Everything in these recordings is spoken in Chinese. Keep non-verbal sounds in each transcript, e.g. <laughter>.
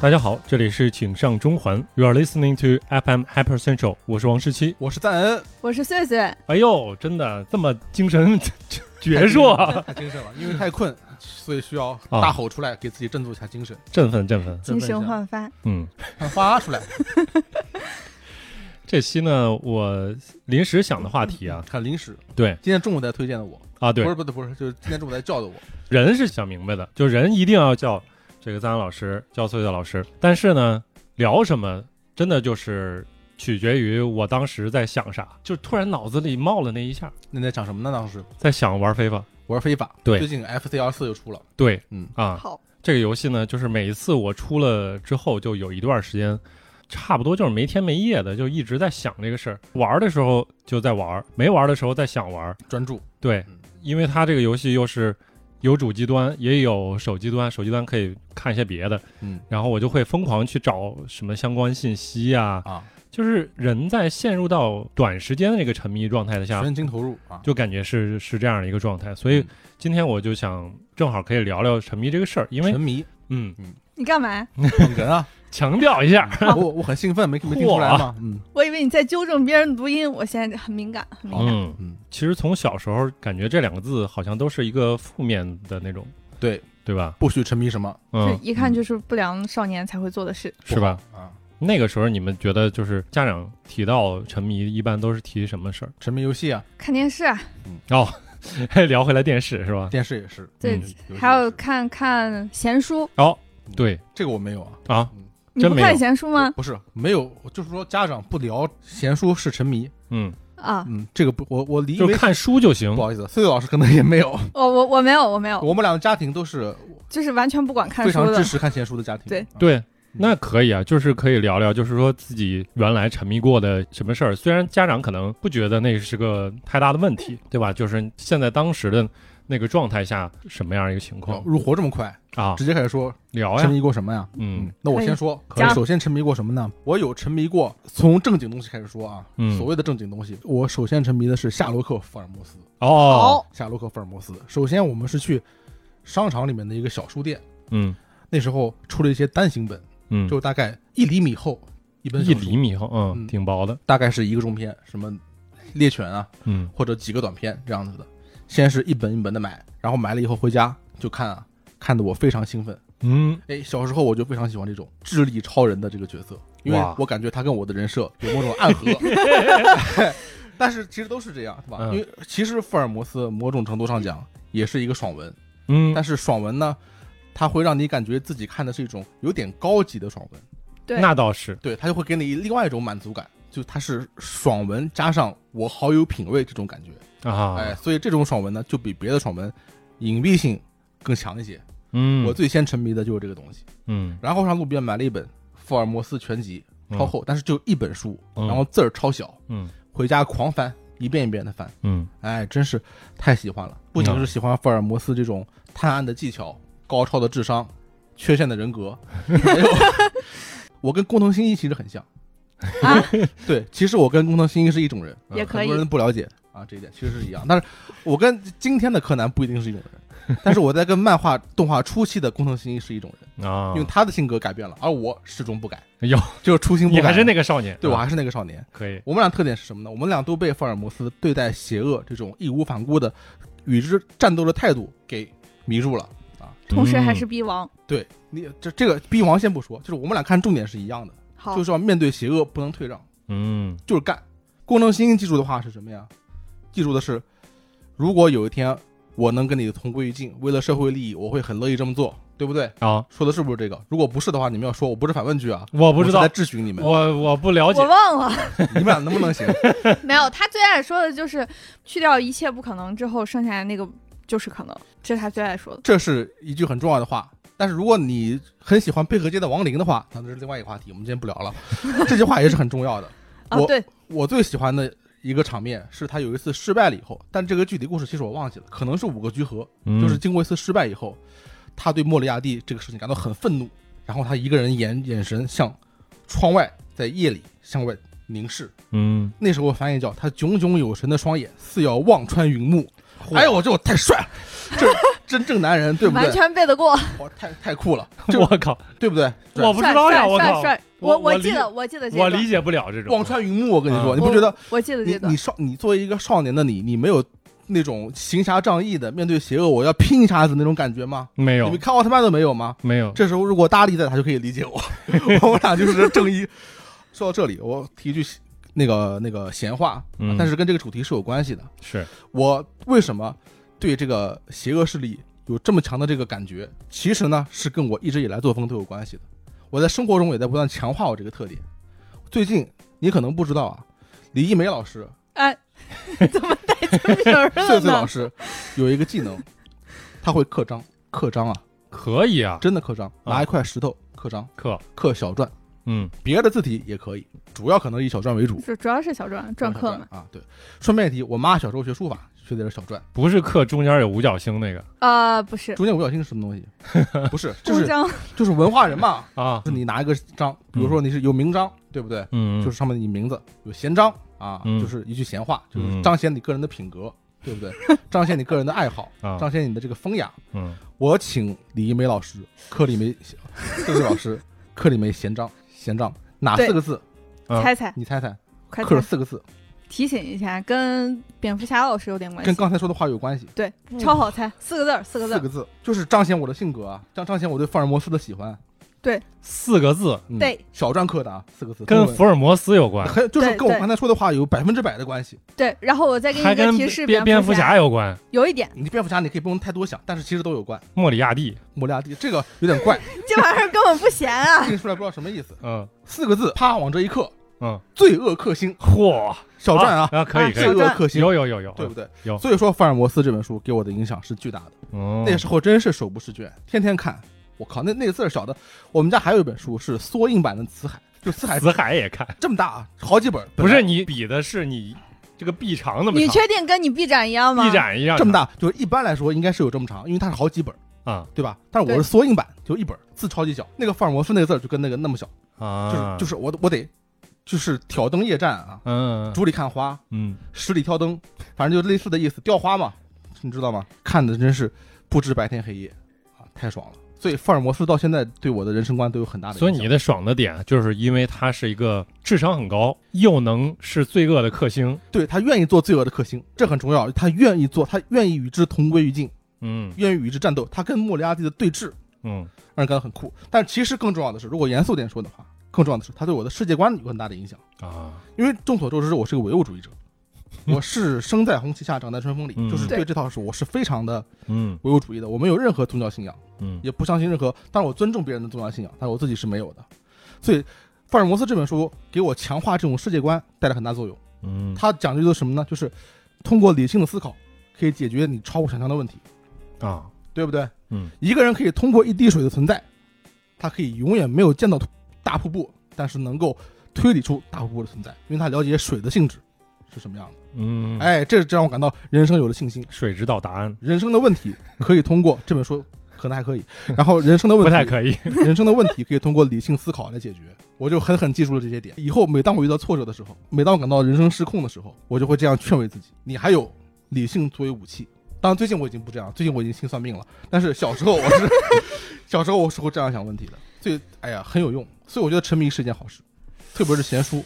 大家好，这里是请上中环，You are listening to FM Hyper Central，我是王十七。我是赞恩，我是穗穗，哎呦，真的这么精神 <laughs> 矍铄 <laughs> 啊！太精神了，因为太困，所以需要啊大吼出来，给自己振作一下精神，振奋振奋。精神焕发。嗯，看花出来，这期呢，我临时想的话题啊，看零食。对今天中午才推荐的我，啊，对不，是不是不是，就是今天中午才叫的我。人是想明白的，就人一定要叫这个赞恩老师，叫翠翠老师。但是呢，聊什么真的就是取决于我当时在想啥，就突然脑子里冒了那一下，那在讲什么呢？当时在想玩非法。我是非法，对最近 FC 二四又出了，对，嗯啊，好，这个游戏呢，就是每一次我出了之后，就有一段时间，差不多就是没天没夜的，就一直在想这个事儿。玩的时候就在玩，没玩的时候在想玩。专注，对嗯，因为它这个游戏又是有主机端，也有手机端，手机端可以看一些别的，嗯然后我就会疯狂去找什么相关信息啊，啊，就是人在陷入到短时间的这个沉迷状态的下全，身心投入啊。就感觉是是这样的一个状态。所以嗯今天我就想正好可以聊聊沉迷这个事儿，因为沉迷嗯，你干嘛？捧哏 <laughs> 啊，强调一下，我我很兴奋，没没听出来吗？嗯我以为你在纠正别人读音，我现在很敏感，很敏感。嗯，嗯，其实从小时候感觉这两个字好像都是一个负面的那种，对，对吧？不许沉迷什么这嗯，一看就是不良少年才会做的事。是吧？啊？那个时候你们觉得就是家长提到沉迷，一般都是提什么事儿？沉迷游戏啊，看电视啊，嘿 <laughs> 聊回来电视是吧？电视也是，对，嗯游戏还有也是看看闲书。哦，对这个我没有啊，啊，你真不没有看闲书吗？不是没有，就是说家长不聊闲书是沉迷，嗯，啊，嗯，这个不，我我理就解。看书就行不。好意思，穗穗老师可能也没有。我哦我我没有，我没有，我们两个家庭都是就是完全不管看非书常的支。持看闲书的家庭。对啊，对，那可以啊，就是可以聊聊，就是说自己原来沉迷过的什么事儿。虽然家长可能不觉得那是个太大的问题，对吧？就是现在当时的那个状态下什么样一个情况入活这么快，啊？直接开始说聊沉呀，迷过什么呀？嗯，那我可以先说，可以我首先沉迷过什么呢？我有沉迷过，从正经东西开始说啊。嗯所谓的正经东西，我首先沉迷的是夏洛克·福尔摩斯。哦，好，夏洛克·福尔摩斯，首先我们是去商场里面的一个小书店，嗯那时候出了一些单行本，嗯，就大概一厘米厚一本小一书厘，米厚，嗯，嗯挺薄的，大概是一个中篇，什么猎犬啊，嗯或者几个短片这样子的。先是一本一本的买，然后买了以后回家就看啊，看得我非常兴奋。嗯，哎，小时候我就非常喜欢这种智力超人的这个角色，因为哇我感觉他跟我的人设有某种暗 <laughs> 合。但是其实都是这样，对吧？嗯因为其实福尔摩斯某种程度上讲也是一个爽文，嗯但，是爽文呢，它会让你感觉自己看的是一种有点高级的爽文，对那倒是，对，它就会给你另外一种满足感，就它是爽文加上我好有品味这种感觉。啊，哎，所以这种爽文呢，就比别的爽文隐蔽性更强一些。嗯，我最先沉迷的就是这个东西，嗯，然后上路边买了一本《福尔摩斯全集》，超厚，但是就一本书，嗯然后字儿超小，嗯，回家狂翻，一遍一遍的翻，嗯，哎，真是太喜欢了。不仅是喜欢福尔摩斯这种探案的技巧、高超的智商、缺陷的人格，还 <laughs> 有我跟工藤新一其实很像。啊， <laughs> 对，其实我跟工藤新一是一种人，也可很以多人不了解啊，这一点其实是一样。但是我跟今天的柯南不一定是一种人，但是我在跟漫画动画初期的工藤新一是一种人，啊因为，他的性格改变了，而我始终不改，有，就是初心不你改。还是那个少年，对我啊还是那个少年。可以，我们俩特点是什么呢？我们俩都被福尔摩斯对待邪恶这种义无反顾的与之战斗的态度给迷住了。同时嗯还是逼王。对你这这个逼王先不说，就是我们俩看重点是一样的，好就，是要面对邪恶不能退让，嗯，就是干。工程新记住的话是什么呀？记住的是，如果有一天我能跟你同归于尽，为了社会利益，我会很乐意这么做，对不对？啊，说的是不是这个？如果不是的话，你们要说我不是反问句啊，我不我知是道在，质询你们，我我不了解我，忘了， <laughs> 你们俩能不能行？ <laughs> 没有。他最爱说的就是去掉一切不可能之后，剩下的那个就是可能，这是他最爱说的。这是一句很重要的话。但是如果你很喜欢贝壳街的亡灵的话，那这是另外一个话题，我们今天不聊了。 <laughs> 这句话也是很重要的。啊，我对，我最喜欢的一个场面是他有一次失败了以后，但这个具体故事其实我忘记了，可能是五个居合，嗯就是经过一次失败以后，他对莫里亚蒂这个事情感到很愤怒，然后他一个人眼眼神向窗外，在夜里向外凝视。嗯，那时候我翻译叫他炯炯有神的双眼似要望穿云幕，哎呦，我这我太帅了，这真正男人对不完对？全背得过，我太太酷了，<laughs> 就我靠，对不对？我不知道呀，帅我帅靠，帅，我我我理记得我记得这个，我理解不了这种。望穿云雾，我跟你嗯说，你不我觉得？我记得你这个你，少你作为一个少年的你，你没有那种行侠仗义的面对邪恶我要拼一下子那种感觉吗？没你有们看奥特曼都没有吗？没有，这时候如果大力在，他就可以理解我， <laughs> 我们俩就是正义。说到这里，我提一句那个那个闲话，嗯但是跟这个主题是有关系的。是我为什么对这个邪恶势力有这么强的这个感觉？其实呢，是跟我一直以来作风都有关系的。我在生活中也在不断强化我这个特点。最近你可能不知道啊，李一梅老师哎，怎么带这么人岁了岁老呢？师有一个技能，他会刻章，刻章啊，可以啊，真的刻章，拿一块石头刻章，刻，刻小篆，嗯别的字体也可以，主要可能以小篆为主。主主要是小篆篆刻嘛，啊，对。顺便一提，我妈小时候学书法，学的是小篆。不是刻中间有五角星那个啊，不是，中间五角星是什么 <laughs> 东西？不是，就公是章就是文化人 <laughs> 嘛。啊就是，你拿一个章，比如说你是有名章，对不对？嗯，就是上面你名字有闲章啊，嗯就是一句闲话，就是嗯彰显你个人的品格，对 <laughs> 不对？彰显你个人的爱好，啊，彰显你的这个风雅。嗯，我请李一梅老师、克里梅、克里老 <laughs> 师、克里梅贤章、贤章哪对四个字？啊猜猜，你猜猜，快刻了猜，四个字，提醒一下，跟蝙蝠侠老师有点关跟系，刚才说的话有关系。对，超好猜，四个字儿，四个字四儿，个字就是彰显我的性格啊，彰彰显我对福尔摩斯的喜欢。四个字嗯对，小篆刻的啊，四个字，跟中文福尔摩斯有关，很就是对跟我对刚才说的话有百分之百的关系。对，然后我再给你还一个跟提示，蝙蝙蝠侠有关，有一点，你蝙蝠侠你可以不用太多想，但是其实都有关。莫里亚蒂，莫利亚蒂这个有点 <laughs> 怪，这玩意儿根本不闲啊，听出来不知道什么意思。嗯四个字，啪往这一刻，嗯，罪恶克星，嚯，小篆啊，啊，可以啊可罪以，恶克星，有有有有，对不对？有所以说，福尔摩斯这本书给我的影响是巨大的。嗯，那时候真是手不释卷，天天看。我靠，那那个字儿小的，我们家还有一本书是缩印版的《辞海》，就《辞海》死海也看，这么大啊，好几本，不是你比的是你这个臂长那么你长，确定跟你臂展一样吗？臂展一样这么大，就是一般来说应该是有这么长，因为它是好几本，啊对吧？但是我是缩印版，就一本，字超级小。那个福尔摩斯那个字儿就跟那个那么小，就是啊，就是是我我得就是挑灯夜战啊，嗯竹里看花，嗯十里挑灯，反正就类似的意思，雕花嘛，你知道吗？看的真是不知白天黑夜啊，太爽了。所以福尔摩斯到现在对我的人生观都有很大的影所响。以你的爽的点就是因为他是一个智商很高，又能是罪恶的克星，对他愿意做罪恶的克星，这很重要。他愿意做，他愿意与之同归于尽，嗯愿意与之战斗。他跟莫里亚蒂的对峙嗯让人感到很酷。但其实更重要的是，如果严肃点说的话，更重要的是他对我的世界观有很大的影响。啊，因为众所周知，我是个唯物主义者，我是生在红旗下，长在春风里，嗯就是对对这套是我是非常的嗯唯物主义的。我没有任何宗教信仰，嗯也不相信任何，但我尊重别人的宗教信仰，但我自己是没有的。所以，福尔摩斯这本书给我强化这种世界观带来很大作用。嗯，它讲究的是什么呢？就是通过理性的思考，可以解决你超乎想象的问题，啊对不对？嗯，一个人可以通过一滴水的存在，他可以永远没有见到大瀑布，但是能够推理出大瀑布的存在，因为他了解水的性质是什么样的。嗯，哎，这这让我感到人生有了信心。水知道答案，人生的问题可以通过这本书，可能还可以。然后人生的问不题太可以， <laughs> 人生的问题可以通过理性思考来解决。我就狠狠记住了这些点。以后每当我遇到挫折的时候，每当我感到人生失控的时候，我就会这样劝慰自己：你还有理性作为武器。当然，最近我已经不这样，最近我已经心算命了。但是小时候我是， <laughs> 小时候我是会这样想问题的。所以，哎呀，很有用。所以我觉得沉迷是一件好事，特别是闲书，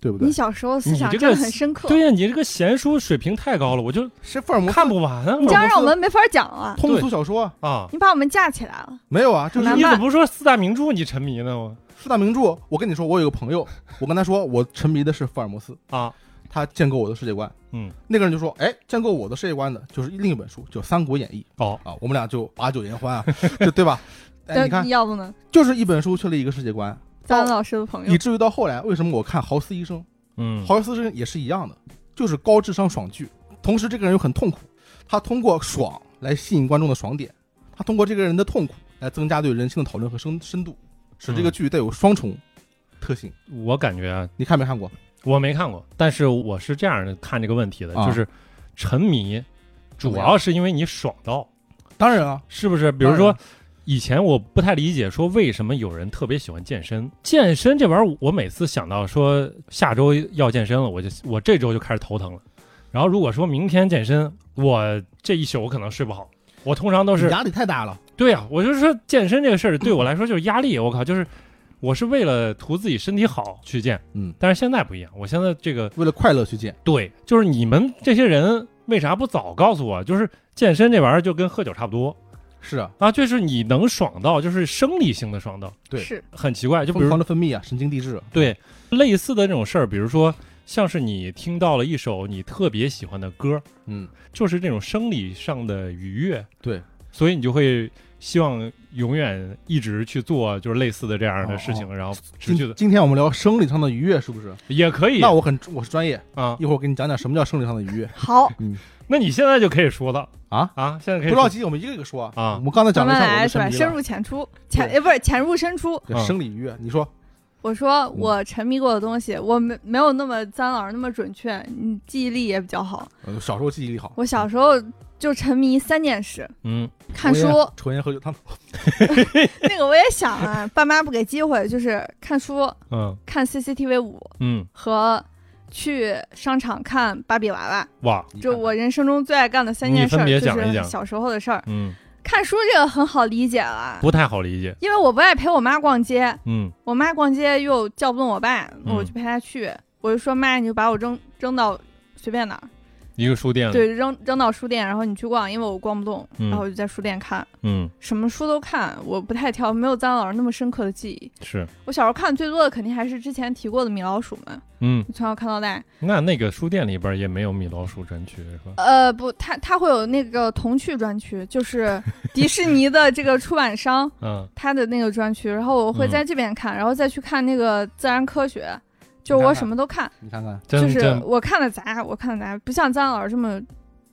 对不对你？小时候思想你这真个的很深刻，对呀，你这个闲书水平太高了，我就是福尔摩斯看不完啊。你这样让我们没法讲了，通俗小说啊？啊，你把我们架起来了。没有啊，就是很难你办怎么不说四大名著你沉迷呢？我四大名著。我跟你说，我有个朋友，我跟他说我沉迷的是福尔摩斯。啊，他建构我的世界观。嗯，那个人就说：“哎，建构我的世界观的就是另一本书，叫《三国演义》哦，啊。”我们俩就把酒言欢啊， <laughs> 就对吧？哎，你但看，哦要不呢？就是一本书确立一个世界观，咱老师的朋以友，至于到后来，为什么我看《豪斯医生》？嗯《豪斯医生》也是一样的，就是高智商爽剧，同时这个人又很痛苦，他通过爽来吸引观众的爽点，他通过这个人的痛苦来增加对人性的讨论和深深度，使这个嗯剧带有双重特性。我感觉啊你看没看过？我没看过，但是我是这样的看这个问题的，啊就是沉迷怎么主样要是因为你爽到，当然啊，是不是？比如当然说。以前我不太理解，说为什么有人特别喜欢健身？健身这玩意儿，我每次想到说下周要健身了，我就我这周就开始头疼了，然后如果说明天健身，我这一宿我可能睡不好。我通常都是你压力太大了，对呀、我就是说健身这个事儿对我来说就是压力。我靠，就是我是为了图自己身体好去健，嗯，但是现在不一样，我现在这个为了快乐去健，对，就是你们这些人为啥不早告诉我？就是健身这玩意儿就跟喝酒差不多是啊，啊，就是你能爽到，就是生理性的爽到，对是很奇哎怪。就比疯如狂的分泌啊，神经递质，对类似的这种事儿，比如说像是你听到了一首你特别喜欢的歌，嗯，就是这种生理上的愉悦，对，所以你就会希望永远一直去做就是类似的这哦样的事情，然后持续今的今天我们聊生理上的愉悦，是不是？也可以嗯那我很我是专业，啊。一会儿我给你讲讲什么叫生理上的愉悦。好，那你现在就可以说了啊啊，现在可不以着说急，我们一个一个说啊我们刚才慢讲了一慢下我来的是吧？沉迷深了入浅出，浅对哎不是浅入深出。啊对生理愉悦，你说我说嗯我沉迷过的东西，我没没有那么张老师那么准确，你记忆力也比较好。呃小时候记忆力好，我小时候就沉迷三件事：嗯看书抽，烟抽烟喝酒，他那个我也想啊，爸妈不给机会，就是看书、嗯看 CCTV 五嗯，和去商场看芭比娃娃，哇，就我人生中最爱干的三件你事分儿，别就讲一讲是小时候的事儿。嗯看书这个很好理解了，不太好理解，因为我不爱陪我妈逛街，嗯我妈逛街又叫不动我爸，那我嗯就陪她去，我就说妈，你就把我扔扔到随便哪儿，一个书店，，对，扔扔到书店，然后你去逛，因为我逛不动，嗯然后我就在书店看，嗯什么书都看，我不太挑，没有张老师那么深刻的记忆。是，我小时候看最多的肯定还是之前提过的《米老鼠们嗯》，，从小看到大。那那个书店里边也没有米老鼠专区是吧？呃，不，它它会有那个童趣专区，就是迪士尼的这个出版商嗯，它的那个专区，然后我会嗯在这边看，然后再去看那个自然科学，就你看看我什么都看，你看看，就真是真，我看的杂，我看的杂，不像张老师这么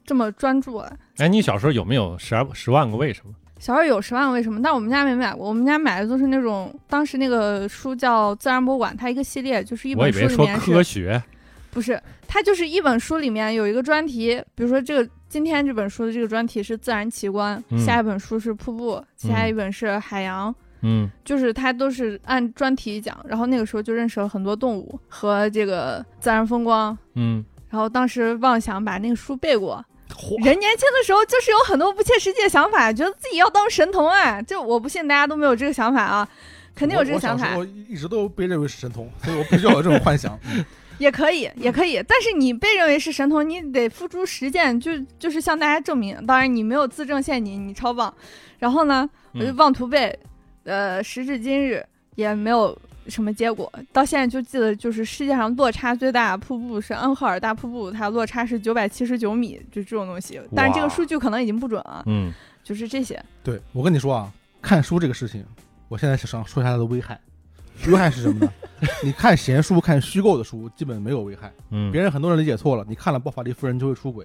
这么专注了。哎，你小时候有没有十二十万个为什么？小时候有十万为什么，但我们家没买过。我们家买的都是那种，当时那个书叫《自然博物馆》，它一个系列，就是一我以本书为里说面科是，学，不是它就是一本书里面有一个专题，比如说这个今天这本书的这个专题是自然奇观，嗯下一本书是瀑布，下嗯一本是海洋，嗯就是它都是按专题讲。然后那个时候就认识了很多动物和这个自然风光，嗯，然后当时妄想把那个书背过。人年轻的时候就是有很多不切实际的想法，觉得自己要当神童啊！就我不信大家都没有这个想法啊，肯定有这个想法我，我小时候一直都被认为是神童，所以我必须要有这种 <laughs> 幻想。也可以，也可以。但是你被认为是神童，你得付诸实践，就就是向大家证明。当然你没有自证现你，你超棒。然后呢，嗯我就妄图背，呃，时至今日也没有什么结果。到现在就记得，就是世界上落差最大的瀑布是恩赫尔大瀑布，它落差是九百七十九米，就这种东西。但是这个哇数据可能已经不准了，嗯就是这些。对我跟你说啊，看书这个事情，我现在想说一下它的危害。危害是什么呢？你看闲书、看虚构的书，基本没有危害。嗯，别人很多人理解错了，你看了《暴法利夫人》就会出轨，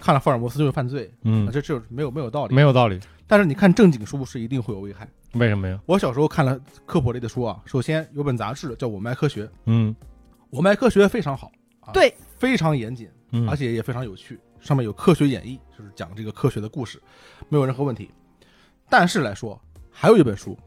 看了福尔摩斯就会犯罪，啊嗯这这没有没有道理。没有道理，但是你看正经书是一定会有危害。为什么呀？我小时候看了科普类的书啊，首先有本杂志叫《我们爱科学》，《嗯我们爱科学》非常好，啊、对，非常严谨，嗯，而且也非常有趣，上面有科学演绎，就是讲这个科学的故事，没有任何问题。但是来说，还有一本书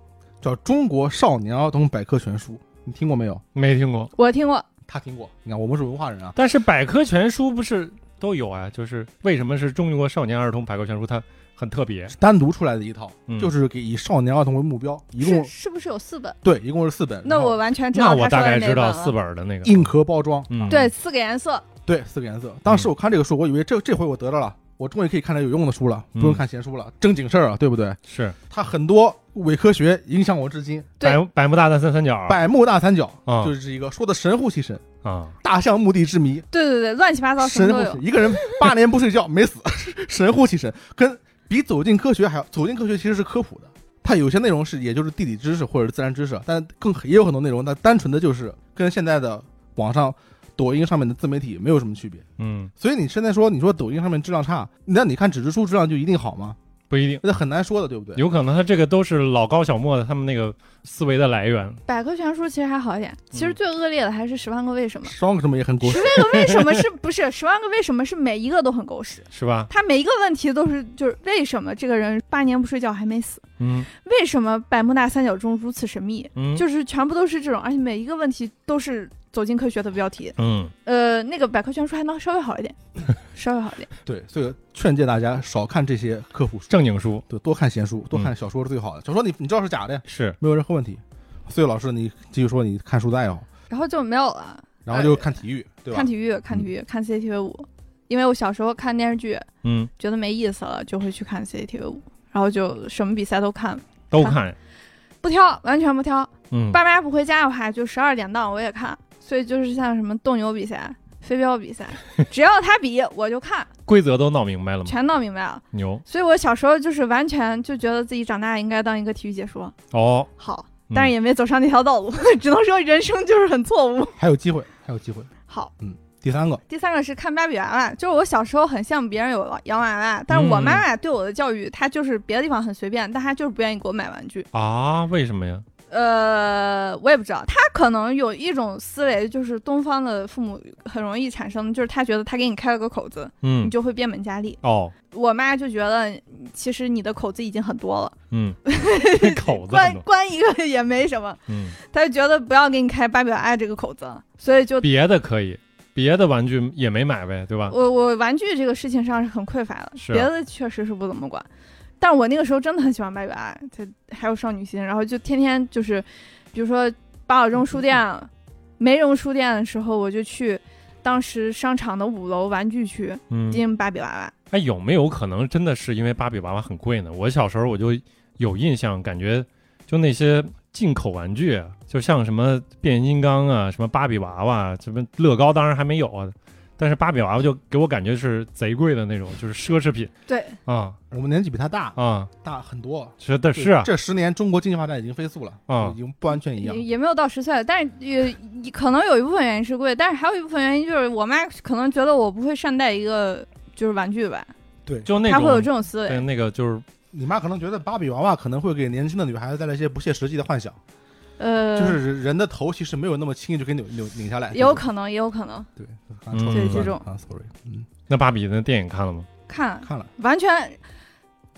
叫《中国少年儿童百科全书》，你听过没有？没听过，我听过，他听过，你看我们是文化人啊，但是百科全书不是都有啊？就是为什么是中国少年儿童百科全书？它很特别，是单独出来的一套，嗯就是给以少年儿童为目标，一是共是不是有四本？对，一共是四本。那然后我完全知那道我他大说概的哪知本道了。四本儿的那个，硬壳包装，嗯，对，四个颜色，对，四个颜色。当时我看这个书，我以为这这回我得着了，我终于可以看点有用的书了，不用看闲书了，正经事儿啊，对不对？是它很多伪科学影响我至今，对百百慕大的三三角百慕大三角啊就是一个说的神乎其神，啊，大象墓地之谜，对对对，乱七八糟什么神都乎有。其一个人八年不睡觉没死， <laughs> 神乎其神，跟比走进科学还要走进科学其实是科普的。它有些内容是，也就是地理知识或者是自然知识，但更也有很多内容，它单纯的就是跟现在的网上、抖音上面的自媒体没有什么区别。嗯，所以你现在说，你说抖音上面质量差，那你看纸质书质量就一定好吗？不一定，那很难说的，对不对？有可能它这个都是老高小莫的他们那个思维的来源，百科全书其实还好一嗯点，其实最恶劣的还是《十万个为什么》。双什么也很狗十屎， <laughs> 万个为什么是不是《十万个为什么》是每一个都很狗屎，是吧？他每一个问题都是就是为什么这个人八年不睡觉还没死，嗯为什么百慕大三角中如此神秘，嗯，就是全部都是这种，而且每一个问题都是走进科学的标题。嗯 <laughs> 呃，那个百科全书还能稍微好一点，稍微好点。对，所以劝诫大家少看这些科普书，正经书对，多看闲书，多看小说是最好的。小说你你知道是假的呀，是没有任何问题。所以老师，你继续说你看书的爱好，然后就没有了。然后就看体育，对吧看？体育，看体育，看 CCTV 五，因为我小时候看电视剧嗯觉得没意思了，就会去看 CCTV 五，然后就什么比赛都看，都看不挑，完全不挑。嗯爸妈不回家的话，就十二点档我也看，所以就是像什么斗牛比赛、飞镖比赛，只要他比我就看，规则都闹明白了吗？全闹明白了。牛所以我小时候就是完全就觉得自己长大应该当一个体育解说，哦，好，嗯但是也没走上那条道路， <laughs> 只能说人生就是很错误。还有机会，还有机会。好，第三个，第三个是看芭比娃娃，就是我小时候很羡慕别人有洋娃娃，但嗯是我妈妈对我的教育，她就是别的地方很随便，但她就是不愿意给我买玩具。啊，为什么呀？呃，我也不知道，她可能有一种思维，就是东方的父母很容易产生的，就是她觉得她给你开了个口子，你嗯就会变本加厉。哦我妈就觉得，其实你的口子已经很多了，嗯， <laughs> 口子很关多关一个 <laughs> 也没什么，嗯，她就觉得不要给你开芭比娃娃这个口子了，所以就 <laughs> 别的可以，别的玩具也没买呗，对吧？我我玩具这个事情上是很匮乏的，啊是啊别的确实是不怎么管。但是我那个时候真的很喜欢芭比娃娃，它还有少女心，然后就天天就是，比如说八宝粥书店、嗯梅容书店的时候，我就去当时商场的五楼玩具区嗯，进芭比娃娃。哎，有没有可能真的是因为芭比娃娃很贵呢？我小时候我就有印象，感觉就那些进口玩具，就像什么变形金刚啊、什么芭比娃娃、什么乐高，当然还没有啊，但是芭比娃娃就给我感觉是贼贵的那种，就是奢侈品对，啊我们年纪比他大，啊！大很多。是的，是啊，这十年中国经济发展已经飞速了，啊已经不完全一样也。也没有到十岁，但是也也可能有一部分原因是贵，但是还有一部分原因就是我妈可能觉得我不会善待一个就是玩具吧，对，就那她会有这种种思维。对那个就是你妈可能觉得芭比娃娃可能会给年轻的女孩子带来一些不切实际的幻想，呃，就是人人的头其实没有那么轻易就给扭扭拧下来。有可能，也有可能。对，嗯对这种啊，sorry，嗯，那芭比的电影看了吗？看，看了，完全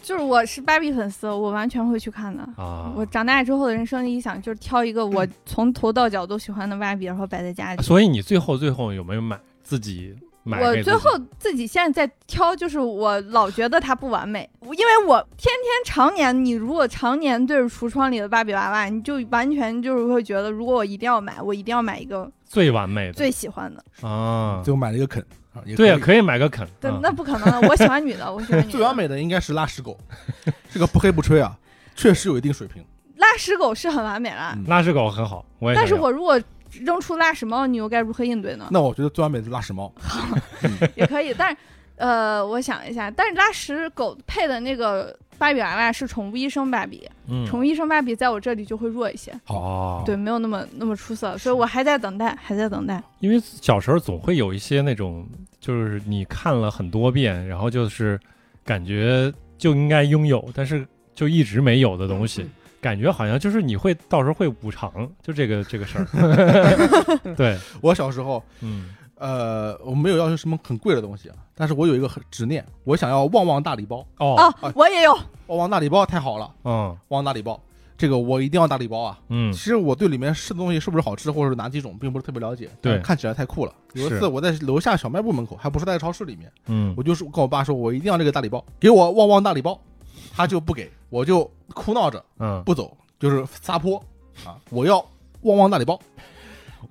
就是我是芭比粉丝，我完全会去看的。啊，嗯我长大之后的人生理想就是挑一个我从头到脚都喜欢的芭比，然后摆在家里。 <laughs> 啊所以你最后最后有没有买自己买我给自最己？后自己现在在挑，就是我老觉得它不完美，嗯因为我天天常年，你如果常年对着橱窗里的芭比娃娃，你就完全就是会觉得，如果我一定要买，我一定要买一个最完美的最喜欢的。啊，最后买了一个肯啊，也对可啊，以可以买个肯，对啊，那不可能，我喜欢女的，我喜 <laughs> 欢女的。最完美的应该是拉屎狗，这个不黑不吹啊，确实有一定水平。拉屎狗是很完美了，嗯拉屎狗很好， <laughs> 我也但想是要我如果扔出拉屎猫，你又该如何应对呢？那我觉得最完美的是拉屎猫，也可以，但是呃，我想一下，但是拉屎狗配的那个芭比娃娃是宠物医生芭比，嗯宠物医生芭比在我这里就会弱一些，哦，对，，没有那么那么出色，所以我还在等待，还在等待。因为小时候总会有一些那种，就是你看了很多遍，然后就是感觉就应该拥有，但是就一直没有的东嗯西，感觉好像就是你会到时候会补偿，就这 <laughs> 个这个事儿。 <laughs> 对，我小时候嗯，呃，我没有要求什么很贵的东西啊，但是我有一个很执念，我想要旺旺大礼包。哦，哦，我也有，旺旺大礼包太好了，嗯旺旺大礼包，这个我一定要大礼包啊！嗯其实我对里面吃的东西是不是好吃，或者是哪几种，并不是特别了解。对但看起来太酷了。有一是次我在楼下小卖部门口，还不是在超市里面，嗯我就是跟我爸说，我一定要这个大礼包，给我旺旺大礼包，他就不给，我就哭闹着嗯，不走，就是撒泼啊！我要旺旺大礼包。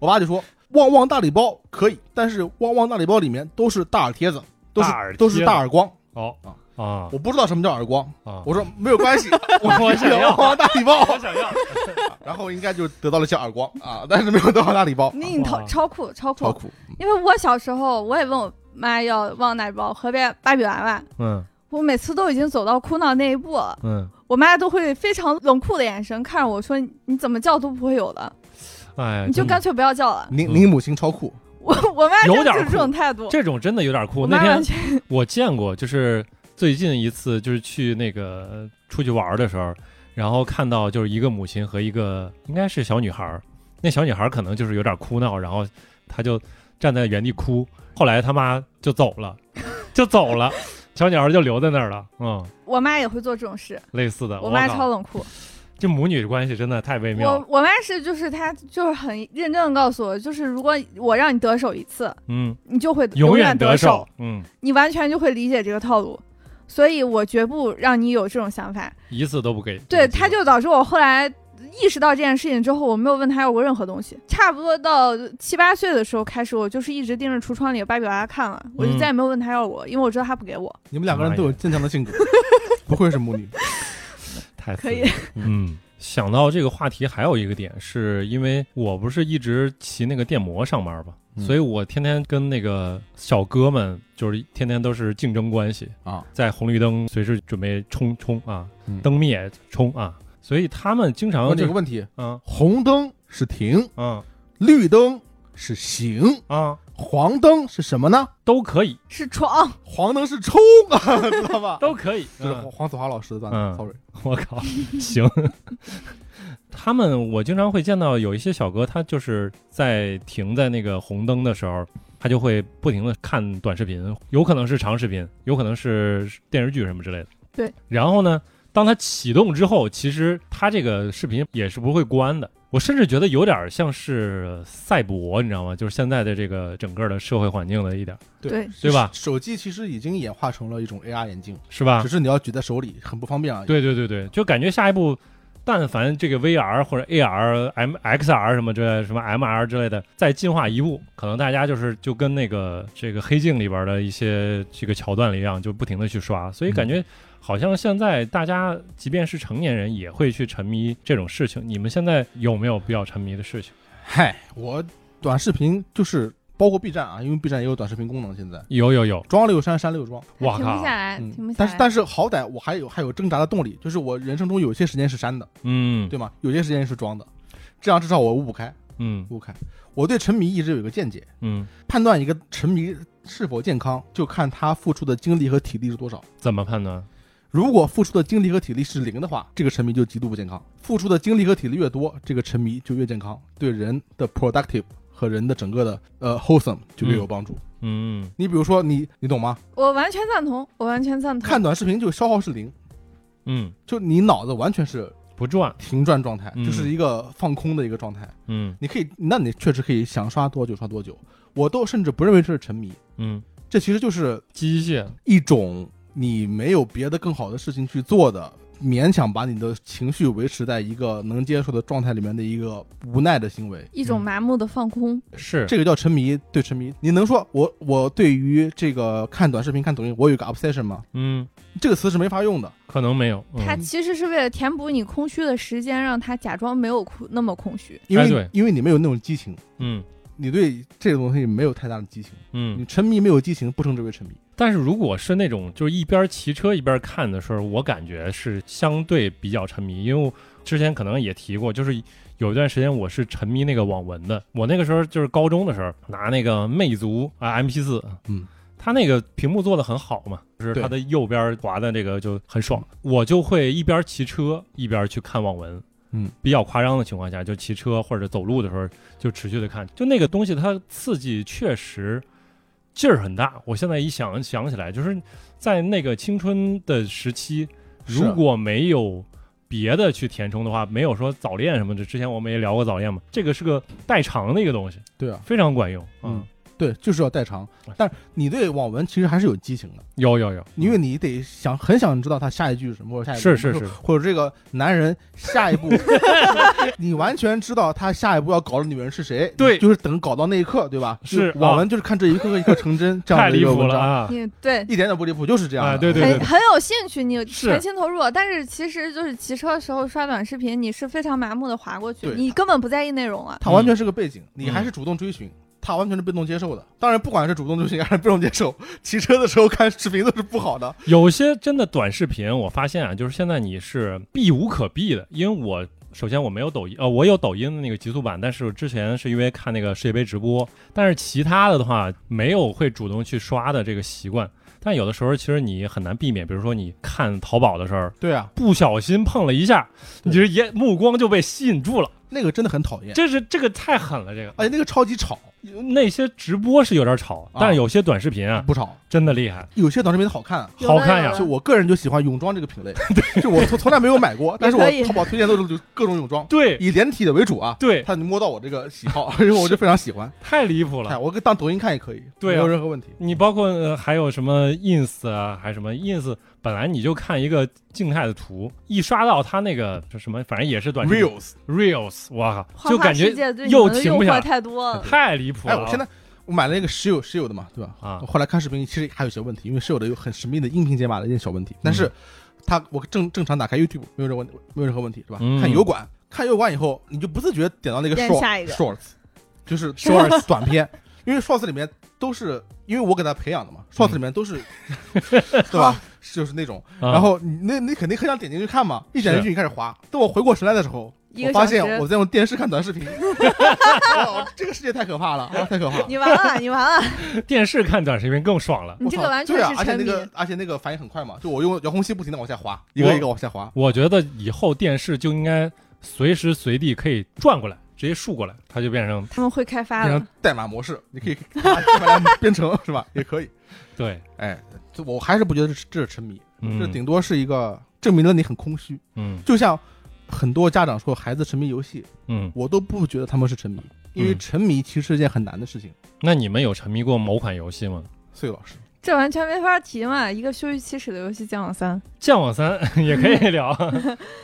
我爸就说，旺旺大礼包可以，但是旺旺大礼包里面都是大耳贴子，都是大耳贴子都是大耳光，哦啊啊我不知道什么叫耳光。啊，我说没有关系， <laughs> 我想要要，旺旺大礼包。我想要，然后应该就得到了一些耳光啊，但是没有得到大礼包，那你哇超超酷，超酷，超酷。因为我小时候我也问我妈要旺奶包和芭芭比娃娃。嗯我每次都已经走到哭闹那一步了，嗯，我妈都会非常冷酷的眼神看着我说：“你怎么叫都不会有的，哎，你就真的干脆不要叫了。”您嗯您母亲超酷，我我妈有真的点就是这酷种态度，这种真的有点酷。我那妈天完全我见过，就是最近一次就是去那个呃出去玩儿的时候，然后看到就是一个母亲和一个应该是小女孩儿，那小女孩儿可能就是有点哭闹，然后她就站在原地哭，后来她妈就走了， <laughs> 就走了，小女孩儿就留在那儿了，嗯，啊我妈也会做这种事，类似的，我妈靠超冷酷，这母女关系真的太微妙我了。我妈是就是她就是很认真的告诉我，就是如果我让你得手一次，嗯，你就会永远得手，。嗯，你完全就会理解这个套路。所以我绝不让你有这种想法。一次都不给。对，嗯他就导致我后来意识到这件事情之后，我没有问他要过任何东西。差不多到七八岁的时候开始，我就是一直盯着橱窗里的芭比娃娃看了，我嗯就再也没有问他要过，因为我知道他不给我。你们两个人都有坚强的性格，不愧是母女。太刺可激以了。嗯，想到这个话题还有一个点，是因为我不是一直骑那个电摩上班嘛，嗯所以我天天跟那个小哥们就是天天都是竞争关系啊，在红绿灯随时准备冲冲啊嗯，灯灭冲啊，所以他们经我常问你就个问题：嗯红灯是停，嗯绿灯是行，啊黄灯是什么呢？都可以，是闯，黄灯是冲 <laughs> 啊，知道吧？都可以，这是黄嗯黄子华老师的段嗯子，sorry。 <laughs> 我靠，行。 <laughs> 他们，我经常会见到有一些小哥，他就是在停在那个红灯的时候，他就会不停的看短视频，有可能是长视频，有可能是电视剧什么之类的。对。然后呢，当他启动之后，其实他这个视频也是不会关的。我甚至觉得有点像是赛博，你知道吗？就是现在的这个整个的社会环境的一点，对，对吧？手机其实已经演化成了一种 AR 眼镜，是吧只？是你要举在手里，很不方便而已。对对对对，就感觉下一步，但凡这个 VR 或者 AR、M XR 什么之类的，什么 MR 之类的，再进化一步，可能大家就是就跟那个这个黑镜里边的一些这个桥段一样，就不停的去刷，所以嗯感觉。好像现在大家，即便是成年人，也会去沉迷这种事情。你们现在有没有比较沉迷的事情？嗨，我短视频就是包括 B 站啊，因为 B 站也有短视频功能，现在有有有，装了有删，删了有装。停哇不靠下，来，嗯哎停不下来。但是但是好歹我还有还有挣扎的动力，就是我人生中有些时间是删的，嗯对吗？有些时间是装的，这样至少我五五开嗯五五开。我对沉迷一直有一个见解，嗯，判断一个沉迷是否健康，就看他付出的精力和体力是多少。怎么判断？如果付出的精力和体力是零的话，这个沉迷就极度不健康；付出的精力和体力越多，这个沉迷就越健康，对人的 productive 和人的整个的呃 wholesome 就越有帮助。嗯，你比如说你，你懂吗？我完全赞同，我完全赞同。看短视频就消耗是零，嗯，就你脑子完全是不转，停转状态，嗯就是一个放空的一个状态。嗯你可以，那你确实可以想刷多久刷多久，我都甚至不认为这是沉迷，嗯，这其实就是机械，一种你没有别的更好的事情去做的，勉强把你的情绪维持在一个能接受的状态里面的一个无奈的行为。一嗯种麻木的放空，是这个叫沉迷，对沉迷，你能说我我对于这个看短视频、看抖音，我有一个 obsession 吗？嗯，这个词是没法用的。可能没有。嗯它其实是为了填补你空虚的时间，让它假装没有空那么空虚。因为、哎对因为你没有那种激情，嗯你对这个东西没有太大的激情，嗯你，沉迷没有激情，不称之为沉迷。但是如果是那种就是一边骑车一边看的时候，我感觉是相对比较沉迷，因为我之前可能也提过，就是有一段时间我是沉迷那个网文的。我那个时候就是高中的时候，拿那个魅族啊 M P 四，嗯，它那个屏幕做的很好嘛，就是对它的右边滑的这个就很爽，我就会一边骑车一边去看网文。嗯，比较夸张的情况下，就骑车或者走路的时候，就持续的看，就那个东西它刺激确实劲儿很大。我现在一想想起来，就是在那个青春的时期，是如果没有别的去填充的话，没有说早恋什么的，之前我们也聊过早恋嘛，这个是个代偿的一个东西，对啊，非常管用。嗯，对，就是要代偿。哎但是你对网文其实还是有激情的，有有有，因为你得想很想知道他下一句是什么，或者下一嗯是步是是，或者这个男人 <laughs> 下一步，你完全知道他下一步要搞的女人是谁，对你就是等搞到那一刻，对吧？是啊就网文就是看这一刻一刻成真，这太样的一离个谱文了章，啊！你对。一点都不离谱，就是这样的啊对对对很很有兴趣，你是全心投入，啊但是其实就是骑车的时候刷短视频，你是非常麻木的划过去，对你根本不在意内容啊。他完全是个背景，嗯你还是主动追寻。他完全是被动接受的，当然不管是主动追寻还是被动接受，骑车的时候看视频都是不好的。有些真的短视频，我发现啊，就是现在你是避无可避的，因为我首先我没有抖音，呃，我有抖音的那个极速版，但是我之前是因为看那个世界杯直播，但是其他的的话没有会主动去刷的这个习惯。但有的时候其实你很难避免，比如说你看淘宝的时候，对啊，不小心碰了一下，你这眼目光就被吸引住了，那个真的很讨厌，这是这个太狠了，这个而且那个超级吵，那些直播是有点吵，啊但是有些短视频啊，不吵。真的厉害，有些短视频好看，啊有好的看有呀的就我个人就喜欢泳装这 <laughs> 个品类，就我从从来没有买过，但是我也可以淘宝推荐都是就各种泳装，对 <laughs> 以连体的为主啊。对，他摸到我这个喜好， <laughs> 然后我就非常喜欢。太离谱哎，了。我给当抖音看也可以，对啊没有任何问题。你包括、呃、还有什么 ins 啊，还什么 ins，本来你就看一个静态的图，一刷到他那个就什么，反正也是短视频 Reels， reels，哇，花就花感世觉界对你又们的停诱不下惑来太多了。太离谱哎，了。我现在哦我买了那个石友石友的嘛，对吧？啊我后来看视频，其实还有一些问题，因为石友的有很神秘的音频解码的一些小问嗯题，但是它我正正常打开 YouTube 没有任何问没有任何问题，是吧？嗯看油管，看油管以后，你就不自觉点到那个点 short 下一个 shorts，就是 Shorts 短片，因为 shorts 里面都是因为我给他培养的嘛，shorts 里面都是 <laughs> 对吧？就是那种，啊然后你那你肯定很想点进去看嘛，一点进去你开始滑，等我回过神来的时候，一我个发小现时，我在用电视看短视 <laughs> 频，哇，这个世界太可怕了，啊太可怕了。你完了，你 <laughs> 完了，电视看短视频更爽了。你这个我操完全对啊是而且沉那迷。个而且那个反应很快嘛，就我用遥控器不停的往下滑，一个一个往下滑。我觉得以后电视就应该随时随地可以转过来，直接竖过来，它就变成他们会开发变的成，代码模式，你可以把代码来编程 <laughs> 是吧？也可以。对，哎，就我还是不觉得这是这是沉迷，嗯这顶多是一个证明了你很空虚。嗯就像很多家长说孩子沉迷游戏，嗯。我都不觉得他们是沉迷，因为嗯沉迷其实是一件很难的事情。那你们有沉迷过某款游戏吗？所以老师，这完全没法提嘛。一个羞于启齿的游戏《剑网三》， 《剑网三》 <laughs> 也可以 <laughs> 聊，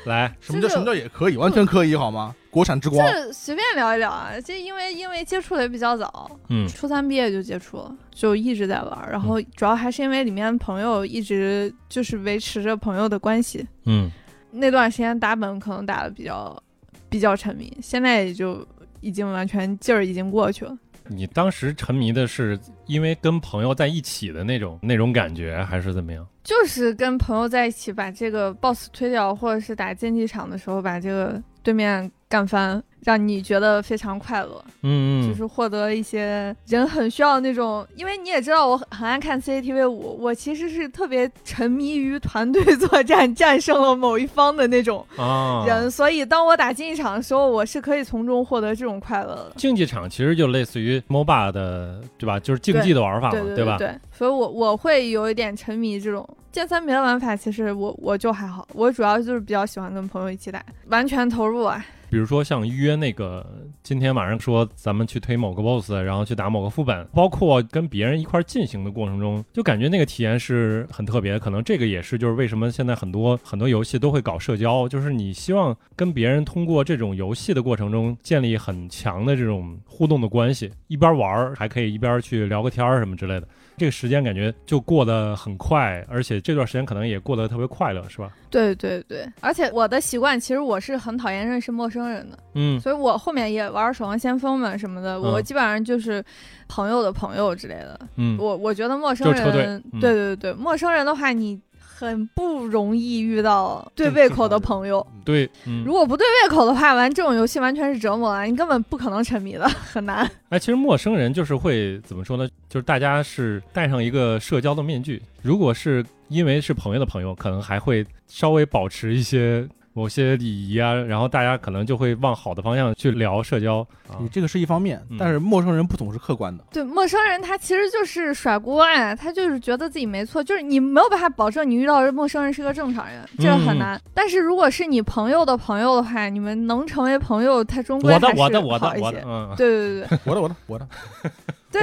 来，什么叫这个嗯什么叫也可以，完全可以好吗？国产之光，这随便聊一聊啊。这因为因为接触的也比较早，嗯初三毕业就接触了，就一直在玩儿。然后主要还是因为里面朋友一直就是维持着朋友的关系。嗯那段时间打本可能打的比较比较沉迷，现在也就已经完全劲儿已经过去了。你当时沉迷的是因为跟朋友在一起的那种那种感觉，还是怎么样？就是跟朋友在一起把这个 boss 推掉，或者是打竞技场的时候把这个对面干翻，让你觉得非常快乐，就嗯嗯是获得一些人很需要那种，因为你也知道我很很爱看 CCTV 五，我其实是特别沉迷于团队作战战胜了某一方的那种啊，人，所以当我打竞技场的时候，我是可以从中获得这种快乐的。竞技场其实就类似于 MOBA 的，对吧？就是竞技的玩法嘛，对对啊吧？对，所以我我会有一点沉迷这种剑三别的玩法。其实我我就还好，我主要就是比较喜欢跟朋友一起打，完全投入啊。比如说像约那个今天晚上说咱们去推某个 boss，然后去打某个副本，包括跟别人一块儿进行的过程中，就感觉那个体验是很特别的。可能这个也是就是为什么现在很多很多游戏都会搞社交，就是你希望跟别人通过这种游戏的过程中建立很强的这种互动的关系，一边玩儿还可以一边去聊个天儿什么之类的。这个时间感觉就过得很快，而且这段时间可能也过得特别快乐，是吧？对对对，而且我的习惯其实我是很讨厌认识陌生人的，嗯所以我后面也玩《守望先锋》嘛什么的，我嗯基本上就是朋友的朋友之类的。嗯，我我觉得陌生就是车队人，嗯对对对，陌生人的话你很不容易遇到对胃口的朋友。对，嗯如。果不对胃口的话，玩这种游戏完全是折磨了，啊你根本不可能沉迷的，很难。 <laughs> 哎，其实陌生人就是会怎么说呢？就是大家是戴上一个社交的面具。如果是因为是朋友的朋友，可能还会稍微保持一些某些礼仪啊，然后大家可能就会往好的方向去聊社交。啊你这个是一方面嗯，但是陌生人不总是客观的。对，陌生人他其实就是甩锅啊，他就是觉得自己没错，就是你没有办法保证你遇到的陌生人是个正常人，这个嗯很难。但是如果是你朋友的朋友的话，你们能成为朋友，他终归我还是的好一些。我的我的我的，嗯对对对我的我的我的，对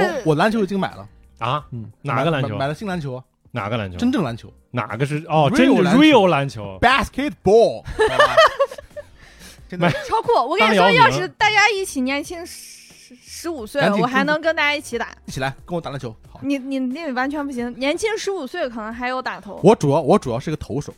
<laughs> 对，我我篮球已经买了，啊，嗯，哪个买篮球买买了新篮球，哪个篮球？真正篮球哪个是哦？ Real 真是篮球 real 篮球， <laughs> ，basketball，好吧真的买超酷！我跟当你说，姚明要是大家一起年轻十十五岁赶，紧我还跟能跟大家一起打。一起来跟我打篮球。好，你你那完全不行，年轻十五岁可能还有打头，我主要我主要是个投手。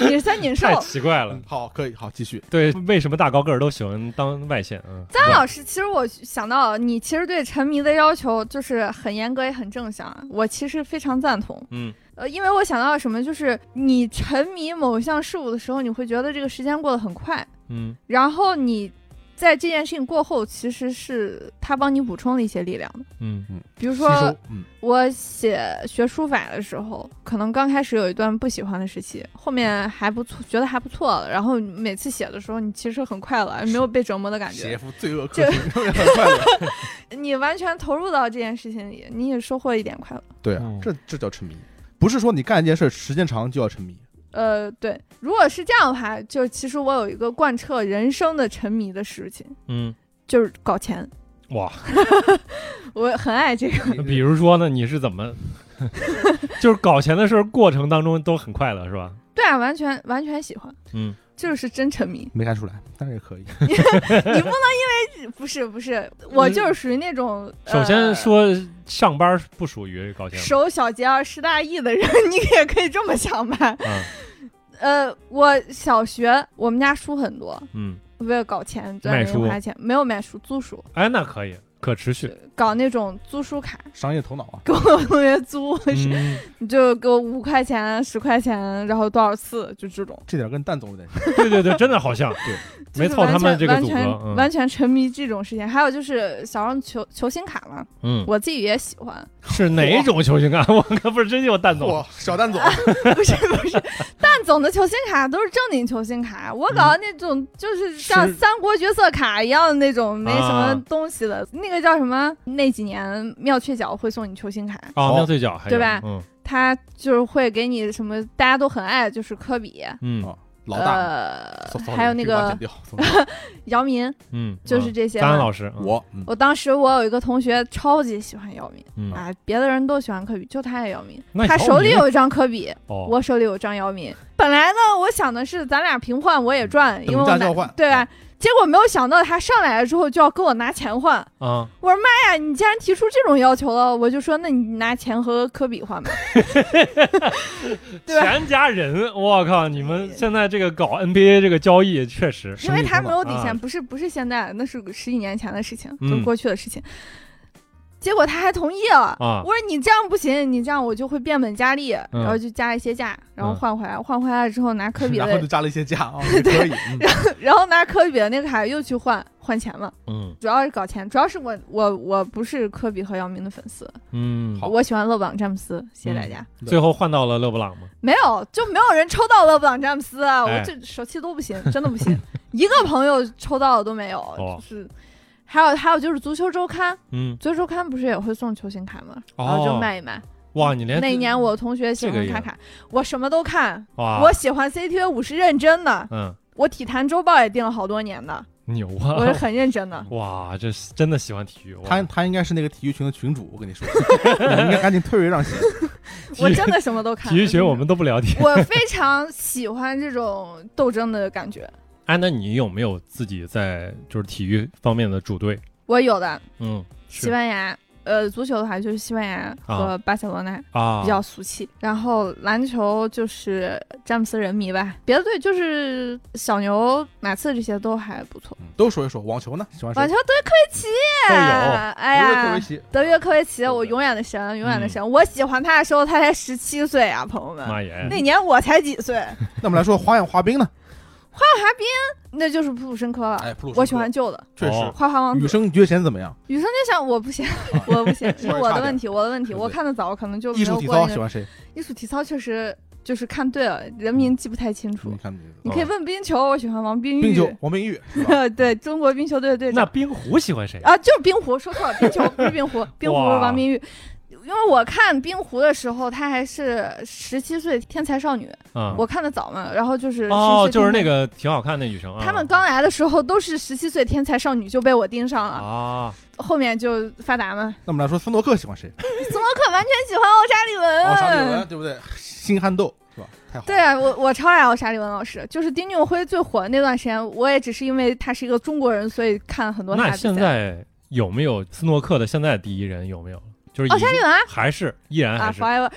你是三井寿太。奇怪了。好，可以，好，继续。对，为什么大高个儿都喜欢当外线？嗯，张老师，其实我想到你其实对沉迷的要求就是很严格也很正向，啊我其实非常赞同。嗯，呃，因为我想到什么，就是你沉迷某项事物的时候，你会觉得这个时间过得很快，嗯然后你。在这件事情过后，其实是他帮你补充了一些力量的。嗯比如吸说，收，嗯，我写学书法的时候，可能刚开始有一段不喜欢的时期，后面还不错，觉得还不错了。然后每次写的时候，你其实很快乐，没有被折磨的感写一觉，副罪恶这克星，很快乐。 <laughs> 你完全投入到这件事情里，你也收获一点快乐。对啊嗯，这这叫沉迷，不是说你干一件事儿时间长就 <laughs> 要沉迷。呃，对，如果是这样的话，就其实我有一个贯彻人生的沉迷的事情，嗯，就是搞钱，哇，我很爱这个。那比如说呢，你是怎 <laughs> 么，就是搞钱的事儿过程当中都很快乐是吧？对啊，完全完全喜欢，嗯，就是真沉迷。没看出来，但是也可以。你不能因为不是不是，我就是属于那种、嗯首呃先说上班不属于搞钱吧，手小节儿识大义的人，你也可以这么想吧。啊，呃，我小学我们家书很多，嗯，为了搞钱赚卖零书花钱，没有买书，租书，哎，那可以，可持 <laughs> 续。搞那种租书卡，商业头脑啊，跟我同学租，嗯，你 <laughs> 就给我五块钱、十块钱，然后多少次，就这种，这点跟蛋总有点像。对对对，真的好 <laughs> 像就是没错，他们这个完组全合，完全、嗯完全沉迷这种事情。还有就是小时候球球星卡嘛，嗯，我自己也喜欢，是哪种球星啊？ <laughs> 我可不是真有蛋总，哦哇，小蛋总，不是不是，蛋总的球星卡都是正经球星卡，我搞的那种就是像嗯是三国角色卡一样的那种，没什么啊东西的。那个叫什么？那几年妙趣角会送你球星卡，啊，好妙脆角还有对吧嗯他就是会给你什么，大家都很爱，就是科比，嗯哦老大，呃 so- sorry，还有那这把个剪掉 so- 姚明，嗯，就是嗯这些张安嘛老师，嗯我，嗯我当时我有一个同学超级喜欢姚明嗯啊，别的人都喜欢科比，就他爱姚明那，他姚手里明有一张科比，哦，我手里有张姚明。本来呢，我想的是咱俩平换，我也赚，因等为我价拿交换嗯对啊嗯吧？结果没有想到他上来了之后就要跟我拿钱换。啊，哎呀，你既然提出这种要求了，我就说那你拿钱和科比换吧。对吧钱加人，我靠！你们现在这个搞 NBA 这个交易确实，因为他没有底啊线，不是不是现在，那是十几年前的事情，嗯就是过去的事情。结果他还同意了。啊我说你这样不行，你这样我就会变本加厉，嗯然后就加一些价，然后嗯换回来，换回来之后拿科 <laughs> 比然后就的，加了一些价 <laughs> 啊，也可以。嗯然后拿科比的那个卡又去换换钱嘛。嗯主要是搞钱，主要是我我我不是科比和姚明的粉丝，嗯，好我喜欢勒布朗詹姆斯，谢谢大家。嗯对最后换到了勒布朗吗？没有就没有人抽到勒布朗詹姆斯啊，哎我这手气都不行，真的不行， <laughs> 一个朋友抽到的都没有，哦就是。还有还有就是足球周刊，嗯，足球周刊不是也会送球星卡吗？然后就哦，卖一卖。哇，你连那一年我同学喜这欢个也卡啊卡，我什么都看，哇，我喜欢 CTA 五是认真的，嗯我体坛周报也订了好多 <laughs> 年的，牛我是啊，很认 <laughs> 真的。哇，这是真的喜欢体育，哇他他应该是那个体育群的群主，我跟你 <laughs> 说，你应该赶紧退位让贤。我真的什么都 <laughs> 看。体育学真的我们都不了解。 <laughs> 我非常喜欢这种斗争的感觉。哎，那你有没有自己在就是体育方面的组队？我有的嗯是西班牙，呃，足球的话就是西班牙和巴塞罗那、啊比，较俗气，然后篮球就是詹姆斯人迷吧，别的队就是小牛、马刺这些都还不错。都说一说网球呢，喜欢谁网？球德约科维奇，都有哎德约科维 <laughs> 呀。奇，德约科维奇，对嗯我永远的神，永远的神。我喜欢他的时候，他才十七岁啊，朋友们。妈耶，那年我才几岁，那我们来说花样滑冰呢？那就是普鲁申科了。哎，普鲁申科我喜欢旧的确哦实。花花王子女。生你觉得显怎么样？女生就想我不行，我不行，是啊稍微我差的点问题，我的问题。对我看的早，可能就没艺术有体过操那喜个欢谁？艺术体操，确实就是看对了，人名记不太清楚你。看啊你可以哦问冰球，我喜欢王冰冰球玉，王冰玉是吧 <laughs> 对中国冰球队的队那长冰壶喜欢谁？啊，就是冰壶，说错了，冰球不是 <laughs> 冰壶，冰壶哇是王冰玉。因为我看冰壶的时候，她还是十七岁天才少女，啊，我看的早嘛，然后就是哦， 17就是那天才。个挺好看的女生啊，他们刚来的时候都是十七岁天才少女就被我盯上了，啊，后面就发达嘛。 <laughs> 那我们来说斯诺克喜欢谁？斯诺克完全喜欢奥沙利文，哦，沙利文对不对？新憨豆是吧？太好了。对啊，我我超爱奥沙利文老师，就是丁俊晖最火的那段时间，我也只是因为他是一个中国人，所以看很多他那的比赛。现在有没有斯诺克的现在第一人有没有？就是奥已沙利经文啊还是依然还啊是，forever。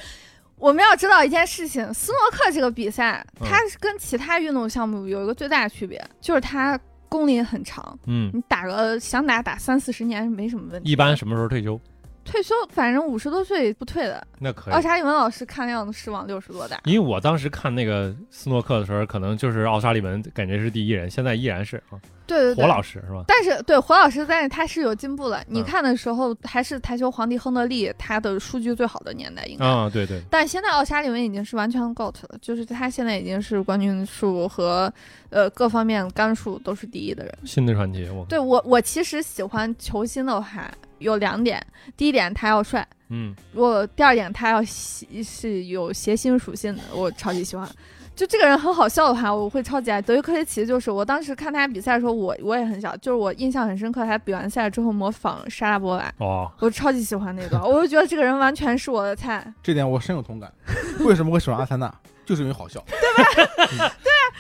我们要知道一件事情，斯诺克这个比赛，嗯它是跟其他运动项目有一个最大的区别，就是它公里很长，嗯，你打个想打打三四十年是没什么问题。一般什么时候退休？退休，反正五十多岁不退的。那可以奥。沙利文老师看样子是往六十多大，因为我当时看那个斯诺克的时候，可能就是奥沙利文感觉是第一人，现在依然是啊，对对对。火老师是吧？但是对火老师，但是他是有进步了。你嗯看的时候还是台球皇帝亨德利他的数据最好的年代，应该。啊，对对，但现在奥沙利文已经是完全 GOAT 了，就是他现在已经是冠军数和呃各方面杆数都是第一的人。新的传奇，我对我，我其实喜欢球星的话有两点，第一点他要帅，嗯，我第二点他要喜是有谐星属性的，我超级喜欢。就这个人很好笑的话，我会超级爱。德约科维奇就是我当时看他比赛的时候，我我也很小，就是我印象很深刻，他比完赛之后模仿莎拉波娃，哦，我超级喜欢 <laughs> 那段，我就觉得这个人完全是我的菜。这点我深有 <laughs> 同感。为什么会喜欢阿森纳？就是因为好笑。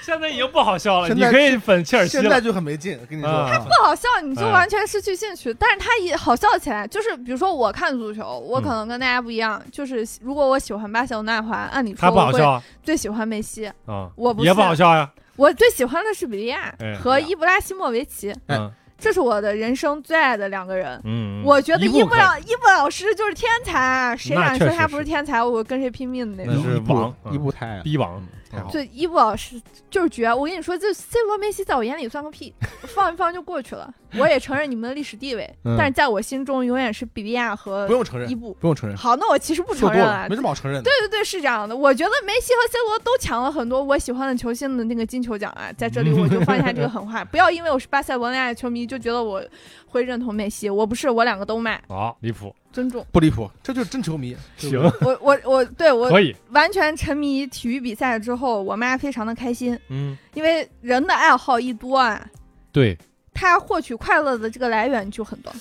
现在已经不好笑了，现你在可以粉切尔西现在了，就很没劲，跟你说啊啊，不好笑，你就完全失去兴趣。但是他也好笑起来，就是比如说我看足球，我可能跟大家不一样，就是如果我喜欢巴塞罗那的话，按理说他不我好会笑啊最喜欢梅西，啊，我不也不是好笑呀，我最喜欢的是比利亚哎和伊布拉希莫维奇，哎嗯这是我的人生最爱的两个人。嗯，我觉得一伊不布可老伊布老师就是天才，谁那敢确说实他不是是天才，我跟谁拼命的那那种。是一部王嗯一部太爱了逼王嗯太好了。对，伊布老师就是绝。我跟你说，这 C 罗、梅西在我眼里算个屁，放一放就过去了。我也承认你们的历史地位，嗯但是在我心中永远是比利亚和不用承认伊，布。不用承认，好，那我其实不承说多认了，了。没对什么好承认的。对对，是这样的。我觉得梅西和 C 罗都抢了很多我喜欢的球星的那个金球奖啊，在这里我就放下这 <laughs> 个狠话，不要因为我是巴塞罗那的球迷就觉得我会认同梅西，我不是，我两个都卖，好离谱，尊重。不离谱，这就是真球迷。行，我我我对我可以，完全沉迷体育比赛之后，我妈非常的开心，嗯，因为人的爱好一多啊，对他获取快乐的这个来源就很多。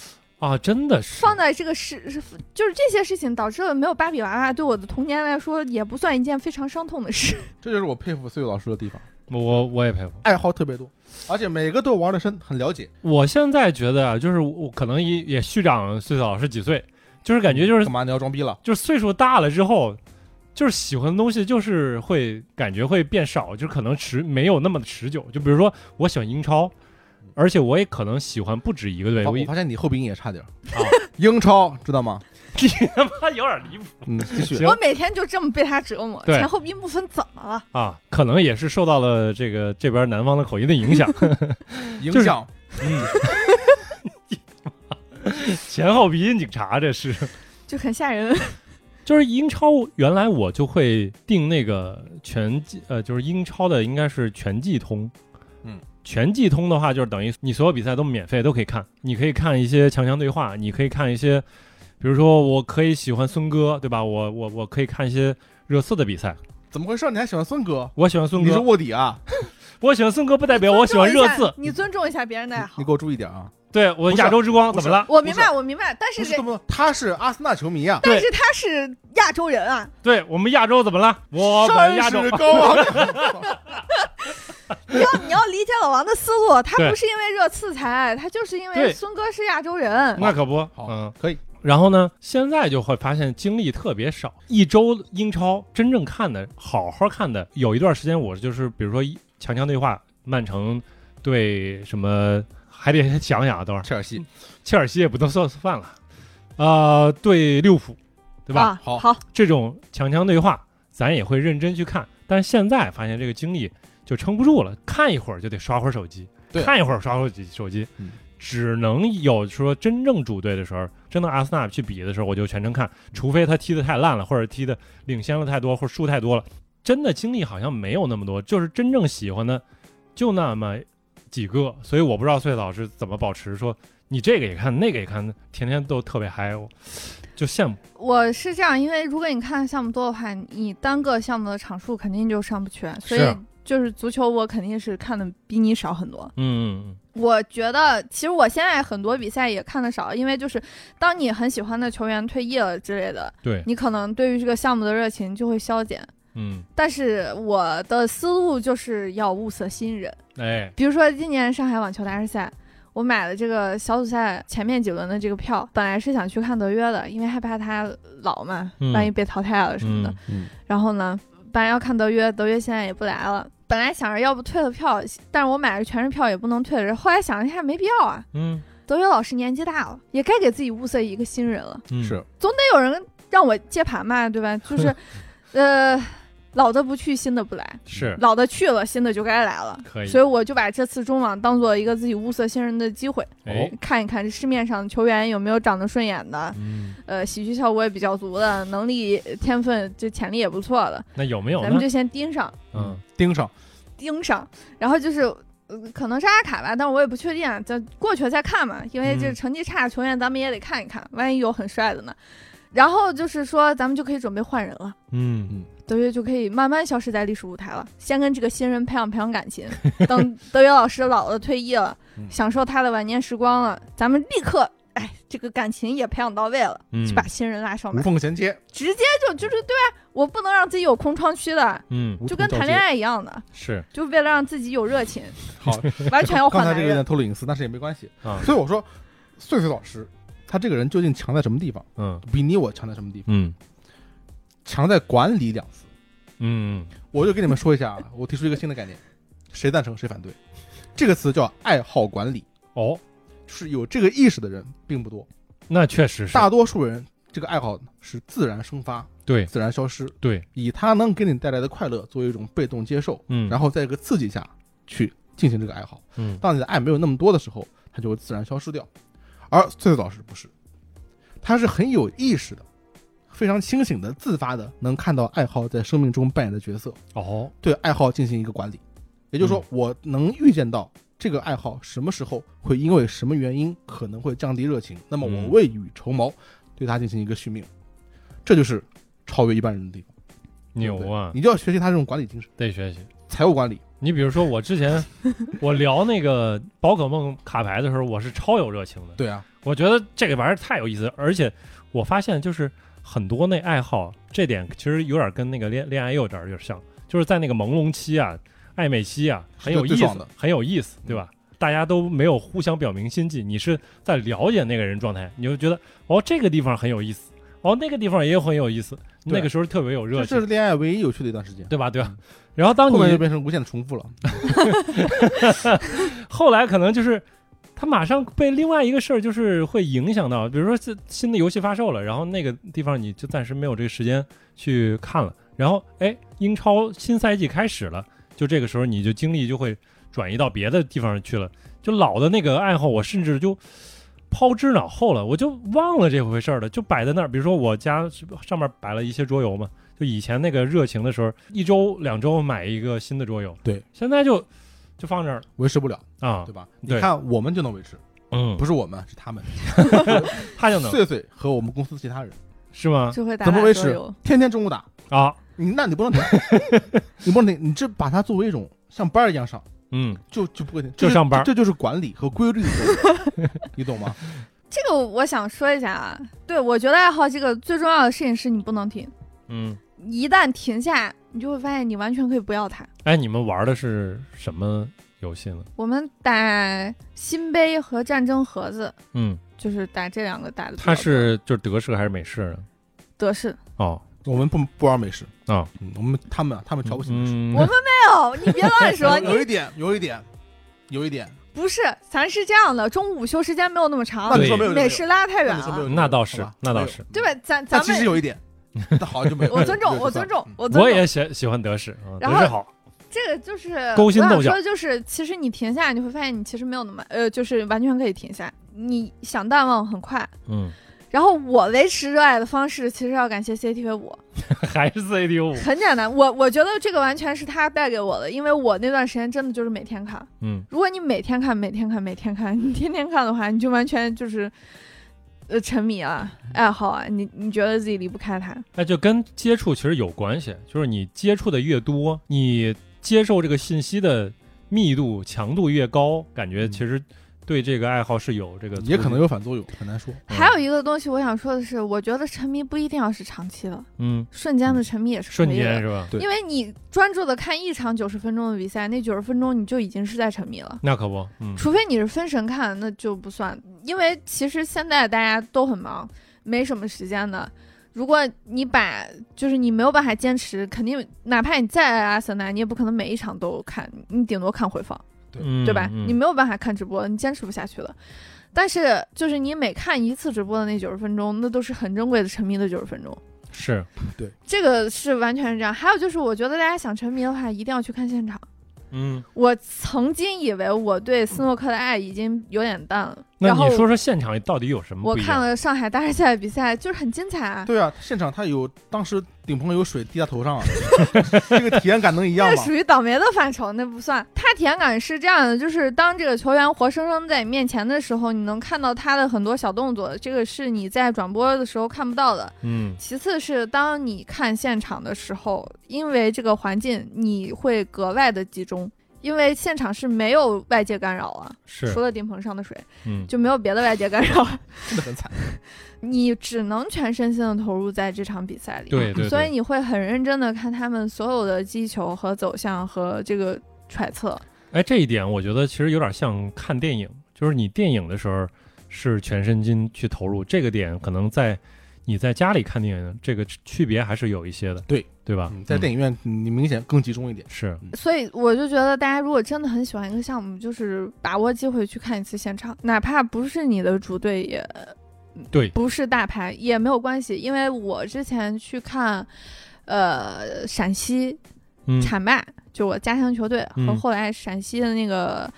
啊，真的是放在这个事，是就是这些事情导致了没有芭比娃娃，对我的童年来说也不算一件非常伤痛的事。这就是我佩服岁月老师的地嗯方，我我也佩服。爱好特别多，而且每个都玩的深，很了解。我现在觉得啊，就是我我可能也也虚长岁老师几岁，就是感觉就是干嘛你要装逼了？就是岁数大了之后，就是喜欢的东西就是会感觉会变少，就可能持没有那么持久。就比如说我喜欢英超，而且我也可能喜欢不止一个队。我我一我发现你后鼻音也差点儿啊。英超知道吗？你他妈有点离谱嗯，继续行。我每天就这么被他折磨，对前后鼻不分怎么了？啊！可能也是受到了这个这边南方的口音的 <laughs> 影响，影就是响前后鼻音警察这是。就很吓人。就是英超，原来我就会订那个全季，呃，就是英超的应该是全季通。嗯，全季通的话，就是等于你所有比赛都免费都可以看，你可以看一些强强对话，你可以看一些，比如说我可以喜欢孙哥，对吧？我我我可以看一些热刺的比赛，怎么回事？你还喜欢孙哥？我喜欢孙你是哥，卧底啊！我喜欢孙哥 <laughs> 不代表我喜欢尊重热一下刺，你尊重一下别人的爱好你。给我注意点啊！对我不是亚洲之光不怎是么了？我明不白，我明白，但是不是人这，么，他是阿森纳球迷啊呀、但是他是亚洲人啊，对我们亚洲怎么了？我们亚山洲石高啊！ <laughs> 你要你要理解老王的思路，他对不是因为热刺才爱，他就是因为对孙哥是亚洲人。那可不，好嗯，可以。然后呢，现在就会发现精力特别少。一周英超真正看的、好好看的，有一段时间我就是，比如说一强强对话，曼城对什么，还得 <laughs> 想想啊，等会儿切尔西，切尔西也不能算算了，呃，对利物浦，对吧？啊，好好，这种强强对话，咱也会认真去看。但是现在发现这个精力就撑不住了，看一会儿就得刷会儿手机，对看一会儿刷会儿手机，手机嗯只能有说真正主队的时候，真的阿森纳去比的时候，我就全程看，除非他踢得太烂了，或者踢得领先了太多，或者输太多了，真的精力好像没有那么多，就是真正喜欢的就那么几个，所以我不知道穗子老师怎么保持说你这个也看，那个也看，天天都特别嗨，我就羡慕。我是这样，因为如果你看的项目多的话，你单个项目的场数肯定就上不去，所以是就是足球，我肯定是看的比你少很多。嗯嗯嗯，我觉得其实我现在很多比赛也看的少，因为就是当你很喜欢的球员退役了之类的，对，你可能对于这个项目的热情就会消减。嗯。但是我的思路就是要物色新人，哎，比如说今年上海网球大师赛。我买了这个小组赛前面几轮的这个票，本来是想去看德约的，因为害怕他老嘛嗯，万一被淘汰了什么的。嗯嗯，然后呢，本来要看德约，德约现在也不来了。本来想着要不退了票，但是我买的全是票也不能退的。后来想了一下，没必要啊，嗯，德学老师年纪大了，也该给自己物色一个新人了，嗯是总得有人让我接盘嘛，对吧？ <laughs> 就是，呃，老的不去，新的不来，是老的去了，新的就该来了。可以所以我就把这次中网当做一个自己物色新人的机会，哎，看一看这市面上球员有没有长得顺眼的，嗯，呃，喜剧效果也比较足的，能力、天分、这潜力也不错的，哎那有没有咱们呢？就先盯上。嗯，盯上，盯上，然后就是。呃可能是阿卡吧，但是我也不确定，啊就过去了再看嘛，因为这嗯成绩差球员咱们也得看一看，万一有很帅的呢。然后就是说，咱们就可以准备换人了，嗯，德约就可以慢慢消失在历史舞台了。先跟这个新人培养培养感情， <laughs> 等德约老师老了退役了，嗯享受他的晚年时光了，咱们立刻，哎，这个感情也培养到位了，嗯，就把新人拉上无马，缝衔接，直接就就是对吧？我不能让自己有空窗期的，嗯，无就缝跟交谈接恋。爱一样的。是就为了让自己有热情， <laughs> 好，完全要刚换才男这个有人点。透露隐私，但是也没关系。啊，所以我说，岁岁老师他这个人究竟强在什么地方？嗯比你我强在什么地方？嗯强在管理两字。嗯，我就跟你们说一下啊，我提出一个新的概念，谁赞成谁反对。这个词叫爱好管理，哦，是有这个意识的人并不多，那确实是大多数人这个爱好是自然生发，对自然消失，对，以它能给你带来的快乐作为一种被动接受，嗯，然后后在一个刺激下去进行这个爱好。嗯当你的爱没有那么多的时候，它就会自然消失掉。而岁岁老师不是，他是很有意识的，非常清醒的、自发的，能看到爱好在生命中扮演的角色，哦，对爱好进行一个管理。也就是说，嗯我能预见到这个爱好什么时候会因为什么原因可能会降低热情，那么嗯我未雨绸缪，对它进行一个续命。这就是超越一般人的地方。牛啊，你就要学习他这种管理精神，得学习。财务管理。你比如说，我之前我聊那个宝可梦卡牌的时候，我是超有热情的。对啊，我觉得这个玩意儿太有意思了，而且我发现就是很多那爱好，这点其实有点跟那个恋恋爱有点有点像，就是在那个朦胧期啊、暧昧期啊，很有意最爽思的，嗯很有意思，对吧？大家都没有互相表明心迹，你是在了解那个人状态，你就觉得哦，这个地方很有意思，哦，那个地方也很有意思，对那个时候特别有热这情，是恋爱唯一有趣的一段时间。对吧？对吧？然后当你后面就变成无限的重复了。后来可能就是他马上被另外一个事儿就是会影响到，比如说这新的游戏发售了，然后那个地方你就暂时没有这个时间去看了，然后哎，英超新赛季开始了，就这个时候你就精力就会转移到别的地方去了，就老的那个爱好我甚至就。抛之脑后了，我就忘了这回事儿了，就摆在那儿。比如说我家上面摆了一些桌游嘛，就以前那个热情的时候，一周两周买一个新的桌游。对，现在就就放这儿了维持不了，啊对。吧？对你看我们就能维持，嗯，不是我们，是他们，他就能岁岁和我们公司其他人，是吗？就会打怎么打维桌持游天天中午打，啊，你那你不能停， <laughs> 你不能停，你这把它作为一种像班儿一样上，嗯，就就不会停，就这是上班儿这这就是管理和规律的，你懂吗？这个我想说一下啊，对我觉得爱好这个最重要的事情是你不能停，嗯，一旦停下，你就会发现你完全可以不要它。哎，你们玩的是什么游戏呢？我们打新杯和战争盒子，嗯，就是打这两个打的。它是就是德式还是美式呢？德式，哦，我们不不玩美式啊，嗯我们他们啊他们瞧不起美式，嗯，我们没有，哎你别 <laughs> 乱说，有有你一点，有一点，有一点，不是，咱是这样的，中午午休时间没有那么那长，你说没有就没有啊美式拉太那远你说没有了，就没有啊那倒是好吧那倒没有是对吧？咱但咱其实们有 <laughs> 一点，那好就没有，我尊重， <laughs> 就我算尊了重嗯，我尊我重。也喜喜欢德式，啊然德后式好，这个就是勾心斗角我想说的就是，其实你停下来，你会发现你其实没有那么呃，就是完全可以停下，你想淡忘很快。嗯，然后我维持热爱的方式，其实要感谢 CCTV 五，还是 CDU 五，很简单。我我觉得这个完全是他带给我的，因为我那段时间真的就是每天看。嗯如果你每天看、每天看、每天看，你天天看的话，你就完全就是，呃，沉迷啊，爱好啊，你你觉得自己离不开它。那哎就跟接触其实有关系，就是你接触的越多，你接受这个信息的密度强度越高，感觉其实对这个爱好是有这个嗯也可能有，有反作用，很难说。嗯还有一个东西我想说的是，我觉得沉迷不一定要是长期的，嗯，瞬间的沉迷也是瞬可以的间是吧？对因为你专注的看一场九十分钟的比赛，那九十分钟你就已经是在沉迷了。那可不，嗯，除非你是分神看，那就不算。因为其实现在大家都很忙，没什么时间的。如果你把就是你没有办法坚持，肯定哪怕你再爱阿森纳，你也不可能每一场都看，你顶多看回放，嗯对吧？嗯你没有办法看直播，你坚持不下去了。但是就是你每看一次直播的那九十分钟，那都是很珍贵的沉迷的九十分钟。是，这个是完全是这样。还有就是，我觉得大家想沉迷的话，一定要去看现场。嗯，我曾经以为我对斯诺克的爱已经有点淡了，那然后你说说现场到底有什么我不一看样？了上海大师赛比赛，就是很精彩啊。对啊，现场他有当时顶棚有水滴在头上啊，这个体验感能一样这吗？ <laughs> 属于倒霉的范畴，那不算。他体验感是这样的，就是当这个球员活生生在你面前的时候，你能看到他的很多小动作，这个是你在转播的时候看不到的。嗯，其次是当你看现场的时候，因为这个环境，你会格外的集中，因为现场是没有外界干扰啊，是除，了顶棚上的水，嗯，就没有别的外界干扰，真的很惨。你只能全身心的投入在这场比赛里。对对所以对你会很认真的看他们所有的击球和走向和这个揣测。哎，这一点我觉得其实有点像看电影，就是你电影的时候是全身心去投入，这个点可能在你在家里看电影这个区别还是有一些的，对对吧？在电影、影院你明显更集中一点。是，所以我就觉得，大家如果真的很喜欢一个项目，就是把握机会去看一次现场，哪怕不是你的主队也。对不是大牌也没有关系，因为我之前去看，呃，陕西嗯，浐灞，就我家乡球队和嗯后来陕西的那个，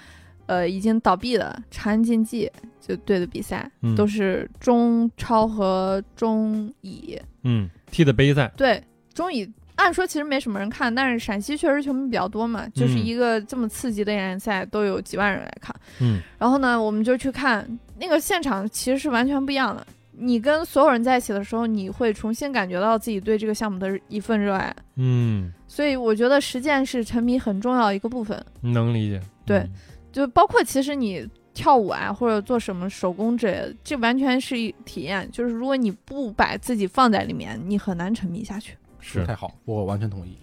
呃，已经倒闭的长安竞技就队的比赛，嗯都是中超和中乙，嗯，踢的杯赛，对，中乙按说其实没什么人看，但是陕西确实球迷比较多嘛，就是嗯一个这么刺激的联赛都有几万人来看。嗯，然后呢，我们就去看那个现场，其实是完全不一样的。你跟所有人在一起的时候，你会重新感觉到自己对这个项目的一份热爱。嗯，所以我觉得实践是沉迷很重要一个部分，能理解，对嗯就包括其实你跳舞啊，或者做什么手工之类的，这完全是一体验。就是如果你不把自己放在里面，你很难沉迷下去。说得是太好，我完全同意。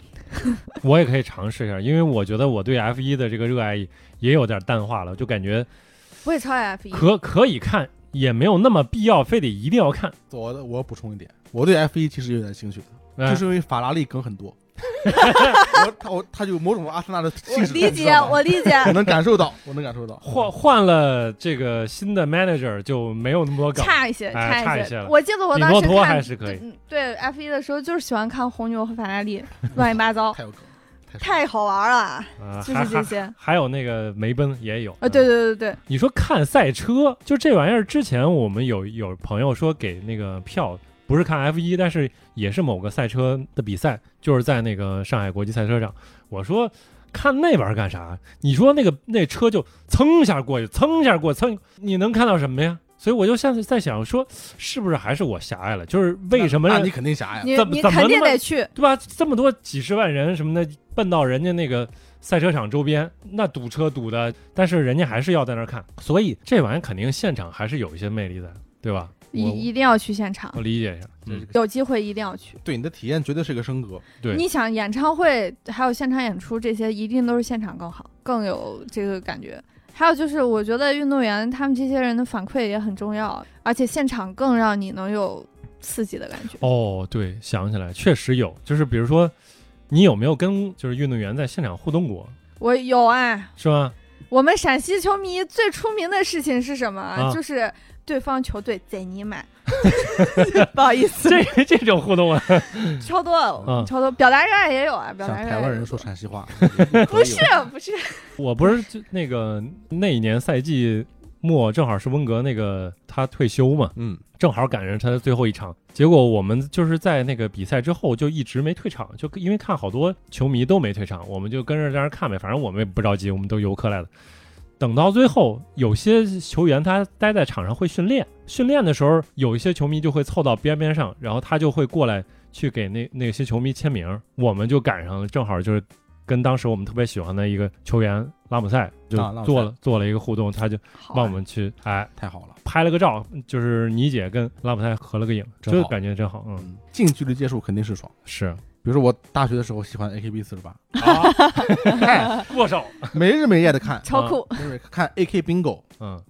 我也可以尝试一下，因为我觉得我对 F 一的这个热爱也有点淡化了，就感觉我也超爱 F 一，可可以看，也没有那么必要，非得一定要看。我的我要补充一点，我对 F 一其实有点兴趣的，哎就是因为法拉利梗很 <laughs> 多。我他我他有某种阿森纳的我气质，理你知解，道吗我理解。 <laughs> 我能感受到，我能感受到。换换了这个新的 manager 就没有那么多梗，差一些，哎差一些了我记得我李当诺时托看还是可以嗯对 F 一的时候，就是喜欢看红牛和法拉利，乱七 <laughs> 八糟，太有梗了，太爽了太好玩了，啊就是这。些。 <laughs> 还还有那个梅奔也有嗯啊，对，对对对，你说看赛车，就这玩意儿，之前我们有有朋友说给那个票，不是看 F 一，但是也是某个赛车的比赛，就是在那个上海国际赛车场。我说看那玩意儿干啥？你说那个那车就蹭一下过去，蹭一下过去，蹭，你能看到什么呀？所以我就现在在想说，是不是还是我狭隘了？就是为什么那让那你肯定狭隘啊。你怎么你怎么肯定那么得去，对吧？这么多几十万人什么的奔到人家那个赛车场周边，那堵车堵的，但是人家还是要在那儿看，所以这玩意儿肯定现场还是有一些魅力的，对吧？一我一定要去现场，我理解一下，这嗯是，个有机会一定要去。对你的体验绝对是个升格。对你想演唱会还有现场演出这些，一定都是现场更好，更有这个感觉。还有就是，我觉得运动员他们这些人的反馈也很重要，而且现场更让你能有刺激的感觉。哦，对，想起来确实有，就是比如说，你有没有跟就是运动员在现场互动过，我有哎，是吧？ <laughs> 我们陕西球迷最出名的事情是什么？啊就是对方球队贼尼玛，不好意思，这这种互动啊， <laughs> 超多，嗯超多，表达热爱也有啊，表像达热爱。啊台湾人说陕西话，不不是不是，我不是就那个那一年赛季末正好是温格那个他退休嘛，嗯，正好赶上他的最后一场，结果我们就是在那个比赛之后就一直没退场，就因为看好多球迷都没退场，我们就跟着在那儿看呗，反正我们也不着急，我们都游客来的。等到最后，有些球员他待在场上会训练，训练的时候有一些球迷就会凑到边边上，然后他就会过来去给那那些球迷签名，我们就赶上了，正好就是跟当时我们特别喜欢的一个球员拉姆塞就啊拉姆塞做了、做了一个互动，他就好让我们去哎太好了。拍了个照，就是倪姐跟拉姆塞合了个影，真就好感觉真好，嗯，嗯，近距离接触肯定是爽。是比如说我大学的时候喜欢 AKB 四十八，哎握手，没日没夜的 <laughs> 看，超酷，没日没夜地看 AK Bingo 嗯，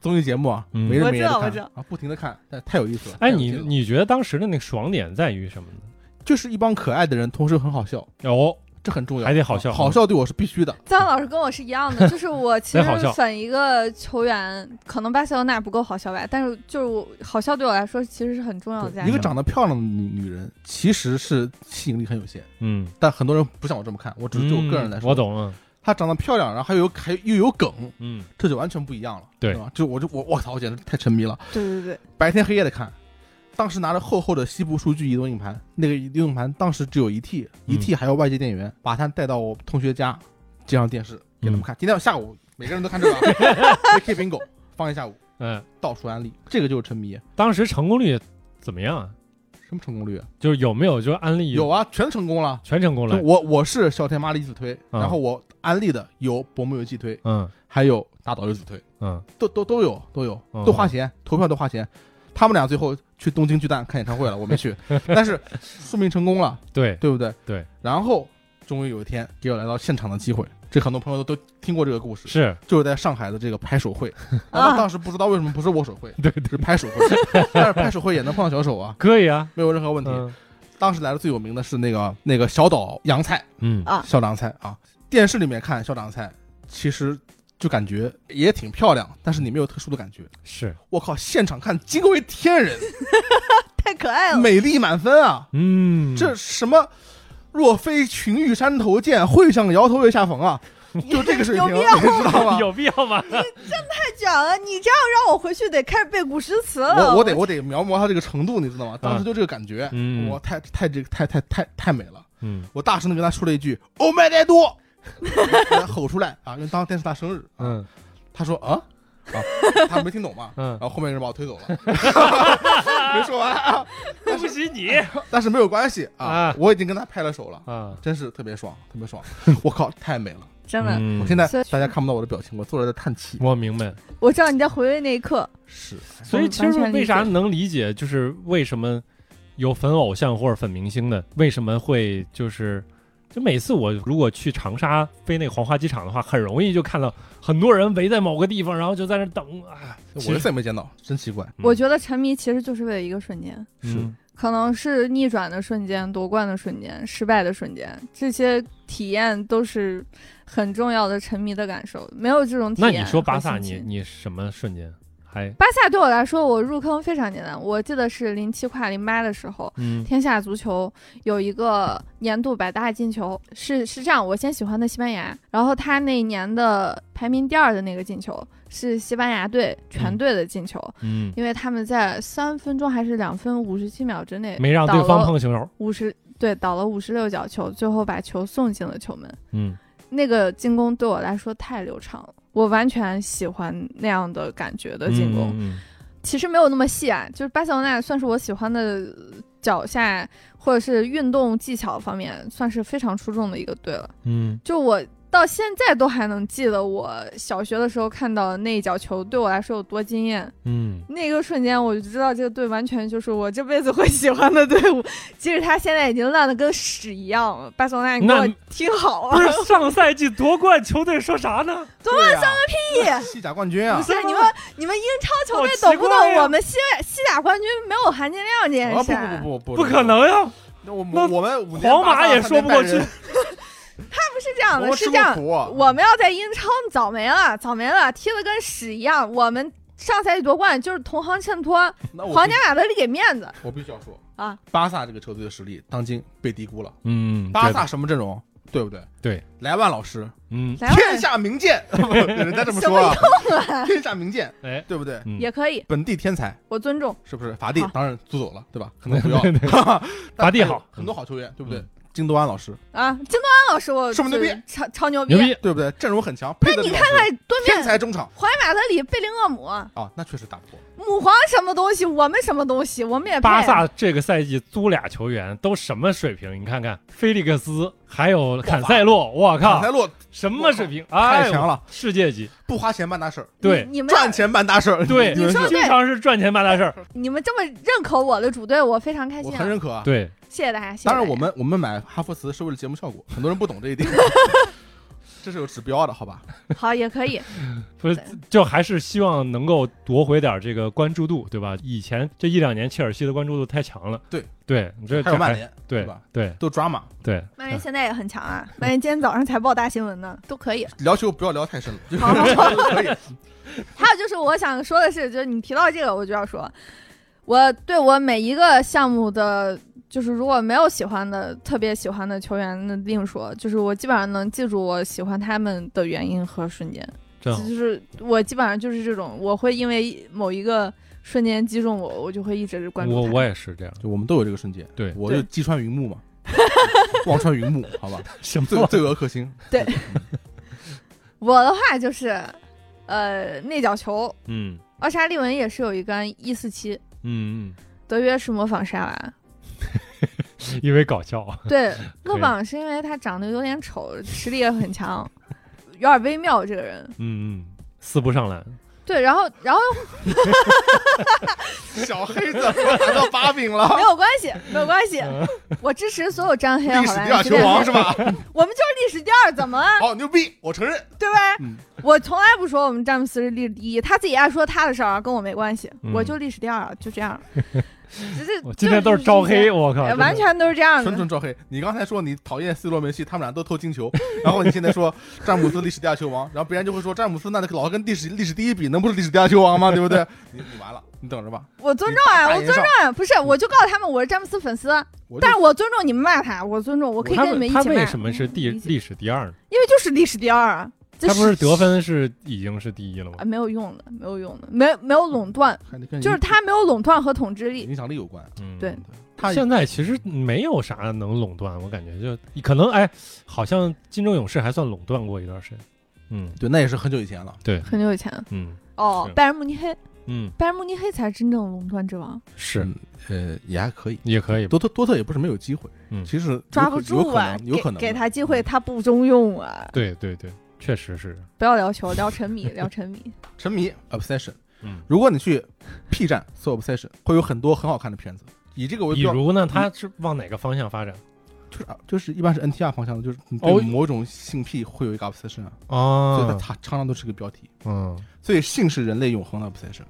综艺节目啊，嗯没日没夜的我知道我看知道啊，不停的看，哎太有意思了。哎，太有你劲了你觉得当时的那个爽点在于什么呢？就是一帮可爱的人，同时很好笑，哦，这很重要，还得好笑啊好笑对我是必须的。姜老师跟我是 <laughs> 一样的，就是我其没实好笑粉一个球员，可能巴塞罗那不够好笑吧，但是就是我好笑对我来说其实是很重要的价对值。一个长得漂亮的女女人，其实是吸引力很有限，嗯，但很多人不像我这么看。我只是就我个人来嗯我说，懂了，她长得漂亮，然后还有还又有梗，嗯，这就完全不一样了，对吧？就我就我我操，我简直太沉迷了，对对对，白天黑夜的看。当时拿着厚厚的西部数据移动硬盘，那个移动硬盘当时只有一 T，一 T 还有外接电源，把它带到我同学家，接上电视给他们看。今天下午每个人都看这个啊，K bingo 放一下午，哎，到处安利， <laughs> 这个就是沉迷。当时成功率怎么样啊？什么成功率啊？就是有没有就是安利有啊，全成功了。全成功就了？我我是小天妈的一起推，嗯然后我安利的有薄膜游戏推，嗯还有打倒游戏推，嗯，都都都有都有嗯，都花钱，投票都花钱。他们俩最后去东京巨蛋看演唱会了，我 <laughs> 没去，但是说明成功了，对，对不对？对。然后终于有一天给我来到现场的机会，这很多朋友都都听过这个故事，是，就是在上海的这个拍手会，啊然后当时不知道为什么不是握手会，对对，是拍手会， <laughs> 但是拍手会也能碰到小手啊，可以啊，没有任何问题。嗯当时来的最有名的是那个那个小岛洋菜，嗯啊小凉菜啊。电视里面看小凉菜，其实就感觉也挺漂亮，但是你没有特殊的感觉。是，我靠，现场看惊为天 <laughs> 人，太可爱了。美丽满分啊！嗯，这什么？若非群玉山头见，会向摇头月下逢 <laughs> 啊！就这个水平，有你必要知道 <laughs> 吗？有必要吗？太卷了！你这样让我回去得开始背古诗词了。我我得我得描摹他这个程度，你知道吗？当时就这个感觉，嗯我太太这太太太太美了。嗯我大声的跟他说了一句“欧麦代多”， <laughs> 给他吼出来啊！因为当天是他生日啊，嗯他说啊啊，他没听 <laughs> 懂嘛，嗯然，后后面人把我推走了， <laughs> 没说完啊，恭喜你但是没有关系啊啊，我已经跟他拍了手了，啊！真是特别爽， <laughs> 特别爽，我靠，太美了！真的，嗯我现在所以大家看不到我的表情，我坐着在叹气，哎我明白，我知道你在回味那一刻，是，所以其完实全理解为啥能理解，就是为什么有粉偶像或者粉明星的，为什么会就是。就每次我如果去长沙飞那个黄花机场的话，很容易就看到很多人围在某个地方，然后就在那等啊。我其一实次也没见到，真奇怪，我觉得沉迷其实就是为了一个瞬间，是嗯可能是逆转的瞬间、夺冠的瞬间、失败的瞬间，这些体验都是很重要的沉迷的感受。没有这种体那验，你说巴萨，很新你奇你什么瞬间还巴萨对我来说，我入坑非常简单。我记得是零七跨零八的时候，嗯天下足球有一个年度百大进球，是是这样，我先喜欢的西班牙，然后他那年的排名第二的那个进球是西班牙队全队的进球，嗯因为他们在三分钟还是两分五十七秒之内没让对方碰球手？五十对倒了五十六脚球，最后把球送进了球门。嗯那个进攻对我来说太流畅了，我完全喜欢那样的感觉的进攻。嗯其实没有那么细啊，就是巴塞罗那算是我喜欢的呃脚下或者是运动技巧方面算是非常出众的一个队了。嗯就我到现在都还能记得我小学的时候看到那一脚球对我来说有多惊艳，嗯那个瞬间我就知道这个队完全就是我这辈子会喜欢的队伍，即使他现在已经烂的跟屎一样了。巴塞罗那，你给那我听好嗯，不了，是上赛季夺冠球队说啥呢？夺冠三个屁，啊西甲冠军啊不！是你们你们英超球队好奇懂不怪懂呀我们西西甲冠军没有含金量这件啊事？不不不不不可，能呀！那我那们我们五年皇马巴萨也说不过去三连败人不是这样我的，们是吃这过样，苦啊，我们要在英超早没了，早没了，踢得跟屎一样。我们上赛季夺冠就是同行衬托，那我皇必家马德里给面子我必须要说啊，巴萨这个球队的实力当今被低估了。嗯，巴萨什么阵容？对不对？对，莱万老师，嗯来吧天下名剑， <laughs> 人家这么说啊，天下名剑，哎对不对？嗯也可以，本地天才我尊重。是不是？法蒂好当然租走了，对吧？ <laughs> 可能不要对对， <laughs> 但法蒂还有好很多好球员，对不对嗯？京多安老师，啊，京东安老师我是不是牛逼超超牛逼，牛逼，对不对？阵容很强，佩德里你老看师，看对天面才中场皇家马德里、贝林厄姆、啊，那确实打不过。母皇什么东西，我们什么东西，我们也配巴萨这个赛季租俩球员都什么水平？你看看，菲利克斯还有坎塞洛，我卡靠塞，洛什么水平？啊哎太呦强，了，世界级！不花钱办大事儿，对你你们赚钱办大事儿，对你们你说是经常是赚钱办大事儿。你们这么认可我的主队，我非常开我心、啊很。认可啊。对，谢谢大家，谢谢当大家。 <laughs> 然，我们我们买哈弗茨是为了节目效果，很多人不懂这一点。这是有指标的，好吧？好，也可以。不是对，就还是希望能够夺回点这个关注度，对吧？以前这一两年切尔西的关注度太强了，对对，你这还有这曼联，对对吧？对都抓马，对，曼联现在也很强啊，曼联今天早上才报大新闻呢，都可以。聊球不要聊太深了，就是好好 <laughs> 可以。还有就是我想说的是，就是你提到这个，我就要说，我对我每一个项目的，就是如果没有喜欢的、特别喜欢的球员，那另说。就是我基本上能记住我喜欢他们的原因和瞬间，真好。就是我基本上就是这种，我会因为某一个瞬间击中我，我就会一直关注我他我也是这样，就我们都有这个瞬间，对我就击穿云幕 <laughs> 嘛，望穿云幕，好 <laughs> 吧？什罪罪恶克星，我的话就是，呃，内角球，嗯奥沙利文也是有一杆一四七，嗯德约是模仿沙 <laughs> 娃。嗯，因为搞笑，对，可以勒布朗是因为他长得有点丑，实力也很强，有点微妙这个人。嗯嗯，四不上篮，对，然后然后 <laughs> 小黑子拿到把柄了 <laughs> 没，有关系，没有关系，嗯我支持所有沾黑历哎好史吧第？二球王是吧？我们就是历史第二，怎么了？好牛逼，我承认。对吧？嗯我从来不说我们詹姆斯是历史第一，他自己爱说他的事儿啊，跟我没关系，嗯我就历史第二，就这 <laughs> 样。只是我今天都是招黑，，我靠就，是真的完全都是这样纯的。纯招黑。你刚才说你讨厌 C 罗、梅西，他们俩都偷金球， <laughs> 然后你现在说詹姆斯历史第二球王，然后别人就会说詹姆斯那老跟历史历史第一比，能不是历史第二球王吗？对不 <laughs> 对？你你完了，你等着吧。哎我尊重啊，大我言尊重啊，不是，我就告诉他们我是詹姆斯粉丝，我就但是我尊重你们骂他，我尊重，我可以他跟们你们一他起骂。嗯为什么是第理解历史第二呢？因为就是历史第二啊，这他不是得分是已经是第一了吗啊？没有用的，没有用的，没没有垄断，看你跟就是他没有垄断和统治力。影响力有关。嗯，对他现在其实没有啥能垄断，我感觉就可能哎，好像金州勇士还算垄断过一段时间。嗯，对，那也是很久以前了。对，很久以前嗯哦是，拜仁慕尼黑，嗯拜仁慕尼黑才是真正垄断之王，是嗯呃，也还可以。也可以吧，多特多特也不是没有机会，嗯其实有抓可不住啊，有可能有可能给给他机会他不中用啊！对对对，确实是，不要聊球，聊沉迷，聊沉迷。沉迷 obsession。嗯。如果你去 P 站搜 obsession，会有很多很好看的片子。以这个为比标，如呢，他是往哪个方向发展？就是啊就是一般是 NTR 方向的，就是你哦对某种性癖会有一个 obsession 啊，所以它哦，它常常都是个标题。嗯，所以性是人类永恒的 obsession。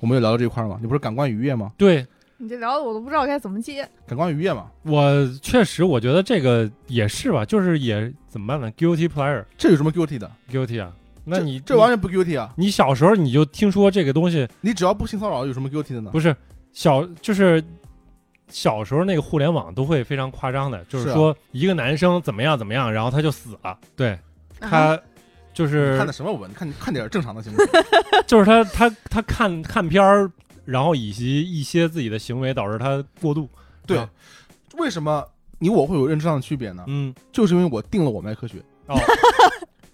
我们有聊到这一块儿吗？你不是感官愉悦吗？对 <laughs> 你这聊的我都不知道该怎么接。感官愉悦嘛，我确实，我觉得这个也是吧，就是也怎么办呢？guilty player，guilty 这有什么 guilty 的？啊，那这你这完全不 guilty 啊！你小时候你就听说这个东西，你只要不性骚扰，有什么 guilty 的呢？不是小就是小时候那个互联网都会非常夸张的，就是是啊说一个男生怎么样怎么样，然后他就死了，对啊他就是你看的 <laughs> 什么文？你看你看点正常的行不行？就是他他他看看片儿，然后以及一些自己的行为导致他过度，对啊，为什么你我会有认知上的区别呢？ <laughs> 嗯，就是因为我定了我们爱科学，哦，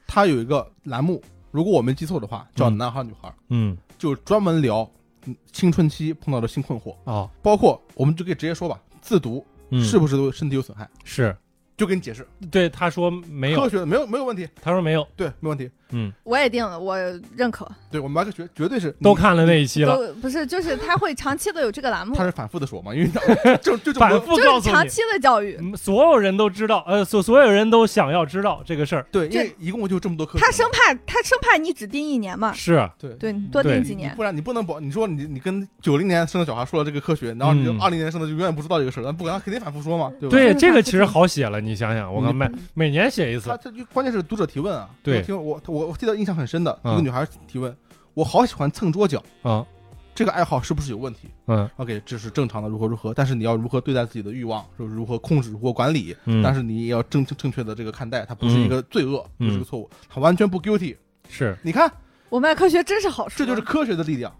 它有一个栏目，如果我没记错的话，叫嗯男孩女孩，嗯，就专门聊嗯青春期碰到的性困惑，哦，包括我们就可以直接说吧，自读嗯，是不是对身体有损害，是，就给你解释，对，他说没科有，学的没有没有问题，他说没有，对，没问题，嗯，我也定了，我认可。对我们爱科学绝对是都。看了那一期了，都不是，就是他会长期的有这个栏目他，是反复的说嘛，因为 <laughs> 他就就这么反多复就告是诉长你期的教育。嗯，所有人都知道，呃，所所有人都想要知道这个事儿，对，因为一共就这么多科学嘛，他生怕他生怕你只定一年啊嘛，是，啊嗯对对你多对定你几你年。不然你不能保。你说你你跟九零年生的小孩说了这个科学，然后你就嗯二零年生的就永远不知道这个事儿，那不可能肯定反复说嘛，对吧？对，就是这个反其复实好写了，你想想，我你靠，每每年写一他次，他就关键是读者提问啊，对我听我我我记得印象很深的一嗯个女孩提问，我好喜欢蹭桌脚，啊，这个爱好是不是有问题嗯？OK，这是正常的，如何如何，但是你要如何对待自己的欲望，就是如何控制，如何管理，嗯，但是你也要正正确的这个看待，它不是一个罪恶，嗯不是个错误，它完全不 guilty。是，你看，我们爱科学真是好书，这就是科学的力量。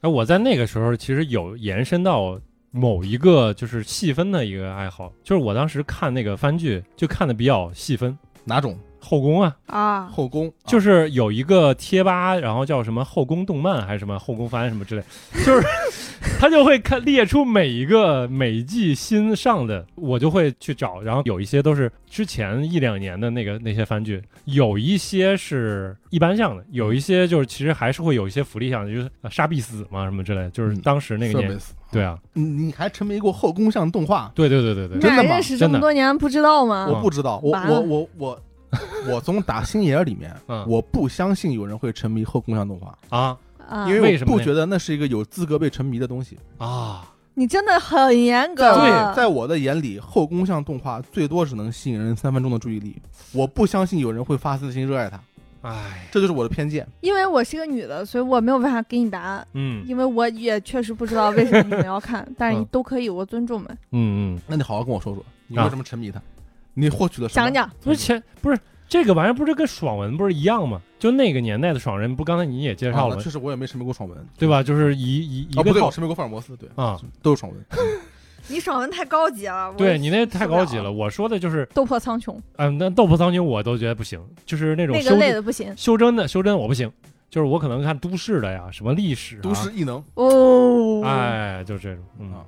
哎，我在那个时候其实有延伸到某一个就是细分的一个爱好，就是我当时看那个番剧就看的比较细分，哪种后宫啊，啊，后宫就是是有一个贴吧，然后叫什么后宫动漫还是什么后宫番什么之类， <laughs> 就是他就会看列出每一个每一季新上的，我就会去找，然后有一些都是之前一两年的那个那些番剧，有一些是一般向的，有一些就是其实还是会有一些福利向的，就是呃杀必死嘛什么之类的，就是嗯当时那个设年、备死对啊，你你还沉迷过后宫像动画？对对对对对，你真俩的吗认识这真的嗯么多年不知道吗？我不知道，我完了我我我我从打心眼儿里面， <laughs> 嗯我不相信有人会沉迷后宫像动画，啊啊，因为为什么我不呢觉得那是一个有资格被沉迷的东西。啊，你真的很严格啊在我了。在我的眼里，后宫像动画最多只能吸引人三分钟的注意力，我不相信有人会发自内心热爱它，哎，这就是我的偏见。因为我是个女的，所以我没有办法给你答案，嗯因为我也确实不知道为什么你们要看，但是嗯都可以，我尊重们。嗯嗯，那你好好跟我说说，你啊为什么沉迷它？你获取了什么？啊讲讲，不是前不是这个玩意儿不是跟爽文不是一样吗？就那个年代的爽文，不刚才你也介绍啊了吗那确实我也没沉迷过爽文，对吧？就是一一一啊，不个对，套我沉迷过福尔摩斯，对，啊，都是爽文。你爽文太高级了，对你那太高级受不啊了。我说的就是， <laughs> 斗破苍穹嗯，那豆腐苍蝇我都觉得不行，就是那种那修个累真的不行修真的修真我不行，就是我可能看都市的呀，什么历史、啊，都市异能哦。哎，就是这种，嗯啊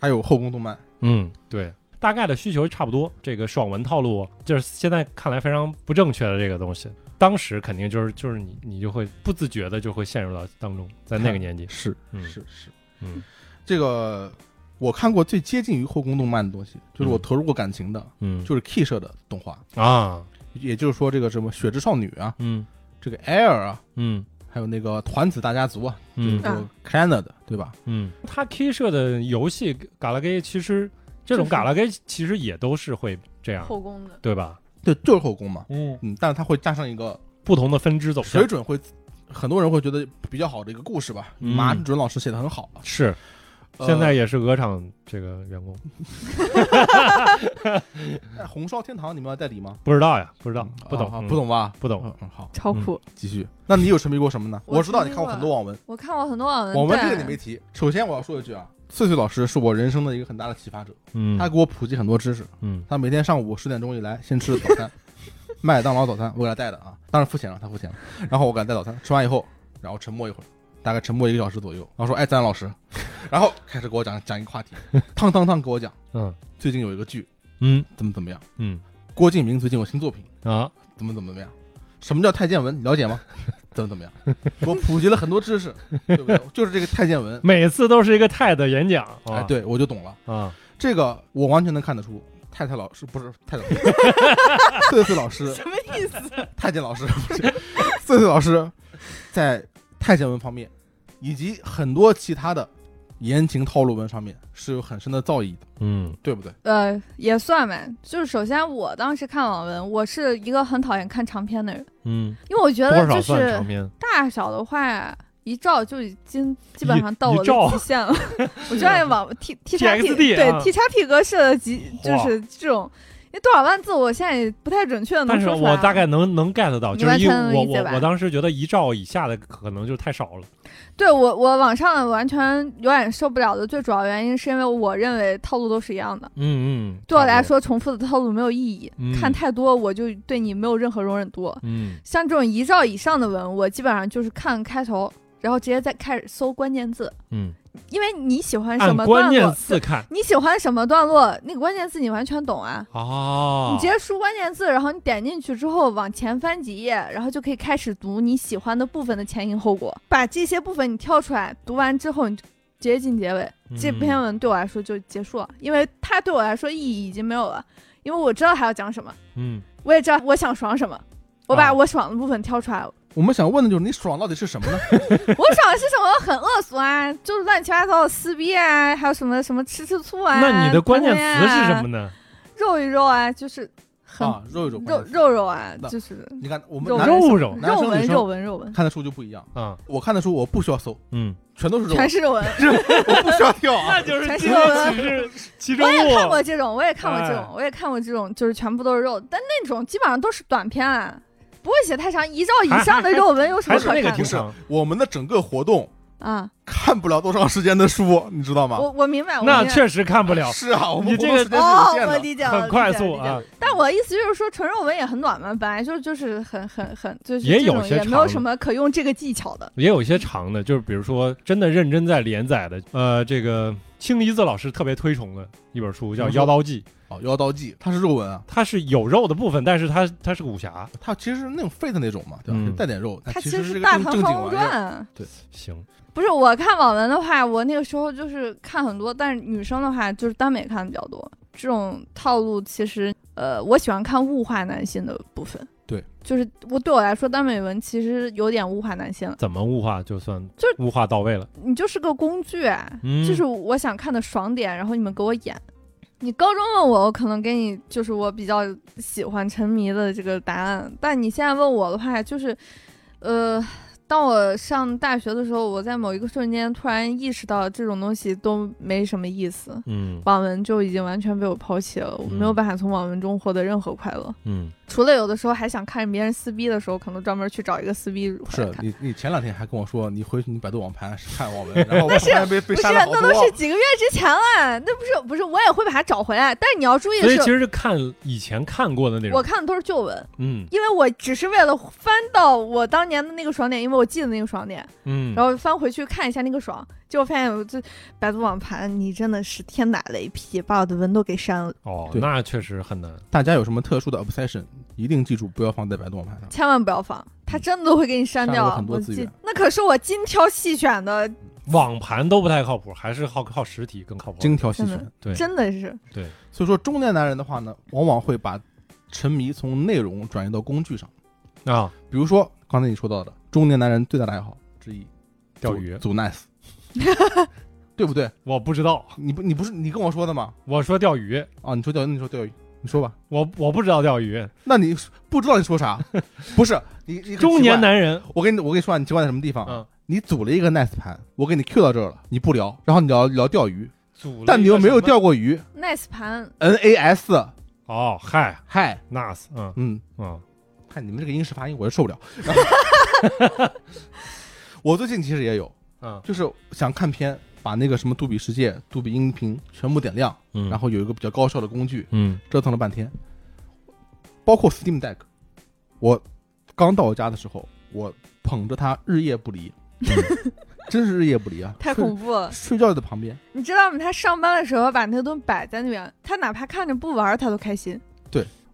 还有后宫动漫，，嗯，对，大概的需求差不多。这个爽文套路就是现在看来非常不正确的这个东西，当时肯定就是就是你你就会不自觉的就会陷入到当中，在那个年纪 <laughs> 是嗯是是，嗯这个我看过最接近于后宫动漫的东西，就是我嗯投入过感情的，嗯就是 K 社的动画，啊，也就是说这个什么《雪之少女》啊，嗯这个 Air 啊，嗯还有那个团子大家族啊，就是嗯啊说 Kana 的，对吧？嗯，他 K 社的游戏嘎啦 gay 其实这种就是嘎啦 gay 其实也都是会这样，后宫的对吧？对，就是后宫嘛，嗯，嗯，但是它会加上一个不同的分支走向水准会，很多人会觉得比较好的一个故事吧。嗯马准老师写的很好啊，是，呃现在也是鹅厂这个员工，哎红烧天堂你们要代理吗？不知道呀，不知道嗯，不懂啊啊，嗯不懂吧？不懂，嗯嗯，好，超酷。继续。那你有沉迷过什么呢？我我知道你沉迷看过过很多网文，我看过很多网文，网文这对啊个你没提。首先我要说一句啊，翠翠老师是我人生的一个很大的启发者，嗯他给我普及很多知识。嗯他每天上午十点钟一来，先吃早餐，麦当劳早餐，我给他带的啊，当然付钱了，他付钱了。然后我给他带早餐，吃完以后，然后沉默一会儿，大概沉默一个小时左右，然后说：“哎，赞老师。” <laughs> 然后开始给我讲讲一个话题，汤汤汤给我讲嗯最近有一个剧嗯怎么怎么样，嗯郭敬明最近有新作品啊，怎么怎么怎么样，什么叫太监文，你了解吗？怎么怎么样，给我普及了很多知识，对不对？就是这个 <laughs> 太监文，每次都是一个泰的演讲，啊哎，对我就懂了。啊，这个我完全能看得出，太太老师不是太太老师，翠翠老师 <laughs> 什么意思？太监老师，不是穗穗老师，在太监文方面，以及很多其他的言情套路文上面是有很深的造诣的，嗯对不对？呃，也算吧。就是首先，我当时看网文，我是一个很讨厌看长篇的人，嗯，因为我觉多得少就算是长篇？大小的话，一兆就已经基本上到一我的兆极限 <laughs> 了。我就爱往 T T 叉 T TXT 对啊 T 叉 T 格式的极就是这种，因为多少万字我现在也不太准确的能但是说出我来。啊大概能能 get 到，你就是完一全能我理解我吧我当时觉得一兆以下的可能就太少了，对我我网上完全有点受不了的最主要原因是因为我认为套路都是一样的。嗯嗯，对我差不来多，说，重复的套路没有意义，嗯看太多我就对你没有任何容忍度。嗯像这种一兆以上的文，我基本上就是看开头，然后直接再开始搜关键字，嗯，因为你喜欢什按么关段键落，字看你喜欢什么段落，那个关键字你完全懂啊。哦你，直接输关键字，然后你点进去之后往前翻几页，然后就可以开始读你喜欢的部分的前因后果。把这些部分你跳出来，读完之后你就直接进结尾。这嗯篇文对我来说就结束了，因为它对我来说意义已经没有了，因为我知道它要讲什么，嗯我也知道我想爽什么。我把啊我爽的部分挑出来，我们想问的就是你爽到底是什 <laughs> 么呢？我爽的是什么？很恶俗啊，就是乱七八糟的撕逼啊，还有什么什么吃吃醋啊。那你的关键谈恋爱词啊是什么？呢？肉一肉啊，就是很啊，肉一肉，肉肉肉啊，那就是你看我们肉男肉肉肉男肉生文女生肉文肉文，看的书就不一样，啊，我看的书我不需要搜，嗯，全都是肉，全 <laughs> 是肉文。我不需要跳啊。那就是全集是体肉文启示 <laughs> 其中我也看物，过这种，我也看过这种哎，我也看过这种，就是全部都是肉，但那种基本上都是短片啊，不会写太长，一兆以上的肉文有什还么是可那个看的挺长，我们的整个活动啊？看不了多长时间的书，你知道吗？我我明白，我那明白确实看不了，是啊，我你们活这个动时间哦是有，我限的。理解了，很快速理解了理解了啊，但我的意思就是说，纯肉文也很短嘛，本来就就是很很很就是也这有种些也没有长什么可用这个技巧的。也有一些长的，就是比如说真的认真在连载的，呃，这个青离子老师特别推崇的一本书叫比《如嗯说妖刀记》，哦，妖刀记它是肉文啊，它是有肉的部分，但是它它是个武侠。它其实是那种废的那种嘛，对吧？嗯就带点肉，它其其实实是个是《大正唐正经双龙玩意儿。传》。啊行，不是我看网文的话，我那个时候就是看很多，但是女生的话就是耽美看的比较多。这种套路其实呃，我喜欢看物化男性的部分。对，就是我对我来说，耽美文其实有点物化男性了，怎么物化就算就物化到位了？你就是个工具啊，嗯就是我想看的爽点，然后你们给我演。你高中问我，我可能给你就是我比较喜欢沉迷的这个答案，但你现在问我的话，就是，呃，当我上大学的时候，我在某一个瞬间突然意识到这种东西都没什么意思，嗯网文就已经完全被我抛弃了，我没有嗯办法从网文中获得任何快乐。嗯，除了有的时候还想看别人撕逼的时候，可能专门去找一个撕逼回是来看。你，你前两天还跟我说，你回去你百度网盘看 <laughs> 网文，然后我是发现被被不是，删了好那多。都是几个月之前了，那不是不是，我也会把它找回来。但是你要注意所的以其是，实是看以前看过的那种，我看的都是旧文，嗯因为我只是为了翻到我当年的那个爽点，因为我记得那个爽点，嗯，然后翻回去看一下那个爽，结果发现我这百度网盘，你真的是天打雷劈，把我的文都给删了，哦，对那确实很难，大家有什么特殊的 obsession，一定记住不要放在百度网盘上。千万不要放，它真的会给你删掉。删了很多我资记源那可是我精挑细选的，网盘都不太靠谱，还是靠靠实体更靠谱。精挑细真选的。对真的是所以说，中年男人的话呢，往往会把沉迷从内容转移到工具上，啊，比如说刚才你说到的，中年男人最大的爱好之一，钓鱼组 <laughs> nice，对不对？我不知道，你不，你不是你跟我说的吗？我说钓鱼，啊，你说钓鱼，那你说钓鱼，你说吧。我我不知道钓鱼。那你不知道你说啥？不是你，你很奇怪中年，男人，我跟你我跟你说啊，你奇怪在什么地方？嗯，你组了一个 nice 盘，我给你 Q 到这儿了，你不聊，然后你聊聊钓鱼，组了但你又没有一个什么钓过鱼 nice 盘， ，NAS，哦，嗨嗨， ，NAS，嗯嗯，嗯看你们这个英式发音，我是受不 <laughs> 了。我最近其实也有，嗯就是想看片，把那个什么杜比世界、杜比音频全部点亮，嗯，然后有一个比较高效的工具，嗯折腾了半天，包括 Steam Deck，我刚到我家的时候，我捧着它日夜不离，嗯 <laughs> 真是日夜不离啊！太睡恐怖了。睡觉就在旁边，你知道吗？他上班的时候把那个东西摆在那边，他哪怕看着不玩儿，他都开心。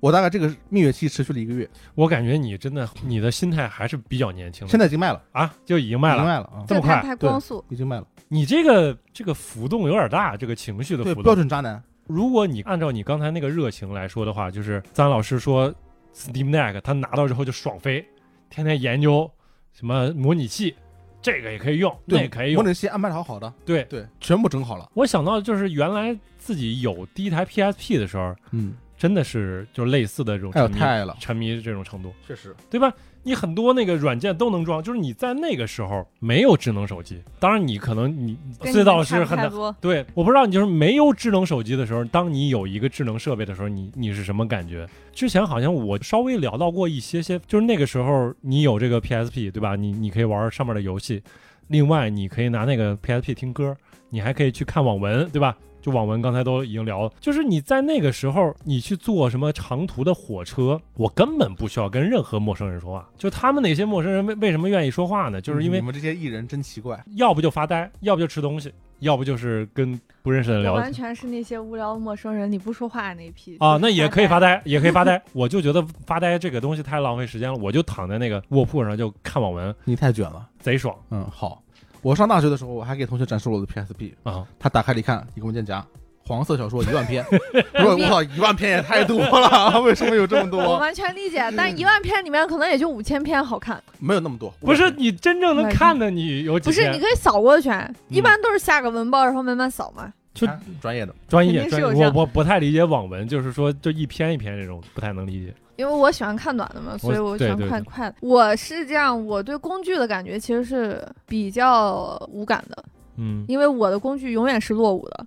我大概这个蜜月期持续了一个月，我感觉你真的你的心态还是比较年轻的，现在已经卖了，啊就已经已卖经了。卖了啊，这就么快他他光速，已经卖了。你这个这个浮动有点大，这个情绪的对，浮标动。准渣男，如果你按照你刚才那个热情来说的话，就是张老师说 Steam Deck 他拿到之后就爽飞，天天研究什么模拟器，这个也可以用，那对也可以模用。拟器安排的好好的，对对，全部整好了，我想到就是原来自己有第一台 PSP 的时候，嗯，真的是就类似的这种哎呦沉迷、太爱了，沉迷这种程度。确实，对吧？你很多那个软件都能装，就是你在那个时候没有智能手机，当然你可能你跟最你早们是差不很太难。多。对，我不知道你就是没有智能手机的时候，当你有一个智能设备的时候，你你是什么感觉？之前好像我稍微聊到过一些些，就是那个时候你有这个 PSP 对吧？你你可以玩上面的游戏，另外你可以拿那个 PSP 听歌，你还可以去看网文对吧？就网文刚才都已经聊了，就是你在那个时候，你去坐什么长途的火车，我根本不需要跟任何陌生人说话。就他们那些陌生人为为什么愿意说话呢？就是因为嗯你们这些艺人真奇怪，要不就发呆，要不就吃东西，要不就是跟不认识的人我聊天完全是那些无聊的陌生人，你不说话那一批啊，那也可以发呆。呆，也可以发呆。 <laughs> 我就觉得发呆这个东西太浪费时间了，我就躺在那个卧铺上就看网文，你太卷了，贼爽嗯，好。我上大学的时候，我还给同学展示了我的 PSP，啊！他打开了一看，一个文件夹，黄色小说一 <laughs> 万篇。我说我操，一万篇也太多了， <laughs> 为什么有这么我多？完 <laughs> 全理解，但一万篇里面可能也就五千篇好看，没有那么多，不是你真正能那看的，你有几不是？你天？可以扫过去，嗯一般都是下个文报，然后慢慢扫嘛。就啊专业的，专肯业定是专有业，这我样我不太理解网文，就是说就一篇一篇这种不太能理解。因为我喜欢看短的嘛，所以我喜欢对对看对快的。我是这样，我对工具的感觉其实是比较无感的， <laughs> 嗯因为我的工具永远是落伍的。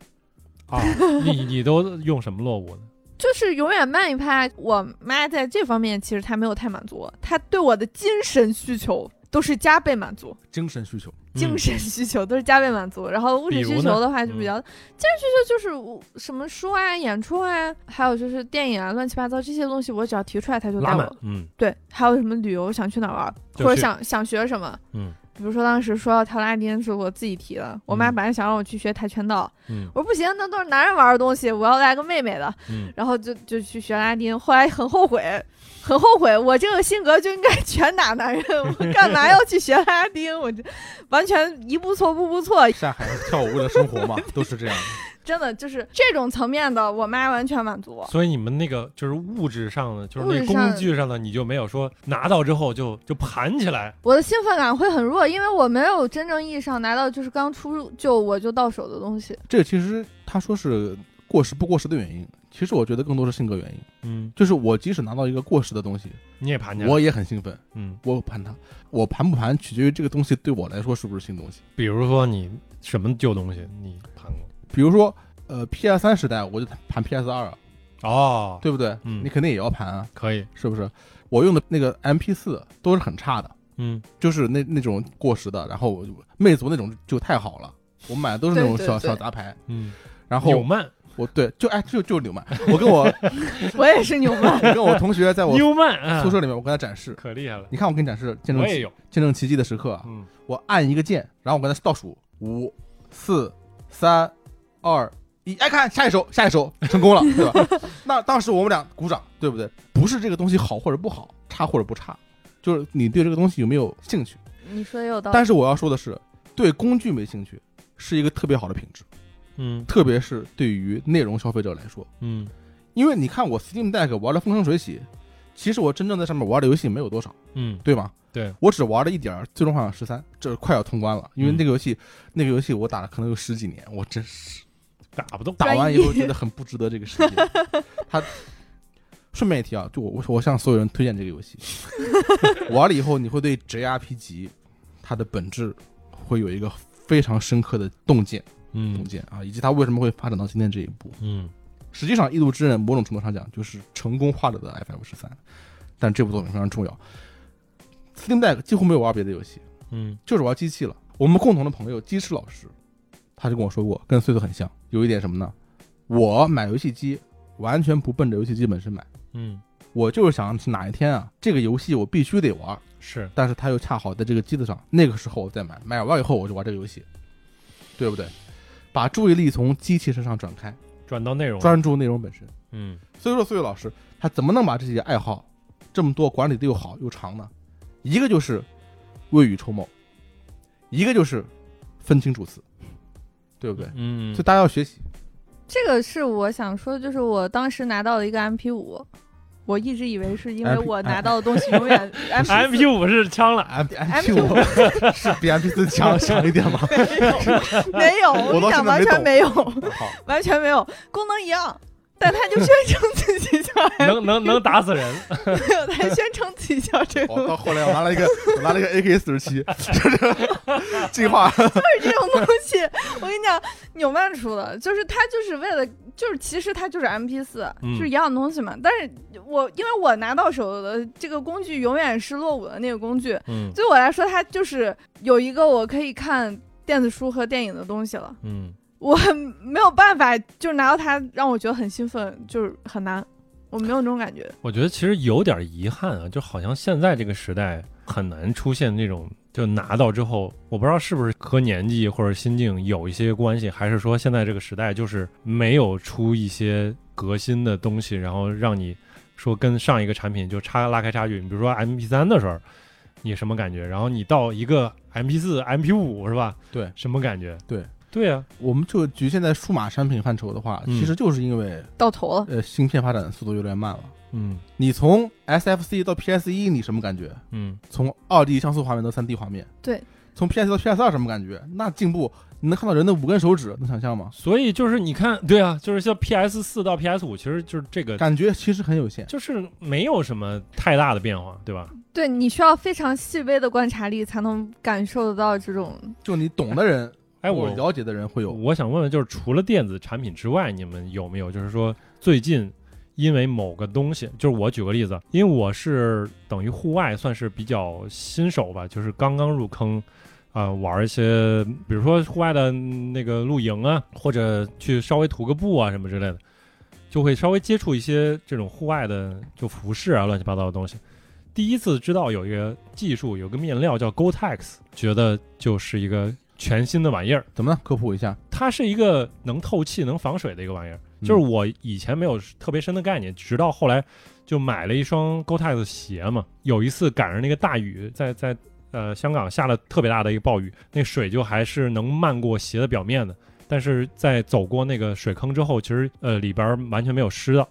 啊，你你都用什么落伍呢？就是永远慢一拍。我妈在这方面其实她没有太满足我，她对我的精神需求都是加倍满足，精神需求，精嗯神需求都是加倍满足。然后物质比如需呢嗯求的话就比较，精神需求就是我什么书啊、演出啊，还有就是电影啊、乱七八糟这些东西，我只要提出来，她就带拉满我。，嗯对，还有什么旅游想去哪儿玩儿，就或者去想想学什么。嗯比如说，当时说要跳拉丁是我自己提的，我妈嗯本来想让我去学跆拳道，嗯我说不行，那都是男人玩的东西，我要来个妹妹的。嗯，然后就就去学拉丁，后来很后悔，很后悔，我这个性格就应该拳打男人， <laughs> 我干嘛要去学拉丁？我就完全一步错步步错，下海跳舞为了生活嘛，都是这样的。真的就是这种层面的，我妈完全满足我。所以你们那个就是物质上的，就是那个物质上工具上的，你就没有说拿到之后就就盘起来。我的兴奋感会很弱，因为我没有真正意义上拿到就是刚出就我就到手的东西。这个其实他说是过时不过时的原因，其实我觉得更多是性格原因。嗯，就是我即使拿到一个过时的东西，你也盘起来。我也很兴奋，嗯，我盘它，我盘不盘取决于这个东西对我来说是不是新东西。比如说你什么旧东西你盘过？比如说，呃，PS 三时代我就盘 PS 二，啊哦，对不对？嗯你肯定也要盘啊，可以。是不是？我用的那个 MP 四都是很差的，嗯，就是那那种过时的，然后我就魅族那种就太好了，我买的都是那种对对小对小杂牌，嗯，然纽后曼，我对就哎就就纽曼，我跟我，我也是牛曼我跟我同学在我纽曼啊，宿舍里面，我跟他展示，可厉害了。你看我给你展示见证我也奇有，见证奇迹的时刻啊，嗯，我按一个键，然后我跟他倒数五、四、三、二、一，哎，看下一首，下一首成功了，对吧？ <laughs> 那当时我们俩鼓掌，对不对？不是这个东西好或者不好，差或者不差，就是你对这个东西有没有兴趣。你说的有道理但。是我要说的是，对工具没兴趣是一个特别好的品质，嗯特别是对于内容消费者来说，嗯，因为你看我 Steam Deck 玩的风生水起，其实我真正在上面玩的游戏没有多少。嗯，对吗？对，我只玩了一点儿《最终幻想十三》，这快要通关了，因为嗯那个游戏，那个游戏我打了可能有十几年，我 <laughs> 真是打不动。打专完以一后觉得很不值得这个世 <laughs> 界。他顺便一提啊，就我我我向所有人推荐这个游戏， <laughs> 玩了以后你会对 JRPG 它的本质会有一个非常深刻的洞见，洞嗯见啊，以及它为什么会发展到今天这一步。嗯，实际上，《异度之刃》某种程度上讲就是成功化了的 FF 十三，但这部作品非常重要。Steam Deck 几乎没有玩别的游戏，嗯就是玩机器了。我们共同的朋友鸡翅老师，他就跟我说过，跟岁数很像，有一点什么呢？我买游戏机完全不奔着游戏机本身买，嗯，我就是想是哪一天啊，这个游戏我必须得玩，是，但是它又恰好在这个机子上，那个时候我再买，买完以后我就玩这个游戏，对不对？把注意力从机器身上转开，转到内容。专注内容本身。嗯所以说，苏玉老师他怎么能把这些爱好这么多管理的又好又长呢？一个就是未雨绸缪，一个就是分清主次，对不对？嗯所以，大家要学习。这个是我想说，就是我当时拿到了一个 MP 五，我一直以为是因为 MP 我拿到的东西 <laughs> 永远 M MP P 五是枪 <laughs> 了。 M M MP5 五哎 <laughs> 是比 M P 四强强一点吗？没有，我到现我跟你在讲完没全懂没有，好，完全没有，功能一样，但 <laughs> 他就宣称自己叫 M，能能能打死人，没有，他宣称自己叫这 <laughs> 个，我哦到后来我拿了一个，我拿了一个 A K 四十七，就是进化。这种东西，我跟你讲，纽曼出的，就是他就是为了，就是其实他就是 MP 四、嗯就是一样的东西嘛。但是我因为我拿到手的这个工具永远是落伍的那个工具，嗯对我来说，它就是有一个我可以看电子书和电影的东西了。嗯，我没有办法，就是拿到它让我觉得很兴奋，就是很难，我没有那种感觉。我觉得其实有点遗憾啊，就好像现在这个时代很难出现那种就拿到之后，我不知道是不是和年纪或者心境有一些关系，还是说现在这个时代就是没有出一些革新的东西，然后让你说跟上一个产品就差拉开差距。你比如说 M P 三的时候，你什么感觉？然后你到一个 M P 四、M P 五是吧？对，什么感觉？对，对啊，我们就局限在数码产品范畴的话，嗯其实就是因为到头了，呃芯片发展速度有点慢了。嗯你从 S F C 到 P S 一，你什么感觉？嗯从二 D 像素画面到三 D 画面，对，从 PS 到 PS 二什么感觉？那进步，你能看到人的五根手指，能想象吗？所以就是你看，对啊，就是像 PS 四到 PS 五，其实就是这个，感觉其实很有限。就是没有什么太大的变化，对吧？对你需要非常细微的观察力才能感受得到这种。就你懂的人，哎，或我者了解的人会有。我想问问，就是除了电子产品之外，你们有没有就是说最近因为某个东西，就是我举个例子，因为我是等于户外算是比较新手吧，就是刚刚入坑。啊、玩一些，比如说户外的那个露营啊，或者去稍微徒个步啊什么之类的，就会稍微接触一些这种户外的就服饰啊乱七八糟的东西。第一次知道有一个技术，有个面料叫 Gore-Tex，觉得就是一个全新的玩意儿。怎么呢？科普一 <laughs> 下，它是一个能透气、能防水的一个玩意儿。嗯就是我以前没有特别深的概念，直到后来就买了一双 Gore-Tex 的鞋嘛。有一次赶上那个大雨，在在呃香港下了特别大的一个暴雨，那水就还是能漫过鞋的表面的，但是在走过那个水坑之后，其实呃里边儿完全没有湿的，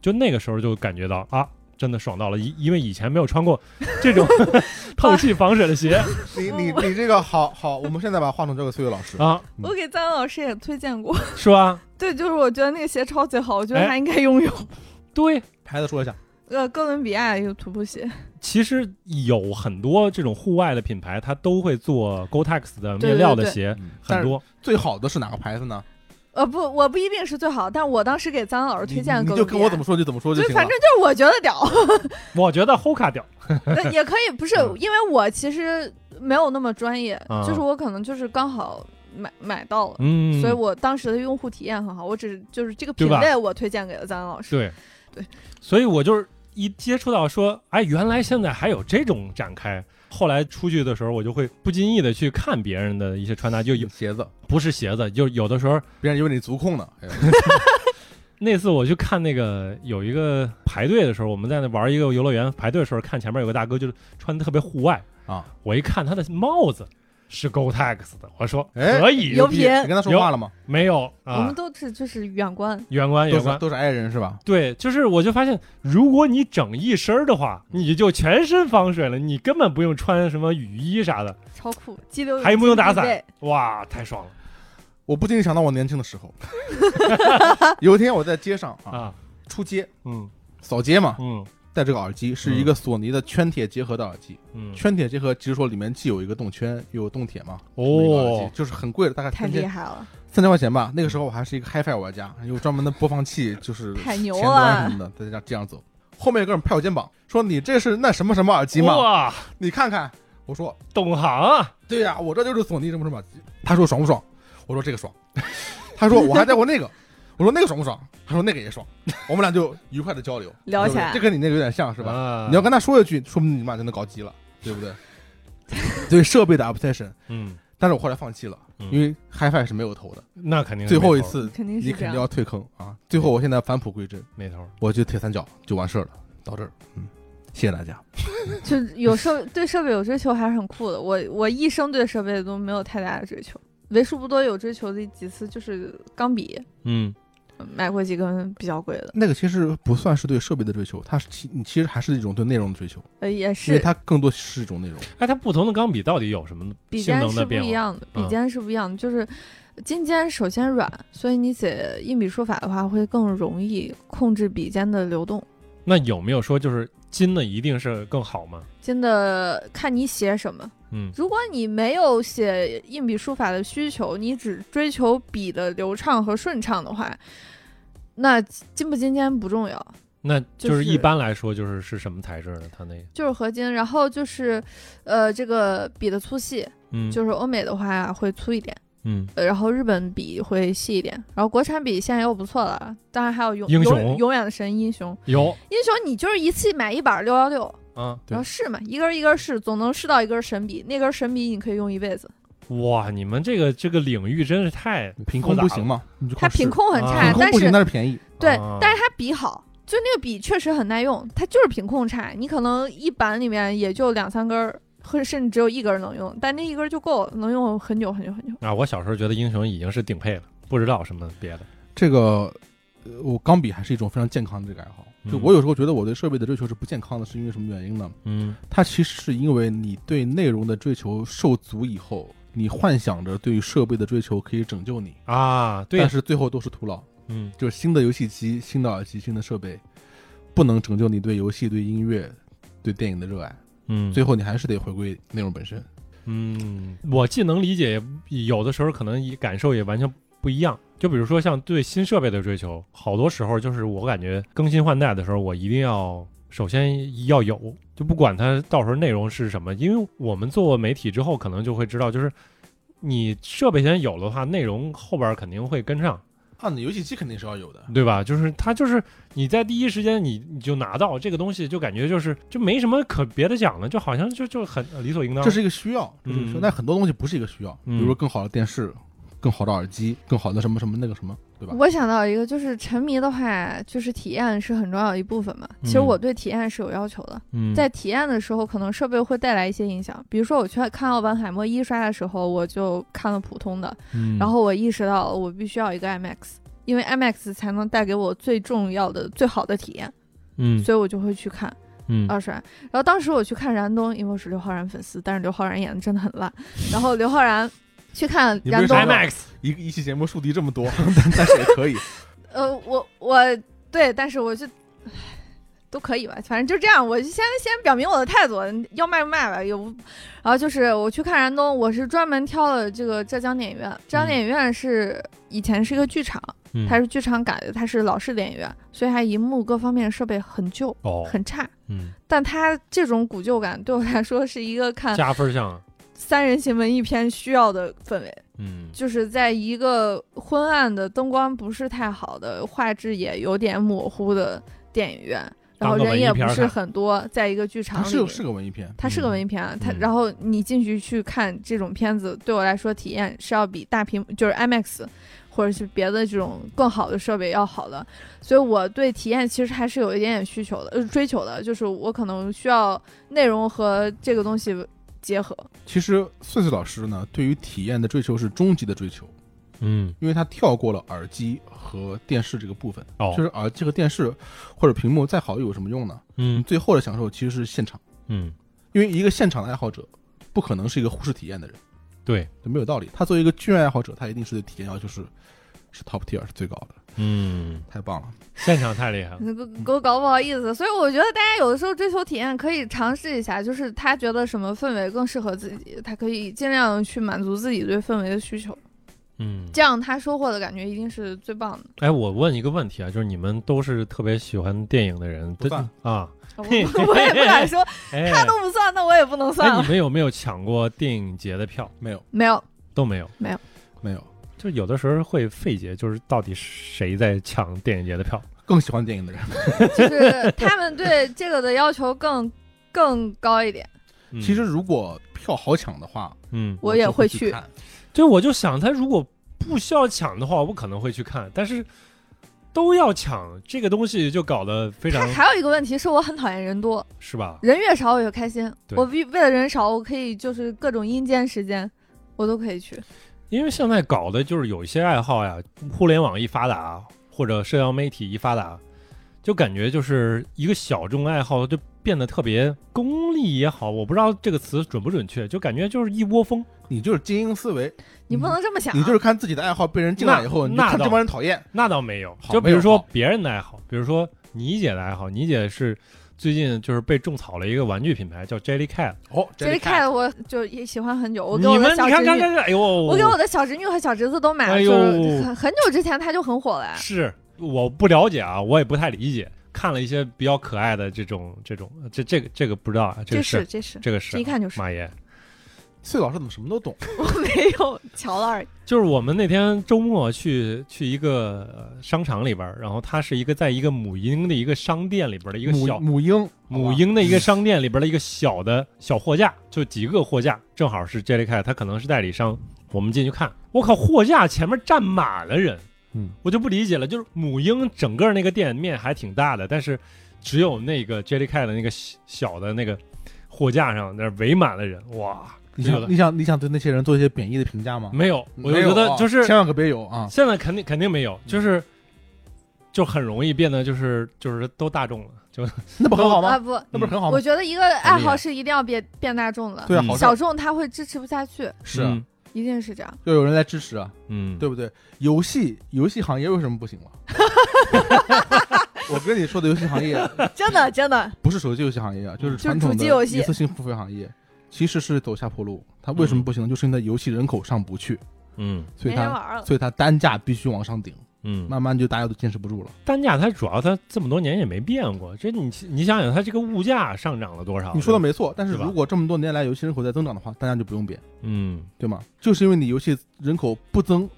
就那个时候就感觉到啊，真的爽到了，因因为以前没有穿过这种透气防水的鞋你你你这个好好，我们现在把话筒交给崔伟老师。啊，我给张老师也推荐过，是吧？ <laughs> 对，就是我觉得那个鞋超级好，我觉得哎他应该拥有。对， <laughs> 牌子说一下， <laughs> 呃，哥伦比亚一个徒步鞋，其实有很多这种户外的品牌，它都会做 Gore-Tex 的对面料的对对鞋，嗯很但是多。最好的是哪个牌子呢？呃，不，我不一定是最好，但我当时给张老师推荐你哥你就伦比跟亚，我怎么说就怎么说就行了。反正就是我觉得屌， <laughs> 我觉得 Hoka 掉，那也可以，不是嗯因为我其实没有那么专业，嗯啊就是我可能就是刚好买买到了。嗯，所以我当时的用户体验很好，我只是就是这个对品吧类我推荐给了张老师。对对，所以我就是一接触到说，哎，原来现在还有这种展开。后来出去的时候，我就会不经意的去看别人的一些穿搭，就有鞋子，不是鞋子，就有的时候别人以为你足控呢。哎呦那次我去看那个有一个排队的时候，我们在那玩一个游乐园排队的时候，看前面有个大哥就是穿的特别户外啊，我一看他的帽子是 GoTex 的，我说哎可以，牛皮你跟他说话了吗？没有我啊们，都是就是远观，远观都远是观，都是爱人是吧？对，就是我就发现，如果你整一身儿的话，你就全身防水了，你根本不用穿什么雨衣啥的，超酷，激流勇还不用打进必伞备，哇，太爽了我不禁想到我年轻的时 <laughs> 候，有一天我在街上啊啊！出街嗯扫街嘛，嗯戴这个耳机是一个索尼的圈铁结合的耳机，嗯，圈铁结合其实说里面既有一个动圈又有动铁嘛，这么一个耳哦机，就是很贵的，大概太三厉千害了，三千块钱吧。那个时候我还是一个 HiFi 玩家，有专门的播放器，就是太牛嗯啊前端了什么的，在这样这样走。后面有个人拍我肩膀说：“你这是那什么什么耳机吗？哇，你看看。”我说懂行啊！：“对呀、我这就是索尼什么什么耳机。”他说：“爽不爽？”我说：“这个爽。” <laughs> 他说：“我还戴过那个。”我说：“那个爽不爽？”他说：“那个也爽。”我们俩就愉快的交流，聊起来对不对这跟你那个有点像是吧？啊你要跟他说一句，说不定你妈就能搞 <laughs> 基了，对不对？对设备的 obsession，嗯，但是我后来放弃了，嗯因为 HiFi 是没有头的。那肯定是最后没一头儿次肯定你是肯定这样。要退坑啊！最后我现在返璞归真，没头儿，我就铁三角就完事儿了，到这儿，嗯，谢谢大家。就有设对设备有追求还是很酷的。我我一生对设备都没有太大的追求，为数不多有追求的几次就是钢笔，嗯买过几根比较贵的，那个其实不算是对设备的追求，它是其你其实还是一种对内容的追求，呃，也因为是它更多是一种内容。哎，它不同的钢笔到底有什么笔性尖能是的不变一化？样的，笔嗯尖是不一样的，就是金尖首先软，所以你写硬笔书法的话会更容易控制笔尖的流动。那有没有说就是金的一定是更好吗？真的看你写什么，嗯如果你没有写硬笔书法的需求，你只追求笔的流畅和顺畅的话，那金不金尖不重要，那就就是一是般来说就是是什么材质呢？它那个就是合金。然后就是，呃，这个笔的粗细，嗯就是欧美的话会粗一点。嗯呃然后日本笔会细一点，然后国产笔现在又不错了，当然还有永英雄永永远的神英雄，有英雄你就是一次买一板六幺六，啊对然后试嘛，一根一根试，总能试到一根神笔，那根神笔你可以用一辈子。哇！你们这个这个领域真是太品控不行吗？嘛，你就靠它试品控很啊差，品控但不行，是但是便宜。对啊，但是它笔好，就那个笔确实很耐用，它就是品控差，你可能一板里面也就两三根儿，或者甚至只有一根儿能用，但那一根儿就够了，能用很久很久很久。啊，我小时候觉得英雄已经是顶配了，不知道什么别的。这个，呃我钢笔还是一种非常健康的这个爱好。就嗯我有时候觉得我对设备的追求是不健康的，是因为什么原因呢？嗯它其实是因为你对内容的追求受足以后，你幻想着对于设备的追求可以拯救你，啊，对但呀，是最后都是徒劳。嗯就是新的游戏机、新的耳机、新的设备，不能拯救你对游戏、对音乐、对电影的热爱，嗯，最后你还是得回归内容本身。嗯，我既能理解，有的时候可能也感受也完全不一样。就比如说像对新设备的追求，好多时候就是我感觉更新换代的时候，我一定要首先要有，就不管它到时候内容是什么，因为我们做媒体之后，可能就会知道，就是你设备先有的话，内容后边肯定会跟上。啊，你游戏机肯定是要有的，对吧？就是它就是你在第一时间你你就拿到这个东西，就感觉就是就没什么可别的讲了，就好像就就很理所应当。这是一个需要，这是一个需要。嗯但很多东西不是一个需要，比嗯如说更好的电视、更好的耳机、更好的什么什么那个什么，对吧？我想到一个，就是沉迷的话，就是体验是很重要的一部分嘛。其实嗯我对体验是有要求的，嗯，在体验的时候，可能设备会带来一些影响。比如说，我去看奥本海默一刷的时候，我就看了普通的，嗯然后我意识到我必须要一个 IMAX，因为 IMAX 才能带给我最重要的、最好的体验，嗯所以我就会去看嗯二刷。然后当时我去看燃冬，因为我是刘昊然粉丝，但是刘昊然演的真的很烂。然后刘昊然去看你不是燃说冬了， ，IMAX，一一期节目树敌这么多， <laughs> 但但是也可 <laughs> 以。呃，我我对，但是我就唉都可以吧，反正就这样，我就先先表明我的态度，嗯要卖就卖吧，有。然后就是我去看燃冬，我是专门挑了这个浙江电影院，浙江电影院是、以前是一个剧场，嗯它是剧场改的，它是老式电影院，所以它银幕各方面设备很旧哦，很差。嗯，但它这种古旧感对我来说是一个看加分项，三人行文艺片需要的氛围。嗯就是在一个昏暗的灯光不是太好的、画质也有点模糊的电影院，然后当个人也文艺片不儿是看很多，在一个剧场它里，是是个文艺片，它是个文艺片啊。它嗯然后你进去去看这种片子，对我来说体验是要比大屏幕就是 IMAX 或者是别的这种更好的设备要好的，所以我对体验其实还是有一点点需求的，呃，追求的，就是我可能需要内容和这个东西结合。其实穗穗老师呢，对于体验的追求是终极的追求，嗯因为他跳过了耳机和电视这个部分。哦就是耳机和电视或者屏幕再好又有什么用呢？你嗯最后的享受其实是现场，嗯，因为一个现场的爱好者不可能是一个忽视体验的人，对，就没有道理。他作为一个剧院爱好者，他一定是对体验要求是是 top tier 是最高的，嗯，太棒了。现场太厉害了，那个给我搞不好意思，所以我觉得大家有的时候追求体验可以尝试一下，就是他觉得什么氛围更适合自己，他可以尽量去满足自己对氛围的需求，嗯，这样他收获的感觉一定是最棒的。哎，我问一个问题啊，就是你们都是特别喜欢电影的人，不对算啊，我我也不 <laughs> 敢说哎，他都不算，那我也不能哎，算你。们有没有抢过电影节的票？没有，没有，都没有，没有，就有的时候会费解，就是到底谁在抢电影节的票？更喜欢电影的人。就是他们对这个的要求更更高一点。嗯其实，如果票好抢的话，嗯，我也就会会去看。对，我就想他如果不需要抢的话，我可能会去看，但是都要抢，这个东西就搞得非他常还有一个问题是我很讨厌人多，是吧？人越少我越开心。对我为为了人少，我可以就是各种阴间时间，我都可以去。因为现在搞的就是有一些爱好呀，互联网一发达，或者社交媒体一发达，就感觉就是一个小众爱好就变得特别功利也好，我不知道这个词准不准确，就感觉就是一窝蜂。你就是精英思维，你嗯不能这么想啊，你就是看自己的爱好被人进来以后，那那你就看倒这帮人讨厌。那倒没有，好就比没如有说好别人的爱好，比如说你姐的爱好，你姐是最近就是被种草了一个玩具品牌叫 Jellycat，哦，这一看我就也喜欢很久，我给你我们的你小看侄看看女，看，哎呦，我给我的小侄女和小侄子都买了，哎就呦是很很久之前它就很火了呀。是我不了解啊，我也不太理解，看了一些比较可爱的这种这种这这个这个不知道啊，这这个是这是，这个是这一看就是马爷。穗老师怎么什么都懂？我没有瞧了而已。就是我们那天周末去去一个呃商场里边儿，然后它是一个在一个母婴的一个商店里边儿的一个小母母婴，母好吧婴的一个商店里边儿的一个小的小货架，就几个货架，正好是 Jellycat，它可能是代理商，我们进去看，我靠，货架前面站满了人，嗯，我就不理解了，就是母婴整个那个店面还挺大的，但是只有那个 Jellycat 的那个小小的那个货架上那儿围满了人，哇，你这想个嗯你想你想对那些人做一些贬义的评价吗？没有，我就没有觉得啊就是千万可别有啊！现在肯定肯定没有，就是就很容易变得就是就是都大众了，就那不很好啊吗？不，那不是很好我吗？觉得一个爱很厉好害是一定要变变大众的，对啊，嗯好事小众他会支持不下去，是啊，一定是 <laughs> 这样。要有人来支持啊，嗯，对不对？游戏游戏行业为什么不行了？ <laughs> 我跟你说的游戏行业真的真的，不是手机游戏行业啊，就是嗯就是传统主机的游戏一次性付费行业，其实是走下坡路。它为什么不行呢？就是因为它游戏人口上不去，嗯所没以啊人它玩了。所以它单价必须往上顶，嗯，慢慢就大家都坚持不住了。单价它主要它这么多年也没变过，这你你想想它这个物价上涨了多少？你说的没错，但是是吧如果这么多年来游戏人口在增长的话，单价就不用变。嗯对吗？就是因为你游戏人口不增，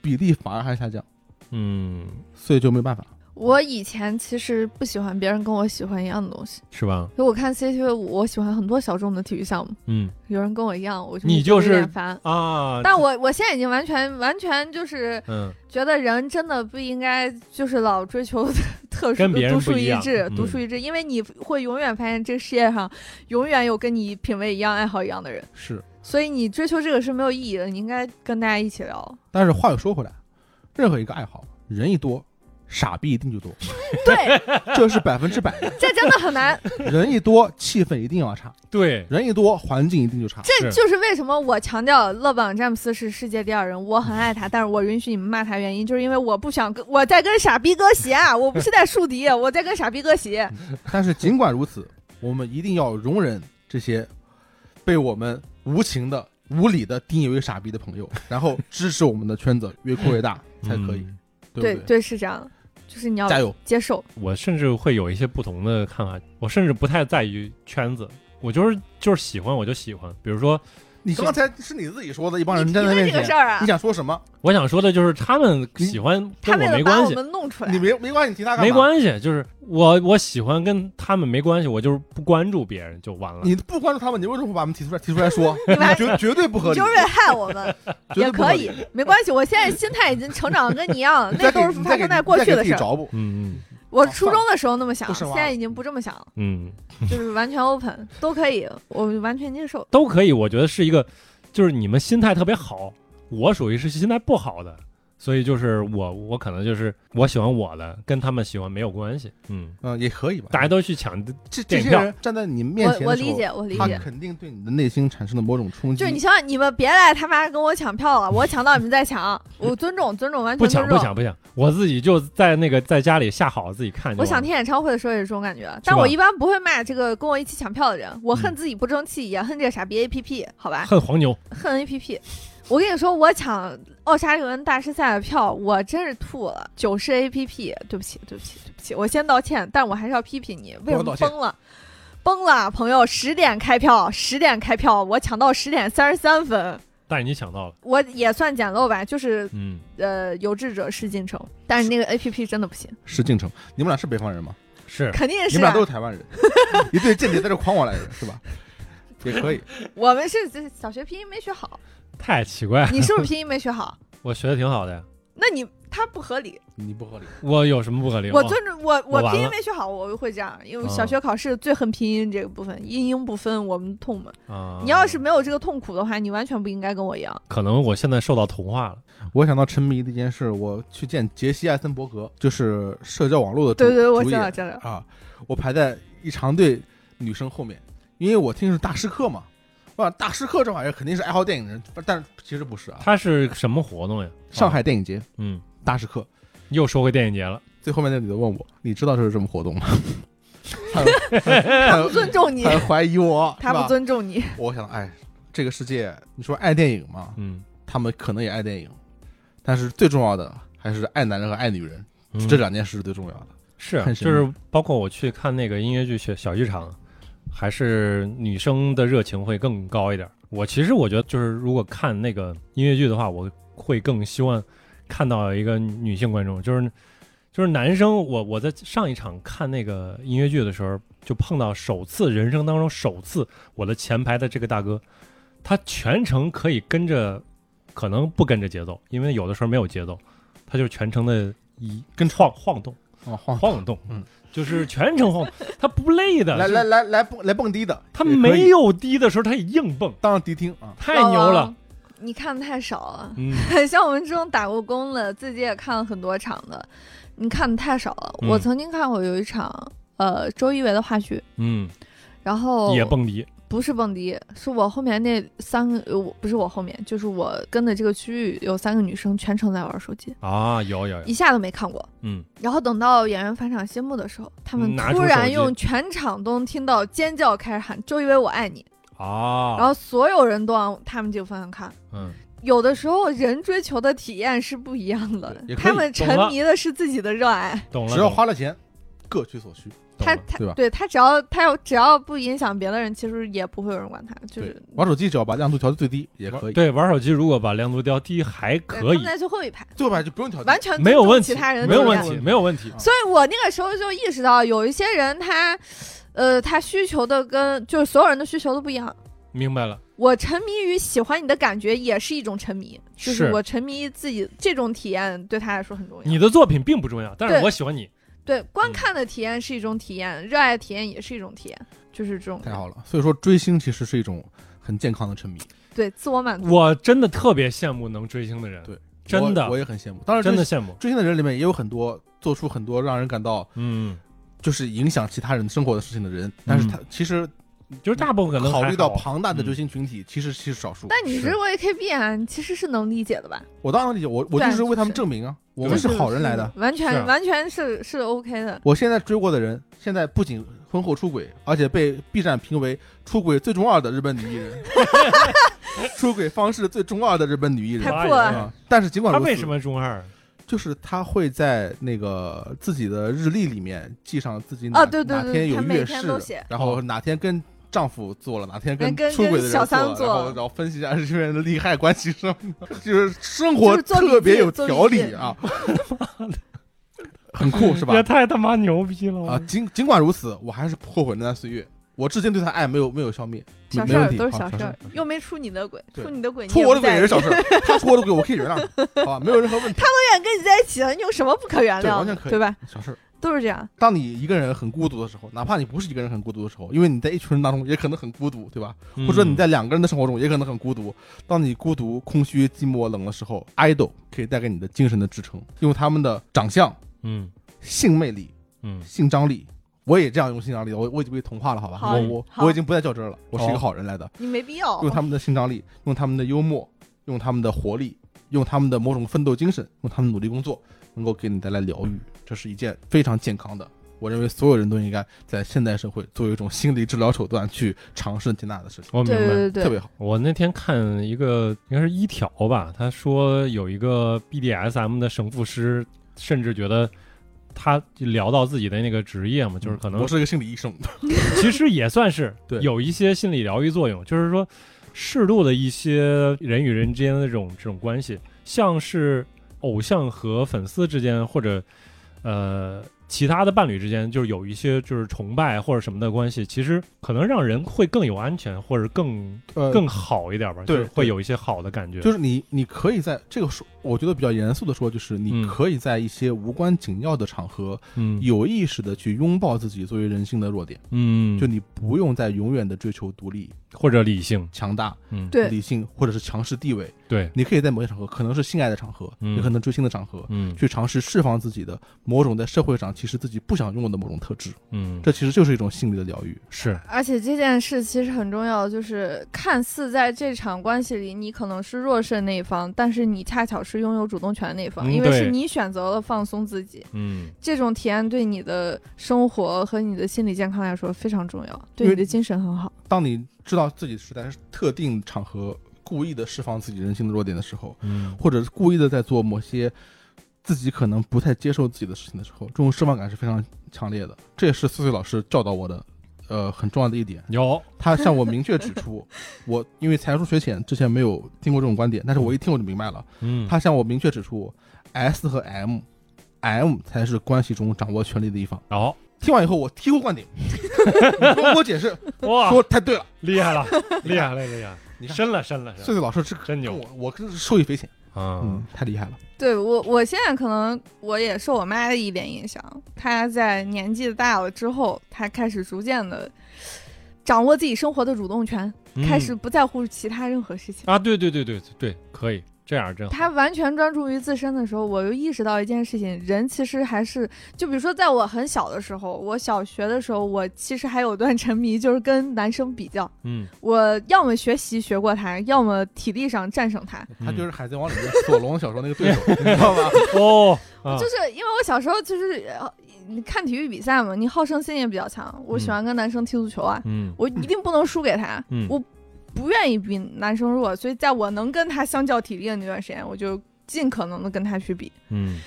比例反而还下降，嗯所以就没办法。我以前其实不喜欢别人跟我喜欢一样的东西，是吧？就我看 CCTV 五，我喜欢很多小众的体育项目，嗯有人跟我一样，我就你就就是有点烦。啊，但我我现在已经完全完全就是嗯觉得人真的不应该就是老追求 <laughs> 特殊跟别人独不树一一样帜，嗯独树一帜，因为你会永远发现这个世界上永远有跟你品味一样、爱好一样的人，是，所以你追求这个是没有意义的。你应该跟大家一起聊，但是话又说回来，任何一个爱好，人一多，傻逼一定就多， <laughs> 对，这是百分之百的。这真的很难。人一多，气氛一定要 <laughs> 差；对，人一多，环境一定就差。这是就是为什么我强调勒布朗詹姆斯是世界第二人，我很爱他，但是我允许你们骂他，原因就是因为我不想跟我在跟傻逼哥鞋啊，我不是在树敌，我在跟傻逼哥鞋。 <laughs> 但是尽管如此，我们一定要容忍这些被我们无情的、无理的定义为傻逼的朋友，然后支持我们的圈子越扩越大才可以，嗯对不对对对，是这样，就是你要加油！接受。我甚至会有一些不同的看法，我甚至不太在意圈子，我就是就是喜欢我就喜欢。比如说，你刚才是你自己说的，一帮人你站在提面的这个事前，儿啊你，想说什么？我想说的就是他们嗯喜欢他跟为我了没把关我系，们弄出来你，没没关系，你提他干嘛？没关系，就是我我喜欢跟他们没关系，我就是不关注别人就完了。你不关注他们，你为什么不把他们提出来提出来 <laughs> 说？你把绝绝对不合你理就，是害我们绝对 <laughs> 也不合可理以，没关系。我现在心态已经成长得跟你一样，你那再给都是你发再给生在你过再去给的自己事儿。找补，嗯我找初中的时候那么想不，是现吗在已经不这么想 <laughs> 了，嗯嗯，就是完全 open 都可以，我完全接受。都可以。我觉得是一个，就是你们心态特别好，我属于是心态不好的，所以就是我我可能就是我喜欢我的，跟他们喜欢没有关系。嗯，嗯，也可以吧。大家都去抢，这这点些票人站在你面前我我的时理候，解，我理他解。肯定对你的内心产生了某种冲击。就是你想想，你们别来他妈跟我抢票了，我抢到你们再抢，我尊重尊重，完不全抢不尊重。抢不抢，我自己就在那个在家里下好自己看就我完了。想听演唱会的时候也是这种感觉，但我一般不会骂这个跟我一起抢票的人，我嗯恨自己不争气，也恨这个傻逼 A P P，好吧，恨黄牛，恨 A P P。我跟你说，我抢奥沙利文大师赛的票，我真是吐了。九世 A P P，对不起，对不起，对不起，我先道歉，但我还是要批评你，为什不么要道歉崩了？崩了，朋友，十点开票，十点开票，我抢到十点三十三分，但是你抢到了。我也算捡漏吧，就是嗯，呃，有志者事竟成，但是那个 A P P 真的不行，是敬城，你们俩是北方人吗？ <laughs> 是肯定你是们俩啊都是台湾人， <laughs> 一对间谍在这诓我来着，是吧？也可以，我们是这小学拼音没学好，太奇怪，你是不是拼音没学好？ <laughs> 我学的挺好的呀，那你他不合理，你不合理。我有什么不合理？我尊重我我我完拼音了没学好，我会这样，因为嗯小学考试最恨拼音这个部分，音音不分，我们痛嘛。啊，你要是没有这个痛苦的话，你完全不应该跟我一样。可能我现在受到同化了，我想到沉迷的一件事，我去见杰西·艾森伯格，就是社交网络的主对对，对我主知道演知道。啊，我排在一长队女生后面，因为我听是大师课嘛。哇，大师课这玩意儿肯定是爱好电影的人，但是其实不是啊。它是什么活动呀？上海电影节嗯，大师课又说回电影节了。最后面那女的问我：“你知道这是什么活 <laughs> 动吗？”不尊 <laughs> 重你，很怀疑我，他是不吧尊重你。我想，哎，这个世界，你说爱电影嘛，嗯，他们可能也爱电影，但是最重要的还是爱男人和爱女人，嗯这两件事是最重要的。是啊，很神就秘是包括我去看那个音乐剧小小剧场，还是女生的热情会更高一点儿。我其实我觉得，就是如果看那个音乐剧的话，我会更希望看到一个女性观众，就是就是男生。我我在上一场看那个音乐剧的时候，就碰到首次人生当中首次我的前排的这个大哥，他全程可以跟着，可能不跟着节奏，因为有的时候没有节奏，他就全程的一跟晃晃动。哦，晃晃动，嗯，就是全程 <laughs> 晃，他不累的，来就是来来来蹦来蹦迪的，他也可以没有低的时候他也硬蹦，当迪厅啊，太牛老了王，，你看的太少了。嗯， <laughs> <laughs> 像我们这种打过工的，自己也看了很多场的，你看的太少了。嗯我曾经看过有一场，呃，周一围的话剧，嗯，然后也蹦迪，不是蹦迪，是我后面那三个，呃我不是我后面，就是我跟的这个区域有三个女生全程在玩手机，啊，有有有，一下都没看过。嗯，然后等到演员返场谢幕的时候，他们拿出突手然机用全场都能听到尖叫，开始喊“周一围我爱你”，啊，然后所有人都往他们这个方向看。嗯，有的时候人追求的体验是不一样的也，可以他们懂沉了迷的是自己的热爱。懂了，只要懂了花了钱，各取所需，懂他了他对吧对他只要他要只要不影响别的人，其实也不会有人管他，就对是，玩手机只要把亮度调到最低也可以，对玩手机，如果把亮度调低还对可他以们，在最后一排，对吧？就不用调低，完全没有尊重问其题他人，的没有存问在题，没有问啊题。所以我那个时候就意识到，有一些人他，呃，他需求的跟就是所有人的需求都不一样。明白了，我沉迷于喜欢你的感觉也是一种沉迷，就是是我沉迷自己这种体验对他来说很重要。你的作品并不重要，但对是我喜欢你。对观看的体验是一种体验，热爱的体验也是一种体验，就是这种太好了。所以说追星其实是一种很健康的沉迷，对自我满足。我真的特别羡慕能追星的人，对真我的我也很羡慕。当然，真的羡慕。追星的人里面也有很多做出很多让人感到嗯，就是影响其他人生活的事情的人，但是他其实就是大部分嗯可能考还虑到好庞大的嗯追星群体，其实其实少数。但你是是 AKB 啊，你其实是能理解的吧？我当然理解，我我对就是为他们就是证明啊，我对们是好人来的。完全、是啊完全是是 OK 的。我现在追过的人，现在不仅婚后出轨，而且被 B 站评为出轨最中二的日本女艺人，出轨方式最中二的日本女艺人太哎。破了啊！但是尽管他如此，为什么中二？就是她会在那个自己的日历里面记上自己哪啊对对哪对天有她每月天事都写，然后哪天跟丈夫做了，哪天跟跟出轨的人小三做做了，然后然后分析一下这些人的利害关系什么的，就是生就活是做笔特别记有做条笔理记啊，很酷是吧？ <laughs> 也太他妈牛逼哦了！啊，尽尽管如此，我还是不后悔那段岁月。我至今对他爱没有没有消灭，没小没事问儿题，都是好小事儿，又没出你的轨，对出你的轨，出你也我不的鬼在也是意小事儿，他出我的鬼我可以原谅他，好吧，没有任何问题，永远跟你在一起了，你有什么不可原对谅完的全可，以对吧？小事儿。都是这样。当你一个人很孤独的时候，哪怕你不是一个人很孤独的时候，因为你在一群人当中也可能很孤独，对吧？嗯或者你在两个人的生活中也可能很孤独。当你孤独、空虚、寂寞、冷的时候，idol 可以带给你的精神的支撑，用他们的长相、嗯性魅力、嗯，性张力。我也这样用性张力，我我已经被同化了，好吧？好我我好我已经不再较真儿了，我是一个好好人来的。你没必要用他们的性张力，用他们的幽默，用他们的活力，用他们的某种奋斗精神，用他们努力工作，能够给你带来疗愈，这是一件非常健康的。我认为所有人都应该在现代社会作为一种心理治疗手段去尝试接纳的事情，我明对白。对对特对，别好。我那天看一个应该是一条吧，他说有一个 BDSM 的神父师，甚至觉得他聊到自己的那个职业嘛，就是可能我是一个心理医生， <laughs> 其实也算是对有一些心理疗愈作用，就是说适度的一些人与人之间的这种这种关系，像是偶像和粉丝之间，或者呃其他的伴侣之间，就是有一些就是崇拜或者什么的关系，其实可能让人会更有安全，或者更呃，更好一点吧，对就是会有一些好的感觉。就是你你可以在这个说，我觉得比较严肃的说，就是你嗯可以在一些无关紧要的场合，嗯有意识的去拥抱自己作为人性的弱点，嗯，就你不用再永远的追求独立、或者理性，强大、嗯对理性或者是强势地位。对，你可以在某些场合，可能是性爱的场合，嗯也可能追星的场合，嗯去尝试释放自己的某种在社会上其实自己不想用的某种特质。嗯，这其实就是一种心理的疗愈。是而且这件事其实很重要，就是看似在这场关系里，你可能是弱势那一方，但是你恰巧是拥有主动权的那一方，嗯因为是对你选择了放松自己。嗯这种体验对你的生活和你的心理健康来说非常重要，对因你为的精神很好。当你知道自己是在特定场合故意的释放自己人性的弱点的时候，嗯或者是故意的在做某些自己可能不太接受自己的事情的时候，这种释放感是非常强烈的。这也是四岁老师教导我的，呃，很重要的一点。有他向我明确指 <laughs> 出，我因为才疏学浅，之前没有听过这种观点，但是我一听我就明白了。嗯他向我明确指出，S 和 M，M 才是关系中掌握权力的一方。有听完以后，我醍醐灌顶，你跟我解 <laughs> 释啊哇 <laughs> 说太对了。厉害 <laughs> 了，厉害了，厉害了！你看深了，深了，深穗穗老师这真跟牛我我是受益匪浅，啊！嗯，太厉害了。对我，我现在可能我也受我妈的一点影响，她在年纪大了之后，她开始逐渐的掌握自己生活的主动权，嗯开始不在乎其他任何事情。啊，对对对对对，可以这样真好。她完全专注于自身的时候，我又意识到一件事情：人其实还是，就比如说，在我很小的时候，我小学的时候，我其实还有段沉迷，就是跟男生比较， <laughs> 嗯，我要么学习学过他，要么体力上战胜他。他就是《海贼王》里面索隆小时候那个 <laughs> 对手，你知道吧？哦，啊就是因为我小时候就是呃你看体育比赛嘛，你好胜心也比较强，我喜欢跟男生踢足球啊，嗯我一定不能输给他，嗯我不愿意比男生弱，所以在我能跟他相较体力的那段时间，我就尽可能的跟他去比。嗯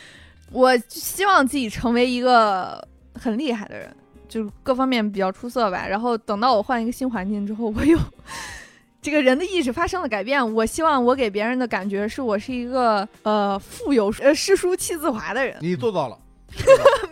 我希望自己成为一个很厉害的人，就是各方面比较出色吧。然后等到我换一个新环境之后，我又这个人的意识发生了改变。我希望我给别人的感觉是我是一个呃富有呃诗书气自华的人。 <laughs> 你做到了。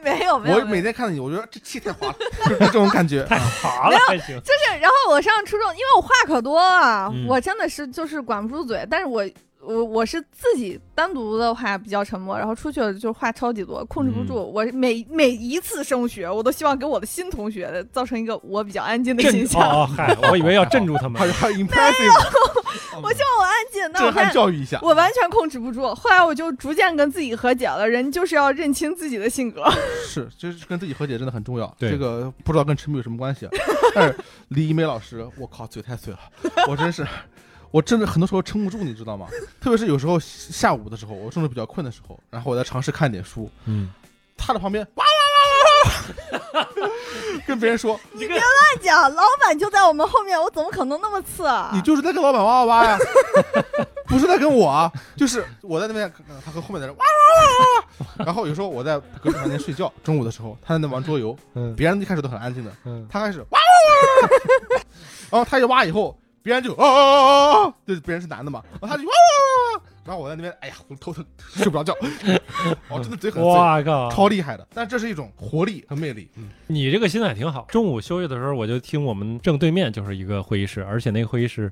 没有没有，我没有每天看到你，我觉得这气太滑了，就是这种感 <laughs> 觉。太滑了还行，就是， <laughs> 然后我上初中，因为我话可多了，嗯我真的是就是管不住嘴，但是我。我我是自己单独的话比较沉默，然后出去了就话超级多，控制不嗯住。我每每一次升学，我都希望给我的新同学造成一个我比较安静的镇形住象。哦哦嗨，我以为要镇住他们 <laughs> 还，有还有 impressive，我希望我安静，但我震发撼现教育一下。我完全控制不住。后来我就逐渐跟自己和解了，人就是要认清自己 <laughs> 的性格。是，就是跟自己和解真的很重要。对这个不知道跟痴迷有什么关系啊，但是李一梅老师，我靠，嘴太碎了，我真是，我真的很多时候撑不住，你知道吗？特别是有时候下午的时候，我甚至比较困的时候，然后我在尝试看点书，嗯，他在旁边哇哇哇哇哇， <laughs> 跟别人说，大讲，老板就在我们后面，我怎么可能那么次啊？你就是在跟老板哇哇哇呀，不是在跟我啊，就是我在那边，呃他和后面的人哇哇哇哇哇，然后有时候我在隔壁房间睡觉，中午的时候他在那玩桌游，嗯别人一开始都很安静的。嗯，他开始哇哇哇哇哇，然后他一挖以后，别人就哦哦哦哦哦，就是别人是男的嘛，然后他就哇哇哇哇哇，然后我在那边哎呀头疼睡不着觉，哦真的嘴很碎，哇靠，超厉害的，但这是一种活力和魅力，嗯，你这个心态挺好。中午休息的时候，我就听我们正对面就是一个会议室，而且那个会议室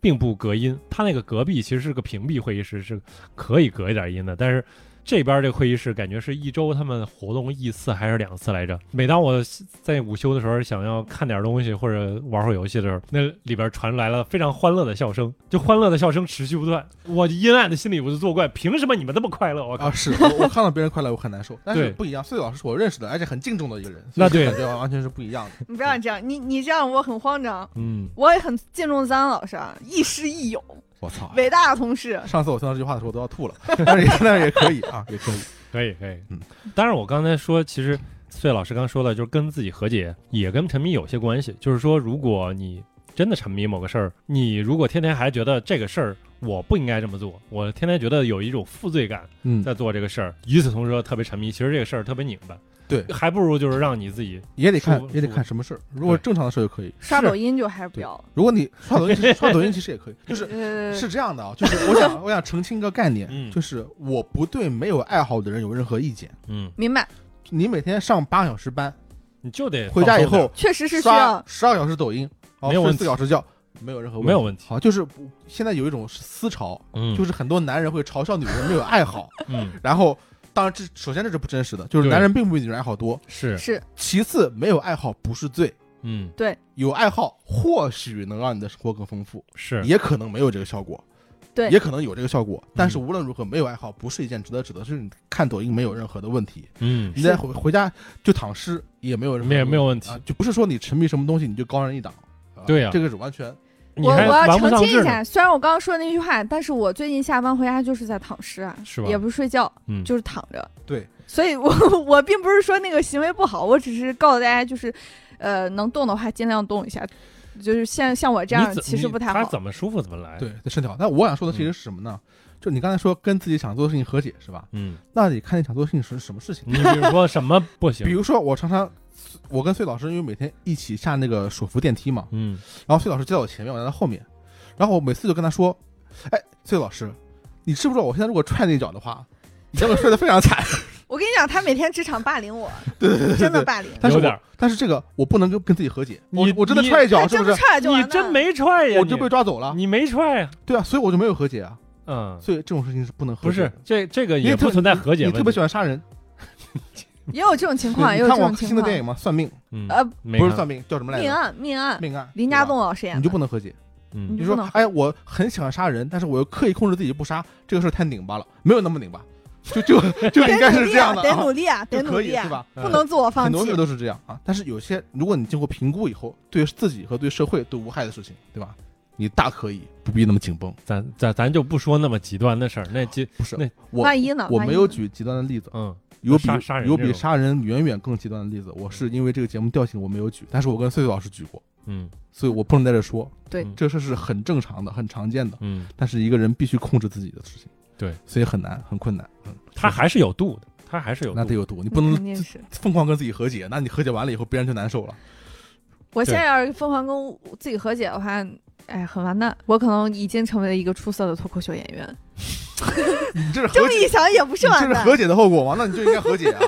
并不隔音，它那个隔壁其实是个屏蔽会议室，是可以隔一点音的，但是。这边这个会议室感觉是一周他们活动一次还是两次来着？每当我在午休的时候想要看点东西或者玩会儿游戏的时候，那里边传来了非常欢乐的笑声，就欢乐的笑声持续不断。我阴暗的心里我就作怪，凭什么你们那么快乐？我靠！啊是我我看到别人快乐我很难受，但是对不一样，穗老师是我认识的，而且很敬重的一个人，那所以对感觉完全是不一样的，你不要这样，你你这样我很慌张，嗯，我也很敬重张老师啊，亦师亦友，我操。伟大的同事。上次我听到这句话的时候都要吐了，但是也但是也可以啊，也可以。可以可以，嗯，当然我刚才说，其实穗老师刚说的，就是跟自己和解，也跟沉迷有些关系。就是说，如果你真的沉迷某个事儿，你如果天天还觉得这个事儿我不应该这么做，我天天觉得有一种负罪感嗯，在做这个事儿，与此同时又特别沉迷，其实这个事儿特别拧巴。对还不如就是让你自己也得看舒服也得看什么事儿。如果对正常的事儿就可以，刷是抖音就还是不对要了。如果你刷抖音其实，刷抖音其实也可以，就是呃，是这样的啊，就是我想我想澄清一个概念，嗯就是我不对没有爱好的人有任何意见。嗯，明白，你每天上八小时班，你就得回家以放松后确实是需刷要。十二小时抖音，哦没有问题四小时觉，没有任何问题没有问题嗯好，就是不现在有一种思潮，点儿，嗯，就是是很多男人会嘲笑女人没有爱好，嗯然后当然这首先这是不真实的，就是对男人并不比女人爱好多。是是其次，没有爱好不是罪，嗯有爱好或许能让你的生活更丰富。 <laughs> 是嗯也可能没有这个效果，对也可能有这个效果，但是无论如何，没有爱好不是一件值得指责，是你看抖音没有任何的问题，嗯你再回回家就躺尸也没有任何没有没有问题啊，，就不是说你沉迷什么东西你就高人一等，啊对呀这个是完全你我我还要玩不澄上清志一呢，下，虽然我刚刚说的那句话，但是我最近下班回家就是在躺尸啊，是吧也不是睡觉，嗯就是躺着。对，所以我 <laughs> 我并不是说那个行为不好，我只是告诉大家，就是呃，能动的话尽量动一下，就是像像我这样你怎其实你不太他好。怎么舒服怎么来，对对身体好。但我想说的其实是什么呢？就你刚才说跟自己想做的事情和解是吧？嗯，那你看你想做的事情是什么事情？ <laughs> 你比如说什么不行比，如说我常常。我跟穗老师因为每天一起下那个手扶电梯嘛，嗯然后穗老师就在我前面，我在他后面，然后我每次就跟他说：“哎，穗老师，你知不知道我现在如果踹那一脚的话，你将会摔得非常惨。 <laughs> 我跟你讲，他每天职场霸 <laughs> 凌我，真的霸凌，但是有我点儿但是这个我不能跟跟自己和解，我你我真的你踹一脚他是真不的是？踹了就完你了。真没踹呀，我就被抓走了。你没踹呀，对啊，所以我就没有和解啊。嗯，所以这种事情是不能和不解是的。这这个因也为特不存在和解你问特别题喜，欢杀人，也有这种情况，你也有你这看种过情新的电况。影吗？算命嗯，呃，没不是看算命，叫什么来命着？案命案，命案。林家对吧栋，老师演你的就不。能和解。嗯你你就说不能，和哎，我很想杀人，但是我又刻意控制自己不杀，这个事儿太拧巴了，没有那么拧巴，就就就 <laughs> 应该是这样的得啊努，力啊，得就努可以力啊，是呃吧？不能自我放很多弃事。都是这样啊。但是有些，如果你经过评估以后，对自己和对社会都无害的事情，对吧？你大可以不必那么紧绷。咱咱咱就不说那么极端的事儿，那极不是那我万一呢？我万一没有呢举极端的例子，嗯有比杀杀人有这比种杀人远远更极端的例子。我是因为这个节目调性我没有举，但是我跟岁岁老师举过，嗯所以我不能在这说。对这事是很正常的，很常见的，嗯，但是一个人必须控制自己的事情。对，所以很难，很困难。嗯，他还是有度的，它还是有那度得有度，你你不能肯定是。疯狂跟自己和解，那你和解完了以后，别人就难受 <laughs> 了。我现在要是疯狂跟我自己和解的话，哎，很完蛋。我可能已经成为了一个出色的脱口秀演员。你这是这和么解，一想也不是你完这是蛋，和解的后果吗？那你就应该和解啊！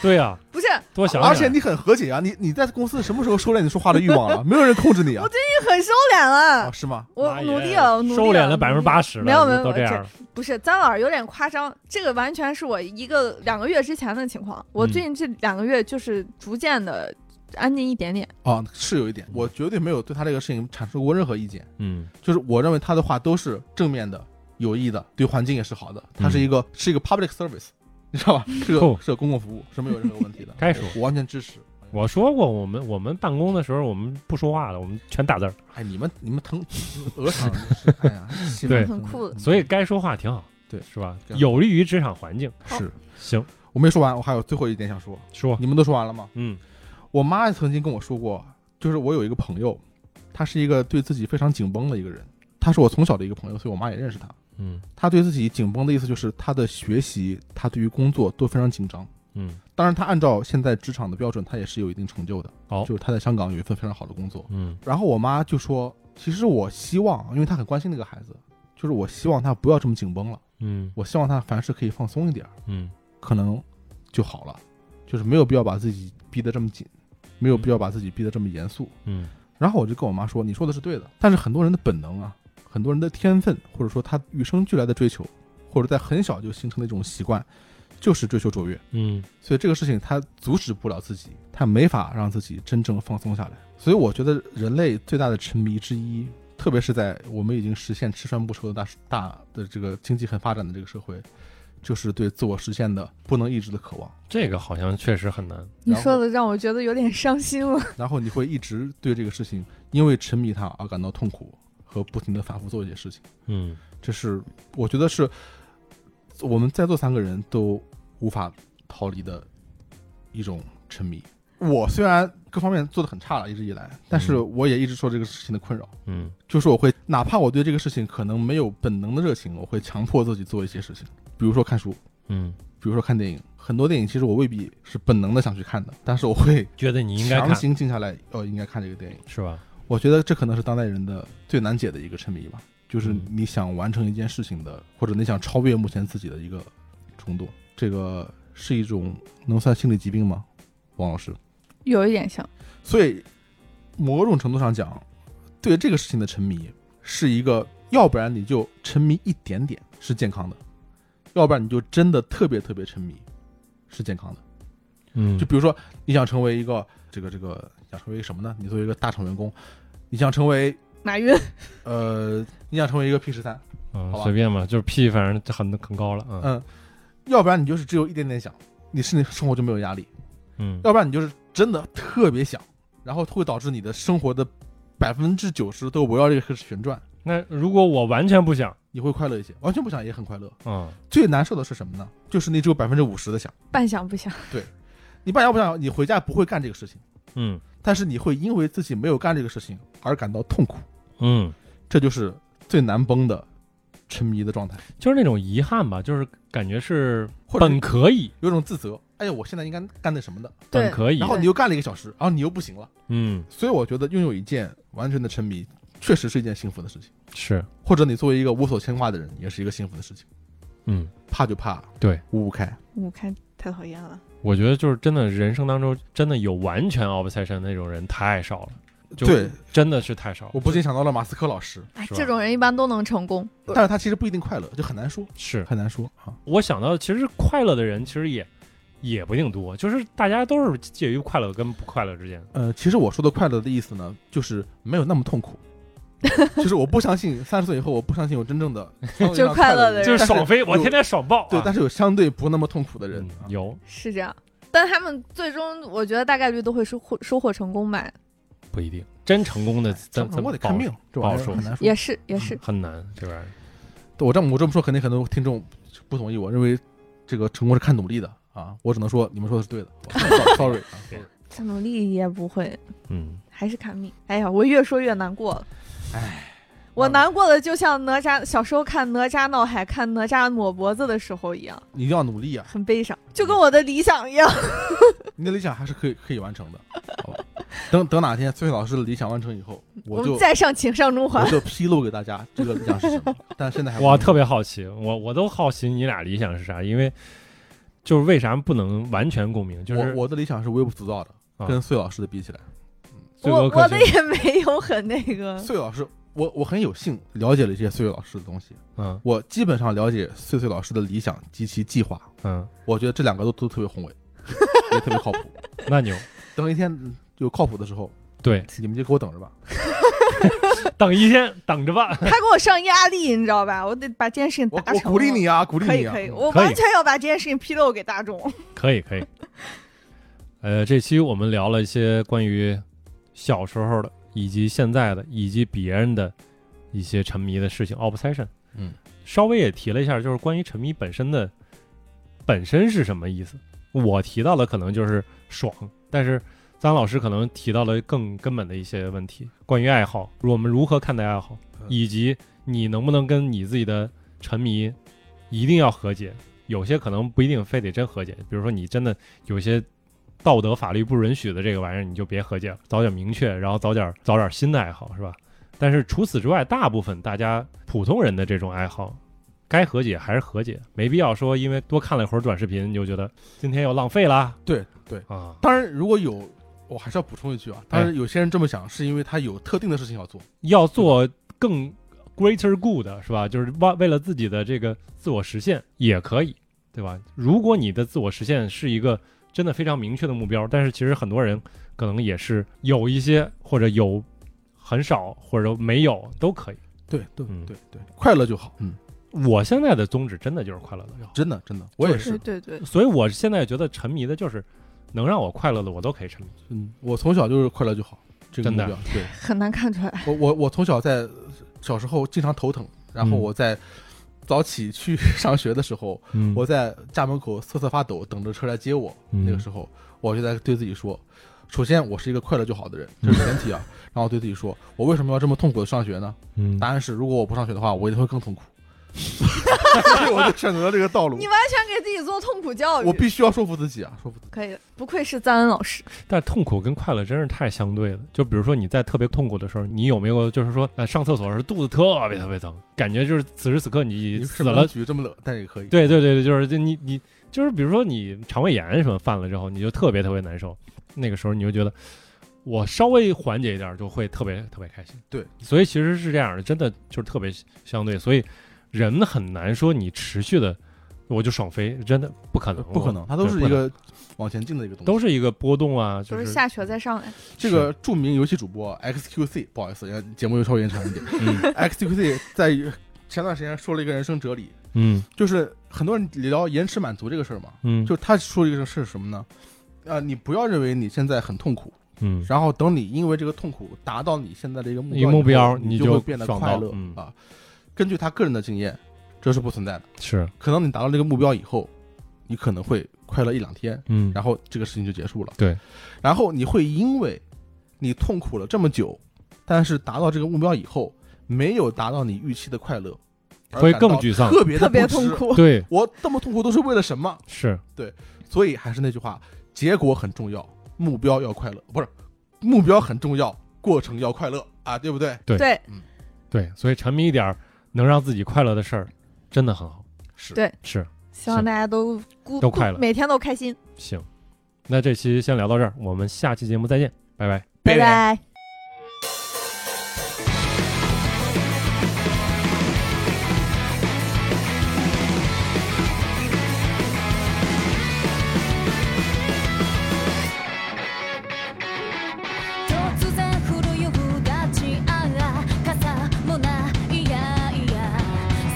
对啊，不是多想想。而且你很和解啊，你你在公司什么时候收敛你说话的欲望了？没有人控制你啊我！你很收敛了。啊，是吗？我妈耶努力了，我努力收敛了百分之八努力十了，没有没有都这样了。不是，张老师有点夸张，这个完全是我一个两个月之前的情况。我嗯最近这两个月就是逐渐的安静一点点。啊，是有一点，我绝对没有对他这个事情产生过任何意见，嗯就是我认为他的话都是正面的、有益的，对环境也是好的。他是嗯一个、是一个 public service，你 <laughs> 知道吧？是个、 Cool。是个公共服务，是没有任何问题的哦 <laughs> 该说我完全支持。我说过，我们我们办公的时候，我们不说话的，我们全打字儿，哎，你们你们腾鹅厂 <laughs> 真是，哎呀，气氛对很酷的所以该说话挺嗯好，对是吧？这样有利于职场环境。是行，我没说完，我还有最后一点想说，说，你们都说完了吗？嗯我妈曾经跟我说过，就是我有一个朋友，他是一个对自己非常紧绷的一个人。他是我从小的一个朋友，所以我妈也认识他。嗯他对自己紧绷的意思就是他的学习，他对于工作都非常紧张。嗯当然，他按照现在职场的标准，他也是有一定成就的。好就是他在香港有一份非常好的工作。嗯然后我妈就说：“其实我希望，因为她很关心那个孩子，就是我希望他不要这么紧绷了，嗯我希望他凡事可以放松一点儿，嗯可能就好了。就是没有必要把自己逼得这么紧，没有必要把自己逼得这么严肃。”嗯然后我就跟我妈说：“你说的是对的，但是很多人的本能啊，很多人的天分，或者说他与生俱来的追求，或者在很小就形成的一种习惯，就是追求卓越。嗯所以这个事情他阻止不了自己，他没法让自己真正放松下来。所以我觉得人类最大的沉迷之一，特别是在我们已经实现吃穿不愁的大大的这个经济很发展的这个社会，就是对自我实现的不能抑制的渴望。这个好像确实很难。你然后说的让我觉得有点伤心了。然后你会一直对这个事情因为沉迷它而感到痛苦和不停的反复做一些事情。嗯这是我觉得是我们在座三个人都无法逃离的一种沉迷。我虽然各方面做的很差了，一直以来，但是我也一直受这个事情的困扰，嗯，就是我会哪怕我对这个事情可能没有本能的热情，我会强迫自己做一些事情，比如说看书，嗯，比如说看电影。很多电影其实我未必是本能的想去看的，但是我会觉得你应该强看行静下来，哦，应该看这个电影。是吧？我觉得这可能是当代人的最难解的一个沉迷吧，就是嗯你想完成一件事情的，或者你想超越目前自己的一个冲动，这个是一种能算心理疾病吗？王老师，有一点像，所以某种程度上讲，对这个事情的沉迷是一个，要不然你就沉迷一点点是健康的，要不然你就真的特别特别沉迷是健康的。嗯就比如说，你想成为一个这个这个想成为一个什么呢？你作为一个大厂员工，你想成为马云，呃，你想成为一个 P 十三，嗯好吧随便吧，就是 P，反正很很高了啊。嗯，要不然你就是只有一点点想，你甚至生活就没有压力；嗯要不然你就是真的特别想，然后会导致你的生活的百分之九十都围绕这个旋转，那如果我完全不想，你会快乐一些，完全不想也很快乐。嗯最难受的是什么呢？就是你只有百分之五十的想，半想不想，你半想不想，你回家不会干这个事情，嗯但是你会因为自己没有干这个事情而感到痛苦，嗯，这就是最难崩的沉迷的状态，就是那种遗憾吧，就是感觉是或者本可以，有种自责，哎呀，我现在应该干那什么的，对本可以然，后你又干了一个小时，然后你又不行了。嗯，所以我觉得拥有一件完全的沉迷，确实是一件幸福的事情。是，或者你作为一个无所牵挂的人，也是一个幸福的事情。嗯，怕就怕，对，五五开。 <laughs> 我看太讨厌了。我觉得就是真的人生当中真的有完全 obsession 那种人太少了，就对，真的是太少了。我不禁想到了马斯克老师，哎，是吧这种人一般都能成功。但是他其实不一定快乐，就很难说，是很难说啊。我想到，其实快乐的人其实也也不一定多，就是大家都是介于快乐跟不快乐之间。呃，其实我说的快乐的意思呢，就是没有那么痛 <laughs> 苦。就是我不相信三十岁以后，我不相信有真正的 <laughs> 就快乐的人就是爽飞，但是我天天爽爆啊、对，但是有相对不那么痛苦的人嗯，啊有是这样，但他们最终我觉得大概率都会收获收获成功吧，不一定真成功的，咱咱哎我得看命，这玩意不好儿说很难说也。是也是，很难，这玩意儿。对我这么我这么说，肯定很多听众不同意我。认为这个成功是看努力的啊，我只能说你们说的 <laughs> 是对的。我 sorry，啊 sorry 再努力也不会，嗯，还是看命。哎呀，我越说越难过了。我嗯难过的就像哪吒小时候看哪吒闹海、看哪吒抹脖子的时候一样，你一定要努力啊！很悲伤，就跟我的理想一样。你的理想还是可以可以完成的。好吧等等哪天崔老师的理想完成以后，我我就们再上请上中我环，就披露给大家这个理想是什么。但现在还不我能特别好奇，我我都好奇你俩理想是啥，因为就是为啥不能完全共鸣？就是我我的理想是微不足道的，啊跟穗老师的比起来，最我多可我的行也没有很那个。穗老师，我我很有幸了解了一些穗老师的东西，嗯我基本上了解穗穗老师的理想及其计划，嗯，我觉得这两个都都特别宏伟， <laughs> 也特别靠谱。那牛，等一天有靠谱的时候， <laughs> 对，你们就给我等着吧。等一天，等着吧。他给我上压力，你知道吧？我得把这件事情我达我成。鼓励你啊，鼓励可以你啊可。以，我可以完全要把这件事情披露给大众。可以可以。 <laughs> 呃，这期我们聊了一些关于小时候的，以及现在的，以及别人的一些沉迷的事情，obsession。嗯，稍微也提了一下，就是关于沉迷本身的本身是什么意思。我提到的可能就是爽，但是张老师可能提到了更根本的一些问题，关于爱好，我们如何看待爱好，嗯以及你能不能跟你自己的沉迷一定要和解，有些可能不一定非得真和解，比如说你真的有些道德法律不允许的这个玩意儿，你就别和解了，早点明确，然后早点找点新的爱好，是吧？但是除此之外，大部分大家普通人的这种爱好，该和解还是和解，没必要说因为多看了一会儿短视频，你就觉得今天要浪费啦对对，啊。当然如果有，我还是要补充一句啊，当哎然有些人这么想是因为他有特定的事情要做，要做更 greater good 是吧？就是为为了自己的这个自我实现也可以，对吧？如果你的自我实现是一个真的非常明确的目标，但是其实很多人可能也是有一些或者有很少或者没有都可以。对对嗯对对，快乐就好。嗯，我现在的宗旨真的就是快乐的就好，真的真的，我也是对。对对，所以我现在觉得沉迷的就是能让我快乐的，我都可以沉迷。嗯，我从小就是快乐就好这个真目的标。对，很难看出来。我我我从小在小时候经常头疼，然后嗯我在早起去 <laughs> 上学的时候，嗯我在家门口瑟瑟发抖，等着车来接我。嗯那个时候，我就在对自己说，首先我是一个快乐就好的人，这嗯是前提啊。然后对自己说，我为什么要这么痛苦的上学呢？嗯答案是，如果我不上学的话，我一定会更痛苦。 <laughs> 所以我就选择了这个道路你。完全给自己做痛苦教育，我必须要说服自己啊，说服自己。可以的，不愧是赞恩老师。但痛苦跟快乐真是太相对了。就比如说你在特别痛苦的时候，你有没有就是说，呃，上厕所的时候肚子特别特别疼，感觉就是此时此刻你你死是不能了。举这么冷，但也可以。对对对对，就是就你你就是比如说你肠胃炎什么犯了之后，你就特别特别难受，那个时候你就觉得我稍微缓解一点就会特别特别开心。对，所以其实是这样的，真的就是特别相对，所以人很难说你持续的我就爽飞，真的不可能，不可哦能，它都对是不一可个往前进的一个东西。都是一个波动啊，就就是下雪再上来，这个著名游戏主播 XQC，不好意思，人家节目又稍微延长一点。 <laughs> 嗯 XQC 在前段时间说了一个人生哲理，嗯就是很多人聊延迟满足这个事儿嘛，嗯，就是他说了一个事儿是什么呢？呃，你不要认为你现在很痛苦，嗯然后等你因为这个痛苦达到你现在的一个目标以一后，个目标你你就就会变得爽快到乐、嗯啊。根据他个人的经验，这是不存在的。是可能你达到这个目标以后，你可能会快乐一两天，嗯然后这个事情就结束了。对，然后你会因为你痛苦了这么久，但是达到这个目标以后，没有达到你预期的快乐，而会感到更沮丧特别特的别痛。<laughs> 苦。对我这么痛苦都是为了什么？是所以还是那句话，结果很重要，目标要快乐，不是目标很重要，过程要快乐啊，对不对？对，对，所以沉迷一点儿能让自己快乐的事儿，真的很好。是对是希望是大家都孤都快乐每天都开心。行，那这期先聊到这儿，我们下期节目再见，拜拜。拜拜。突然降る夕立ちあら傘もないやいや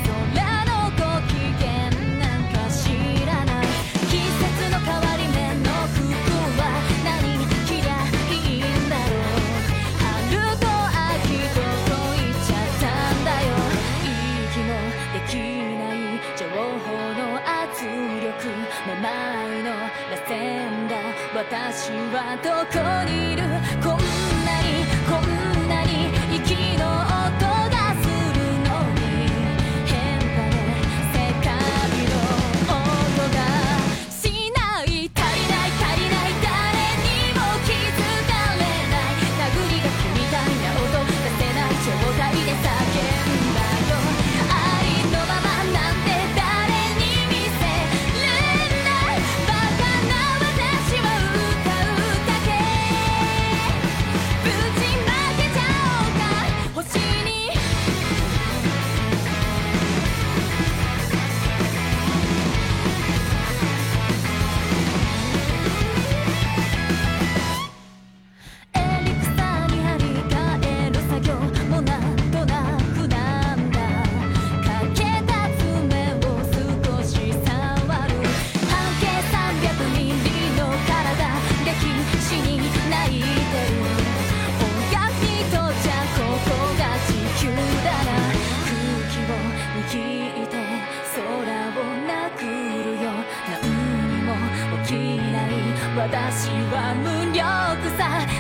空のご機嫌なんか知らない季節の変わり目の服は何着りゃいいんだろう春と秋どこ行っちゃったんだよ息もできない情報の圧力も前の螺旋だ私はどこにいるこんなにこんなに息の音がす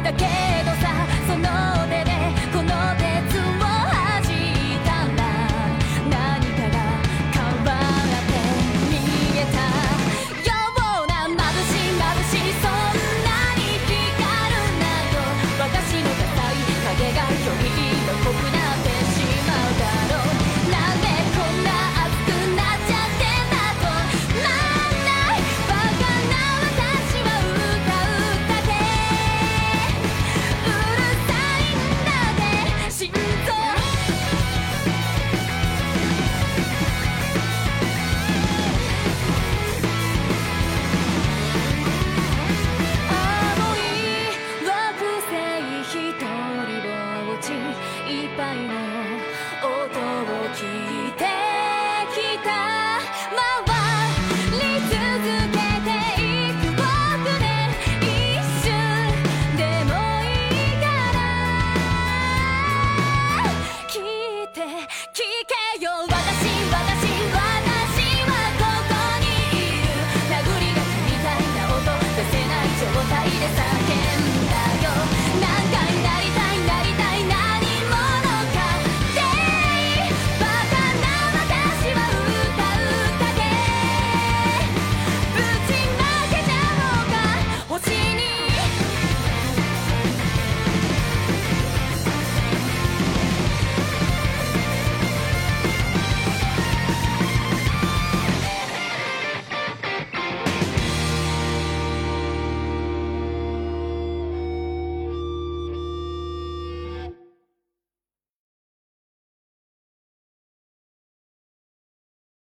だけ